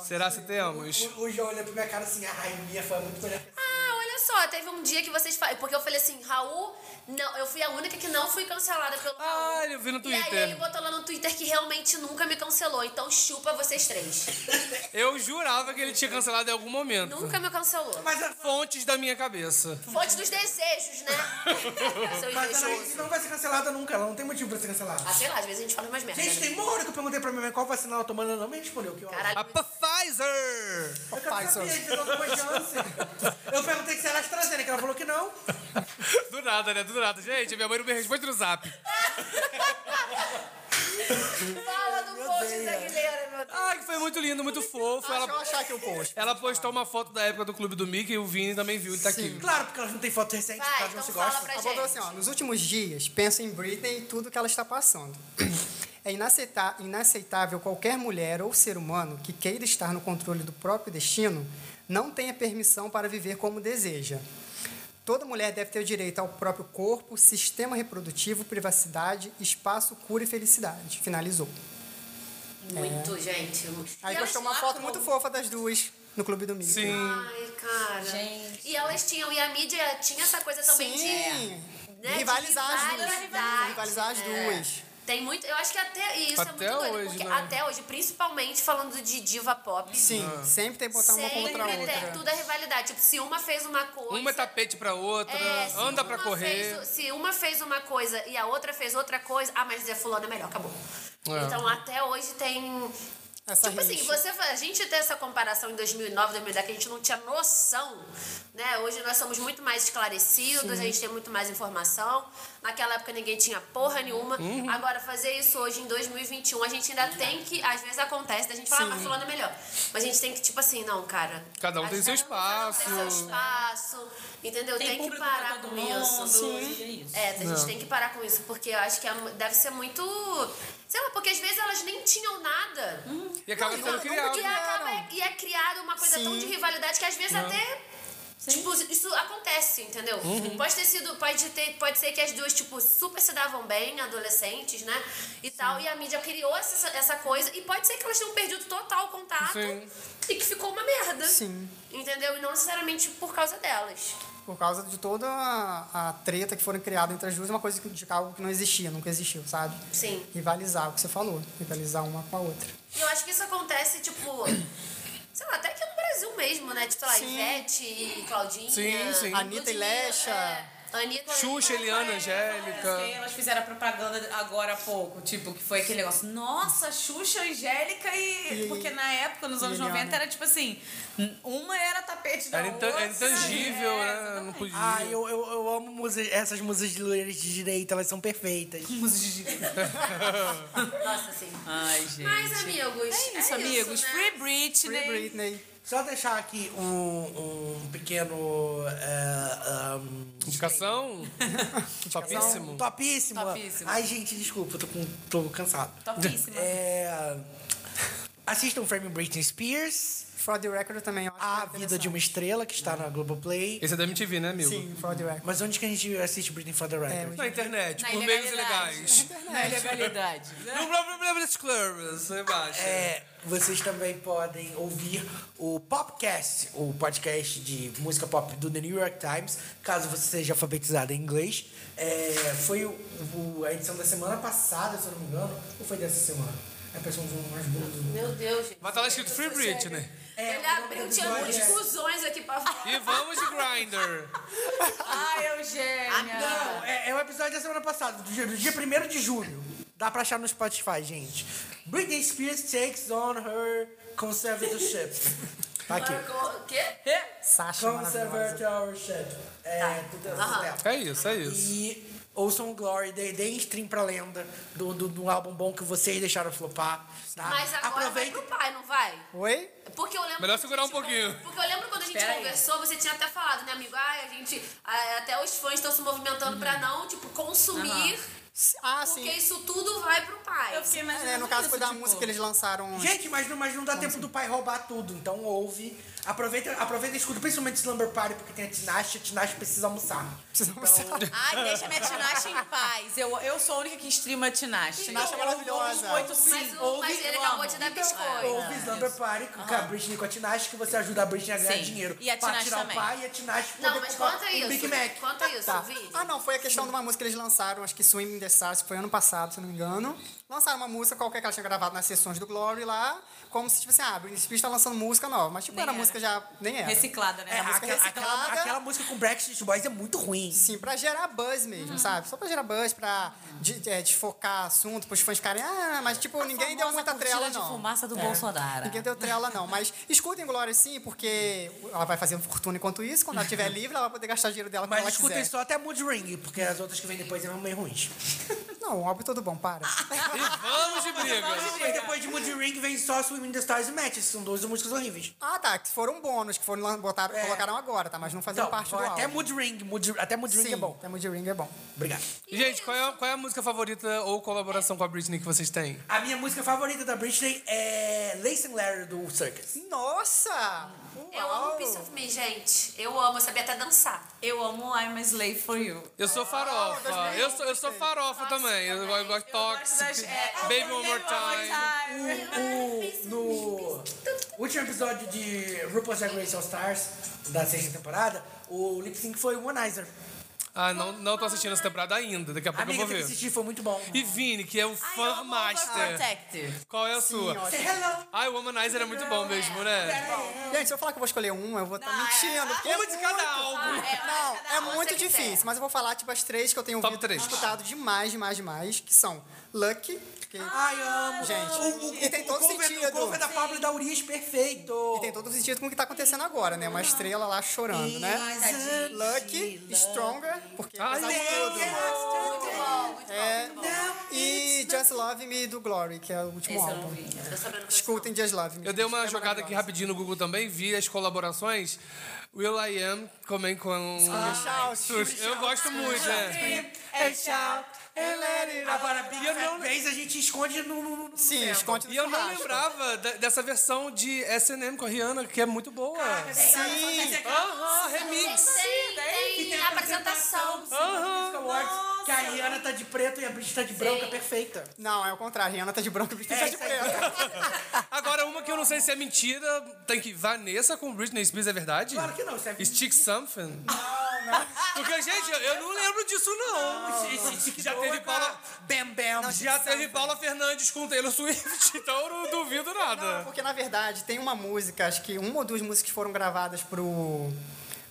H: Será que temos?
F: O, o João olha pra minha cara assim, ai, minha fã é muito melhor.
G: Ah, olha só, teve um dia que vocês falaram, porque eu falei assim, Raul, não, eu fui a única que não fui cancelada pelo Raul.
H: Ah, eu vi no
G: E aí ele
H: Twitter.
G: botou lá no Twitter que realmente nunca me cancelou, então chupa vocês três.
H: Eu jurava que ele tinha cancelado em algum momento.
G: nunca me cancelou.
F: Mas, a-
H: Fontes da minha cabeça.
G: Fonte dos desejos, né? Seu
F: mas a Anaís
G: invejoso.
F: não vai ser cancelada nunca, ela não tem motivo pra ser cancelada.
G: Ah, sei lá, às vezes a gente fala umas merda.
F: Gente,
G: né?
F: tem uma hora que eu perguntei pra minha mãe qual vacina ela tomando, ela não me respondeu. Que eu,
G: Caralho.
H: A Pfizer!
F: eu quero saber é se ela tomou Janssen. Eu perguntei se era AstraZeneca, ela falou que não.
H: Do nada, né? Do nada. Gente, minha mãe não me responde no zap.
G: Fala do post da Aguilera, meu Deus.
H: Ah, que foi muito lindo, muito fofo.
J: Deixa eu
H: Ela,
J: achar aqui o post.
H: ela postou uma foto da época do clube do Mickey e o Vini também viu, ele tá aqui.
F: Claro, porque elas não têm foto recente, porque
G: Vai,
F: elas não
G: então
F: se
G: fala
F: gostam.
G: pra
J: Ela falou assim,
G: gente.
J: ó, nos últimos dias, penso em Britney e tudo que ela está passando. É inaceita- inaceitável qualquer mulher ou ser humano que queira estar no controle do próprio destino não tenha permissão para viver como deseja. Toda mulher deve ter o direito ao próprio corpo, sistema reprodutivo, privacidade, espaço, cura e felicidade. Finalizou.
G: Muito, gente.
J: Aí
G: E elas
J: postou uma
G: lacram.
J: foto muito fofa das duas no Clube do Mickey.
H: Sim.
G: Ai, cara.
I: Gente.
G: E elas tinham, e a mídia tinha essa coisa também de.
J: Sim.
G: né, de
J: rivalizar as duas.
G: rivalidade,
J: Rivalizar as
G: né?
J: duas.
G: Tem muito. Eu acho que até. E isso
H: Até
G: é muito doido,
H: hoje,
G: porque
H: né?
G: até hoje, principalmente falando de diva pop.
J: Sim, sempre tem que botar uma
G: sempre
J: contra a outra.
G: tem- tudo é rivalidade. Tipo, se uma fez uma coisa.
H: Uma é tapete pra outra,
G: É, se
H: anda pra
G: uma
H: correr.
G: fez o- se uma fez uma coisa e a outra fez outra coisa, ah, mas é fulano é melhor, acabou.
H: É.
G: Então até hoje tem.
J: Essa
G: tipo assim,
J: rixa.
G: você, fa- a gente tem essa comparação em 2009, 2010, que a gente não tinha noção, né? Hoje nós somos muito mais esclarecidos, a gente tem muito mais informação. Naquela época ninguém tinha porra nenhuma.
J: Uhum.
G: Agora, fazer isso hoje em 2021, a gente ainda tem que. Às vezes acontece, da gente falar, ah, mas fulano é melhor. Mas a gente tem que, tipo assim, não, cara.
H: Cada um
G: acho
H: tem
G: que
H: seu
G: cada um Tem seu
H: espaço.
G: espaço, entendeu?
A: Tem,
G: Tem, que
A: público
G: parar
A: pra todo
G: com
A: mundo.
G: isso.
A: E é isso.
G: É, a gente tem que parar com isso, porque eu acho que é mu- deve ser muito. Sei lá, porque às vezes elas nem tinham nada.
H: E acaba
G: Não,
H: sendo
G: não,
H: criado.
G: E, acaba, e é criado uma coisa tão de rivalidade que às vezes até. Tipo, isso acontece, entendeu?
H: Uhum.
G: Pode ter sido, pode ter, pode ser que as duas, tipo, super se davam bem, adolescentes, né? E tal, e a mídia criou essa, essa coisa, e pode ser que elas tenham perdido total contato
H: Sim.
G: e que ficou uma merda.
J: Sim.
G: Entendeu? E não necessariamente por causa delas.
J: Por causa de toda a, a treta que foram criada entre as duas, é uma coisa que, de algo que não existia, nunca existiu, sabe?
G: Sim.
J: Rivalizar, o que você falou. Rivalizar uma com a outra.
G: E eu acho que isso acontece, tipo. Sei lá, até aqui no Brasil mesmo, né? Tipo, sei lá, Ivete e Claudinha.
H: Sim, sim.
J: Anitta e
G: Ludmilla,
J: Lesha.
G: é. Anitta
H: Xuxa, Eliana, Angélica.
A: é, Elas fizeram a propaganda agora há pouco, tipo, que foi aquele negócio, nossa, Xuxa, Angélica e... Porque na época, nos anos
J: Eliana.
A: 90, era tipo assim, uma era tapete da
H: Era, intan-
A: outra.
H: era intangível,
A: é,
H: né? Não podia.
F: Ah, eu, eu, eu amo música- essas músicas de loiras de direita, elas são perfeitas.
G: Nossa, sim.
A: Ai, gente.
G: Mas, amigos.
A: É isso, amigos.
G: né?
A: Free Britney.
J: Free Britney.
F: Só deixar aqui um, um pequeno. é, um,
H: Indicação? Topíssimo.
F: Topíssimo.
A: Topíssimo.
F: Ai, gente, desculpa, eu tô, com, tô cansado.
A: Topíssima.
F: É, assistam o Frame Britney Spears,
J: For the Record também, eu acho que
F: A
J: é
F: Ah, Vida de uma Estrela, que está na Globoplay.
H: Esse é da MTV, né, amigo?
J: Sim, For the Record.
F: Mas onde que a gente assiste Britney for the Record?
H: Na internet,
A: Na
H: por meios
A: ilegalidade.
H: ilegais.
J: É,
A: Na ilegalidade.
H: No blá blá blá blá clubs, lá embaixo.
F: É, vocês também podem ouvir o Popcast, o podcast de música pop do The New York Times, caso você seja alfabetizado em inglês. É, foi o- o- a edição da semana passada, se eu não me engano, ou foi dessa semana? É a pessoa mais boa do mundo.
G: Meu Deus, gente.
H: Vai estar lá escrito Free Britney.
G: Ele abriu, tinha
F: episódio
G: muitos
F: é-
G: fusões aqui pra fora.
H: E vamos de Grindr.
A: Ai, Eugênia.
F: Não, é, é o episódio da semana passada, do dia, do dia 1 de julho. Dá pra achar no Spotify, gente. Britney Spears takes on her conservatorship. Tá aqui.
G: O quê?
J: Sasha é
F: é
J: maravilhosa.
F: Conservatorship. É, tudo
G: Aham.
H: É isso, é isso.
F: E ouçam o Glory, deem deem stream pra lenda do, do, do álbum bom que vocês deixaram flopar. Tá?
G: Mas agora
F: Aproveitem.
G: vai pro pai, não vai?
J: Oi?
G: Porque eu lembro.
H: Melhor
G: que a
H: segurar um
G: gente con-
H: pouquinho.
G: Porque eu lembro quando a gente
A: Espera aí.
G: conversou, você tinha até falado, né, amigo? Ah, a gente. ah, até os fãs estão se movimentando pra
A: Uhum.
G: não, tipo, consumir.
J: Ah,
G: Porque
J: sim.
G: isso tudo vai pro pai.
A: Eu fiquei imaginando
J: É, no caso
A: isso,
J: foi da
A: tipo,
J: música que eles lançaram.
F: Gente, mas não, mas não dá tempo do pai roubar tudo, então ouve. Aproveita, aproveita e escuta, principalmente Slumber Party, porque tem a Tinashe, a Tinashe precisa almoçar.
J: Precisamos saber.
A: Ai, deixa minha Tinashe em paz. Eu, eu sou a única que streama a Tinashe.
J: Tinashe é maravilhosa.
A: Biscoito, sim.
G: Mas, o,
F: ouve-
G: mas ele acabou de dar Então, biscoito.
F: Ouve Slumber Party com a Britney e com a Tinashe, que você ajuda a Britney a ganhar
A: Sim.
F: dinheiro.
A: E a
F: pra
A: Tinashe
F: tirar
A: também.
F: o pai e a Tinashe
G: Não,
F: poder
G: mas
F: comprar
G: conta
F: um
G: isso.
F: Big Mac.
G: Conta isso,
J: Tá.
G: Vi.
J: Ah, não, foi a questão de uma música que eles lançaram, acho que Swim in the Stars, que foi ano passado, se eu não me engano. Lançaram uma música qualquer que elas tinham gravado nas sessões do Glory lá, como se, tipo assim, ah, Britney Spears tá lançando música nova. Mas, tipo,
A: Nem
J: era
A: era.
J: música já. Nem era.
A: Reciclada, né?
F: É,
A: A música
F: aquela, aquela,
J: reciclada.
F: aquela música com Brexit Boys é muito ruim.
J: Sim, pra gerar buzz
F: Uhum.
J: mesmo, sabe? Só pra gerar buzz, pra de, é, desfocar assunto, pros fãs ficarem, ah, mas, tipo, ninguém deu
A: famosa
J: muita
A: cortina
J: trela,
A: de
J: não. É.
A: fumaça do Bolsonaro.
J: Ninguém deu trela, não. Mas escutem Glória sim, porque ela vai fazer fortuna enquanto isso. Quando ela estiver livre, ela vai poder gastar o dinheiro dela como
F: Mas
J: ela
F: escutem
J: quiser.
F: só até Mood Ring, porque as outras que vêm depois eram meio ruins.
J: Não, óbvio, tudo bom, para.
F: Ah.
H: E vamos de briga.
F: Mas depois de Mood Ring vem só Swim in the Stars e Match, são duas músicas horríveis.
J: Ah, tá. Que foram bônus, que foram lá- botaram,
F: É.
J: colocaram agora, tá? Mas não faziam
F: Então,
J: parte do
F: até
J: álbum.
F: Mood Ring, Mood- até Mood Ring
J: Sim,
F: é bom.
J: Até Moody Ring é bom.
F: Obrigado.
H: Gente, qual é, qual é a música favorita ou colaboração com a Britney que vocês têm?
F: A minha música favorita da Britney é Lace and Larry do Circus.
J: Nossa!
G: Eu amo Piece of Me, gente. Eu amo, eu sabia até dançar.
A: Eu amo I'm a Slave for You.
H: Eu sou farofa. Eu sou, eu sou farofa também. Eu gosto- eu gosto é, de Toxic,
F: é,
H: Baby One More Time.
F: O, no último episódio de RuPaul's Drag Race All Stars, da sexta temporada, o lip sync foi Womanizer.
H: Ah, não, não tô assistindo essa temporada ainda. Daqui a pouco eu
F: Amiga,
H: vou
F: tem que
H: ver.
F: assistir, foi muito bom.
H: E Vini, que é o fan master.
A: Protective.
H: Qual é a sua?
J: ótimo.
F: Hello!
H: Ai, o Womanizer é muito bom mesmo,
F: é
H: né?
J: Gente, se eu falar que eu vou escolher um, eu vou estar mentindo. porque é
H: Uma de cada álbum.
J: Não, é muito
G: você quiser.
J: difícil, mas eu vou falar, tipo, as três que eu tenho
H: Top
J: ouvido,
H: três.
J: escutado demais, demais, demais, que são Lucky, que
F: Ai, amo!
J: Gente,
F: o, o,
J: e tem todo
F: o cover,
J: sentido.
F: O cover da Pablo e da Urias, perfeito!
J: e tem todo sentido com o que tá acontecendo agora, né? Uma estrela lá chorando, né? Lucky, Stronger, porque
H: Ai,
J: apesar de
H: meu
J: tudo,
G: Muito bom, muito bom.
J: e Just Love Me do Glory, que é o último
A: Esse eu não
J: álbum.
A: vi.
G: Tô sabendo que
J: Escutem Just Love Me.
H: Eu dei uma
J: É
H: jogada aqui
J: maravilhosa.
H: rapidinho no Google também, vi as colaborações. Will I Am também
F: Ah,
H: com. um
J: Shout,
H: Sushi. Eu gosto muito, né?
F: É shout and let it out. Agora, Big Fat Bass a gente esconde no... no, no
J: Sim, esconde no
H: E eu não
J: churrasco.
H: lembrava da- dessa versão de S&M com a Rihanna, que é muito boa.
F: Sim.
H: Aham, remix.
G: Tem,
F: E
G: tem,
F: tem
G: tem apresentação.
F: Music Awards, que a Rihanna tá de preto e a Britney tá de branca, perfeita.
J: Não, é o contrário. Rihanna tá de branco, Britney tá de
F: isso aí.
J: preto.
H: Agora, uma que eu não sei se é mentira, tem que Vanessa com Britney Spears, é verdade?
F: Claro que não, isso é mentira.
H: Stick Something? Não, não. Porque, gente, eu, eu não lembro disso, não. Já teve Paula...
F: Bam Bam.
H: Já teve Paula Fernandes com Taylor Swift, então eu não duvido nada.
J: Porque, na verdade, tem uma música, acho que uma ou duas músicas foram gravadas pro,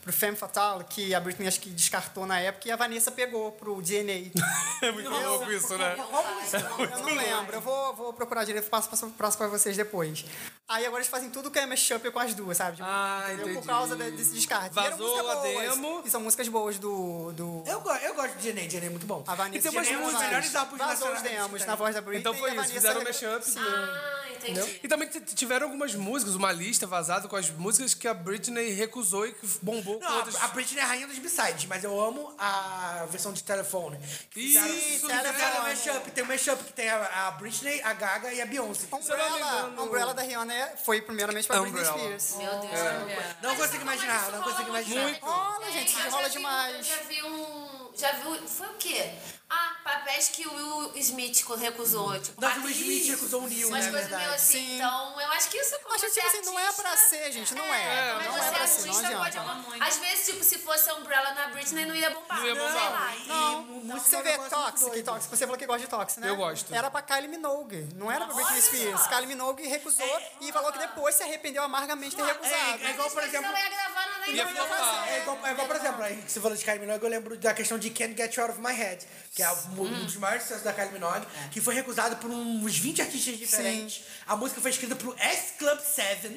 J: pro Femme Fatale, que a Britney acho que descartou na época, e a Vanessa pegou pro DNA.
H: É muito louco isso, né?
J: Eu não lembro, eu vou, vou procurar direito, passo, passo, passo pra vocês depois. Aí agora eles fazem tudo que é mashup com as duas, sabe? Tipo,
H: Ah,
J: entendeu?
H: entendi.
J: Por causa de- desse descarte. E era
H: Vazou
J: música
H: a
J: boas,
H: demo.
J: E são músicas boas do... do...
F: Eu, go- eu gosto de DNA, DNA é muito bom.
J: A Vanessa
F: e tem umas
J: Demos,
F: músicas melhores álbuns
J: Vazou os
F: nacionais
J: demos na
F: que tem.
J: voz da Britney.
H: Então foi
J: e a
H: isso,
J: Vanessa
H: fizeram
J: rec-
H: mashup.
J: Sim.
G: Ah, entendi.
H: E também t- tiveram algumas músicas, uma lista vazada com as músicas que a Britney recusou e que bombou com
F: Não,
H: outras.
F: a, a Britney é a rainha dos b-sides, mas eu amo a versão de telefone. Que fizeram,
H: Isso,
F: fizeram
J: Telephone.
F: mashup. Tem o mashup que tem a, a Britney, a Gaga e a Beyoncé.
J: Umbrella,
H: engano-
J: Umbrella da Rihanna é- foi primeiramente pra
H: Umbrella.
J: Britney Spears.
G: Meu Deus, eu não conheço.
F: Não consigo imaginar, não consigo imaginar.
J: Rola, gente,
G: Mas
J: rola
G: já vi um-
J: demais.
G: Já vi um. Já vi. um- Foi o quê? Ah, papéis que o Will Smith recusou. Tipo,
F: Não, que o Will
G: atriz,
F: Smith recusou o Neil,
G: umas
F: né,
G: coisas
F: verdade.
G: meio assim.
J: Sim.
G: Então, eu acho que isso né? como
J: Acho que,
G: você
J: tipo assim, não é pra
G: artista-
J: ser, gente, não é.
G: mas
J: Não
G: você
J: é pra ser, não
G: artista pode
J: adianta.
G: amar. Às vezes, tipo, se fosse a Umbrella na Britney, não ia bombar.
H: Não ia
G: Sei
H: bombar.
G: lá.
J: Não,
F: E
J: não,
F: música é
J: você
F: um
J: vê
F: negócio muito
J: Toxic,
F: doido.
J: Toxic, você falou que gosta de Toxic, né?
H: Eu gosto.
J: Era pra Kylie Minogue, não era pra Britney Spears. Kylie Minogue recusou e falou que depois se arrependeu amargamente de ter recusado.
F: É, é igual, por
G: Mas
F: exemplo...
G: ela ia gravar na
H: Ia
G: Lady
H: flopar.
F: É igual, é igual, por exemplo, aí que você falou de Kylie Minogue, eu lembro da questão de Can't Get You Out of My Head, que é um um dos maiores sucessos da Kylie Minogue,
J: É.
F: que foi recusado por uns 20 artistas diferentes. A música foi escrita pro S Club 7,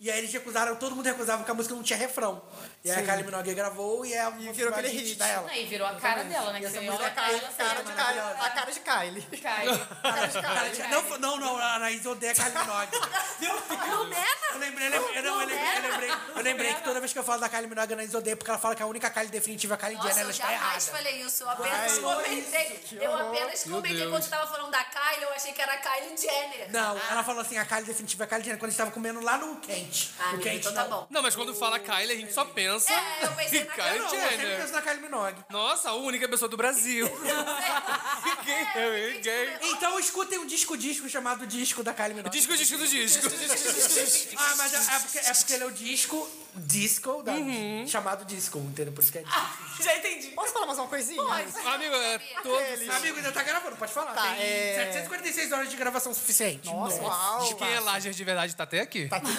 F: e aí eles recusaram, todo mundo recusava porque a música não tinha refrão. E aí a Kylie Minogue gravou e é uma
J: virou aquele hit.
F: dela.
I: Aí virou a cara dela, né? Que você olha a cara, ela
J: é Cara de Kylie, a cara de Kylie.
G: é
F: Não, não, não, a Anaís odeia a Kylie Minogue. Meu Deus.
G: Não
F: Eu
G: nega?
F: lembrei, eu lembrei, eu não, eu lembrei, eu lembrei, eu lembrei que toda vez que eu falo da Kylie Minogue, a Anaís odeia porque ela fala que a única Kylie definitiva é a Kylie
G: Nossa,
F: Jenner, ela
G: eu
F: está errada.
G: jamais falei isso. Eu apenas
F: Ai,
G: comentei. Eu apenas comentei quando você tava falando da Kylie, eu achei que era a Kylie Jenner.
F: Não, ela falou assim, a Kylie definitiva, a Kylie Jenner, quando a gente tava comendo lá no quente.
G: Ah,
F: no
G: amigo,
F: quente,
G: então tá
F: não.
G: bom.
H: Não, mas quando fala Kylie, a gente só pensa
G: É, eu pensei
H: em
G: na
H: Kylie
F: Não, eu sempre
H: Jenner.
F: penso na Kylie Minogue.
H: Nossa, a única pessoa do Brasil. ninguém, ninguém.
F: Então escutem um disco-disco chamado Disco da Kylie Minogue.
H: Disco, disco do disco.
F: Ah, mas é, é porque, é porque ele é o disco disco da, chamado disco, entendeu? Por isso que é disco.
A: Já entendi.
J: Posso falar mais uma coisinha?
H: Amigo, é todo...
F: Amigo, ainda tá gravando, pode falar.
J: Tá,
F: Tem
J: é-
F: 746 horas de gravação suficiente.
J: Nossa, uau.
H: Quem é Lager de verdade tá até aqui?
J: Tá aqui.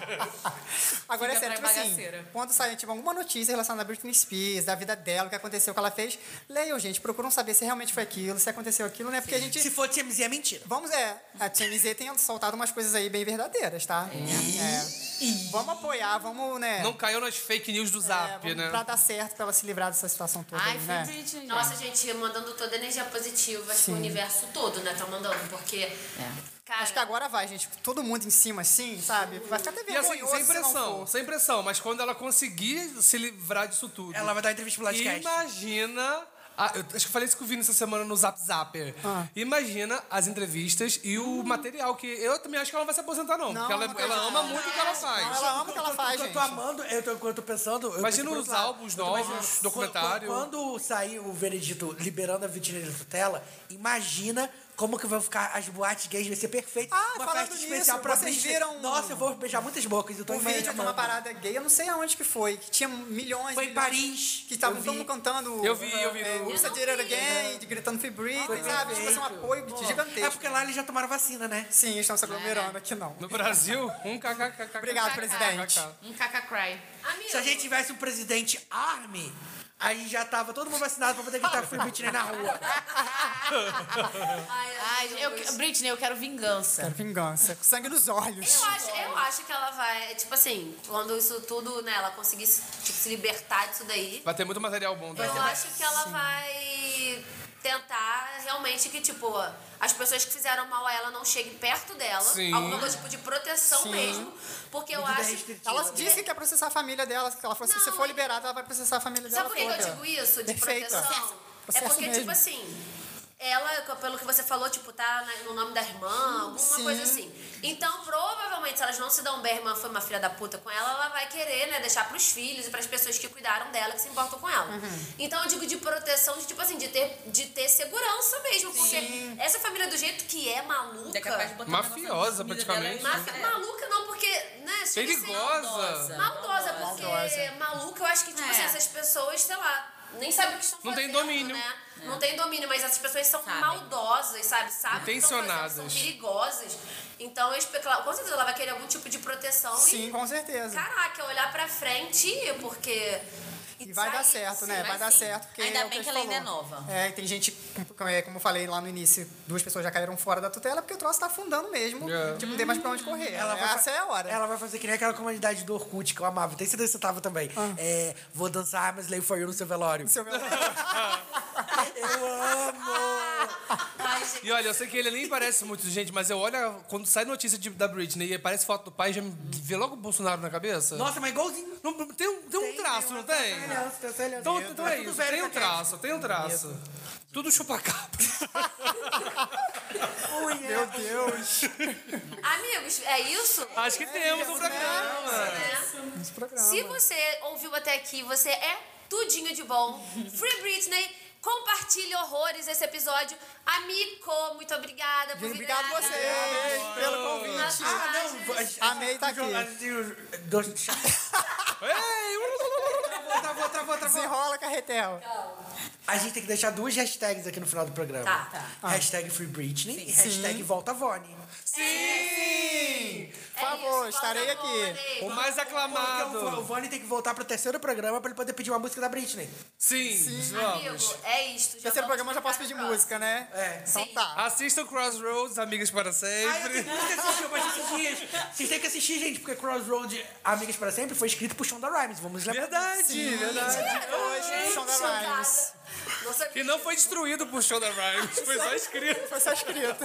J: Agora é
A: Fica
J: sério, tipo
A: pra
J: assim,
A: bagaceira.
J: quando sai tipo, alguma notícia relacionada a Britney Spears, da vida dela, o que aconteceu, o que ela fez, leiam, gente, procuram saber se realmente foi aquilo, se aconteceu aquilo, né? Porque a gente
F: Se for TMZ, é mentira.
J: Vamos, é. A TMZ tem soltado umas coisas aí bem verdadeiras, tá? É. Vamos apoiar, vamos, né?
H: Não caiu nas fake news do
J: é,
H: Zap,
J: vamos
H: né?
J: Pra dar certo, pra ela se livrar dessa situação toda.
I: Ai,
J: aí,
H: É.
I: foi
J: né?
I: Britney.
G: Nossa, gente, mandando toda a energia positiva acho que o universo todo, né? Tá mandando, porque.
I: É.
G: Cara,
J: Acho que agora vai, gente. Todo mundo em cima, assim, sabe? Vai ficar até
H: E assim,
J: vergonhoso
H: sem
J: se não
H: pressão,
J: for.
H: sem pressão. Mas quando ela conseguir se livrar disso tudo...
F: Ela vai dar entrevista
J: um
F: pro podcast.
H: Imagina... Ah, eu acho que eu falei isso com o Vini essa semana no Zap Zapper.
J: Ah.
H: Imagina as entrevistas e o material, que eu também acho que ela não vai se aposentar, não.
J: Hum. Não,
H: porque ela,
J: não
H: ela
J: acredito.
H: ama muito o que ela faz.
J: Ela ama o que ela faz,
F: eu,
J: gente.
F: tô amando, eu tô, eu tô pensando. Eu
H: Imagina
F: pensei
H: os
F: por outro lado.
H: álbuns
F: Eu tô
H: novos,
F: imaginando-
H: documentário.
F: Quando, quando sair o veredito liberando a Vitina de tutela, imagina como que vão ficar as boates gays, vai ser perfeito.
J: Ah,
F: uma
J: falando
F: festa especial
J: nisso,
F: pra
J: vocês
F: Britney.
J: viram-
F: Nossa, eu vou beijar muitas bocas. Eu tô
J: Um vídeo de uma
F: imaginando.
J: parada gay, eu não sei aonde que foi, que tinha milhões
F: Foi em
J: milhões,
F: Paris.
J: Que estavam
F: Eu
J: todo
F: vi.
J: mundo cantando.
H: Eu vi, eu vi.
J: É,
H: Eu
J: Ursa
G: não
J: Direira
G: vi.
F: né?
J: Gay, gritando Free Britney, sabe? Tipo assim, um apoio
F: É
J: gigantesco.
F: porque lá eles já tomaram vacina, né?
J: Sim, estão se aglomerando aqui, não.
H: No Brasil, um kkkk.
J: Obrigado, presidente.
H: kkk.
A: Um caca cry.
G: amigo,
F: Se a gente tivesse um presidente arme, a Aí já tava todo mundo vacinado pra poder gritar Free Britney na rua.
G: Ai,
I: Ai, eu,
G: meu Deus.
I: Britney, eu quero vingança.
J: Quero vingança. Com sangue nos olhos.
G: Eu acho, eu acho que ela vai, tipo assim, quando isso tudo, né, ela conseguir se- tipo, se libertar disso daí,
H: Vai ter muito material bom. Tá?
G: eu acho que ela vai tentar realmente que, tipo, as pessoas que fizeram mal a ela não cheguem perto dela.
H: Sim.
G: Alguma coisa tipo de proteção
J: Sim.
G: mesmo. Porque eu acho.
F: restritiva.
J: Ela disse que quer processar a família dela. que Ela falou assim,
G: é- Não,
J: se for
G: e-
J: liberada, ela vai processar a família
G: Sabe
J: dela
G: por que que eu
J: toda.
G: digo isso de
J: Perfeita.
G: proteção?
J: Processo
G: É porque,
J: mesmo.
G: tipo assim, ela, pelo que você falou, tipo, tá na- no nome da irmã, alguma
J: Sim.
G: coisa assim. Então, provavelmente, se elas não se dão bem, a irmã foi uma filha da puta com ela, ela vai querer, né, deixar pros filhos e pras pessoas que cuidaram dela, que se importam com ela.
J: Uhum.
G: Então, eu digo de proteção, de, tipo assim, de ter, de ter segurança mesmo. Porque essa família, do jeito que é maluca...
A: É capaz de botar um
H: Mafiosa, né?
A: negócio na comida dela e-
G: Mafi- Maluca não, porque, né, chega assim,
H: Perigosa.
A: maldosa.
G: Maldosa, porque
J: Maldosa.
G: maluca, eu acho que, tipo
A: É.
G: assim, essas pessoas, sei lá, nem sabem o que estão
H: Não tem
G: fazendo,
H: domínio.
G: né? Não tem domínio, mas essas pessoas são
A: Sabem.
G: maldosas, sabe? Sabem o que estão fazendo, são
H: Intencionadas.
G: perigosas. Então, eu espero que ela, com certeza ela vai querer algum tipo de proteção
J: Sim, com
G: e,
J: certeza.
G: caraca, olhar pra frente, porque...
J: E vai dar
G: sair-
J: certo,
G: sim,
J: né? Vai,
A: vai
J: dar
A: sim.
J: certo. Porque
A: Ainda
J: é o
A: bem
J: a
A: que
J: gente
A: ela ainda
J: falou.
A: é nova.
J: É, e tem gente, como é, como eu falei lá no início, duas pessoas já caíram fora da tutela porque o troço tá afundando mesmo.
H: É.
J: Tipo, não tem mais pra onde correr.
F: Ela vai fa-
J: Essa é a hora.
F: Ela vai fazer que nem aquela comunidade do Orkut que eu amava. Tem certeza que você tava também. É, vou dançar, mas lei for you no seu velório.
J: Ah. Seu meu-
F: Eu amo!
G: Ai, gente,
H: E olha, eu sei que ele nem parece muito gente, mas eu olho quando sai notícia de- da Britney e aparece foto do pai, já me vê logo o Bolsonaro na cabeça.
F: Nossa, mas igualzinho.
H: Não, tem, um- tem um traço, não tem?
F: Semelhança, tem semelhança.
H: Então, então
F: Tá
H: é
F: é tudo
H: isso,
F: velho
H: tem um
F: pra quem?
H: traço, tem um traço. Tudo chupacabra.
J: Meu Deus.
G: Amigos, é isso?
H: Acho que temos um programa.
G: né? Se você ouviu até aqui, você é tudinho de bom. Free Britney, compartilhe horrores esse episódio. Amico, muito obrigada por vir.
J: Obrigado a vocês pelo convite.
G: Nossa,
F: Ah,
G: gente.
F: não. a gente-
J: A May tá aqui.
F: Dois-
H: um Ei,
F: Travou, travou, travou.
J: Desenrola, carretel.
F: A gente tem que deixar duas hashtags aqui no final do programa.
G: Tá, tá.
J: Ah.
F: Hashtag Free Britney e hashtag Volta Vone.
H: Sim!
G: ah, é
J: Por favor, estarei aqui.
G: né?
H: O mais
F: Porque
J: é um
F: o, Vo- o
H: aclamado.
F: Vone tem que voltar pro terceiro programa pra ele poder pedir uma música da Britney.
H: Sim, vamos.
G: Amigo, é isto. já
J: Terceiro
G: volto
J: programa eu já
G: pra
J: posso
G: cá no
J: pedir
G: próximo.
J: música, né?
F: É.
J: Então
G: Sim.
J: tá.
H: Assistam Crossroads, amigas para
F: Ah, eu
H: sempre.
F: tenho muito que assistir, eu vou assistir. Vocês têm que assistir, gente, porque Crossroad Amigas para Sempre foi escrito por Shonda Rhimes, vamos lembrar.
H: Verdade, verdade.
J: Hoje, Shonda Rhimes.
G: Chocada. Não sabia
H: E não
G: disso.
H: foi destruído por Shonda Rhimes, foi só escrito.
J: Foi só escrito.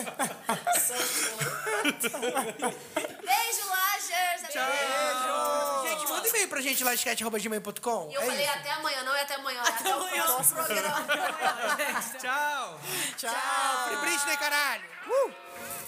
G: Beijo, Lagers. Tchau.
F: Gente, manda e-mail pra gente lá, sketch.gmail.com.
G: E eu
F: é
G: falei
F: isso.
G: até amanhã, não é até amanhã. é Até o próximo programa.
H: Tchau.
J: Tchau.
G: ah.
F: Free Britney, né, caralho!
J: Uh!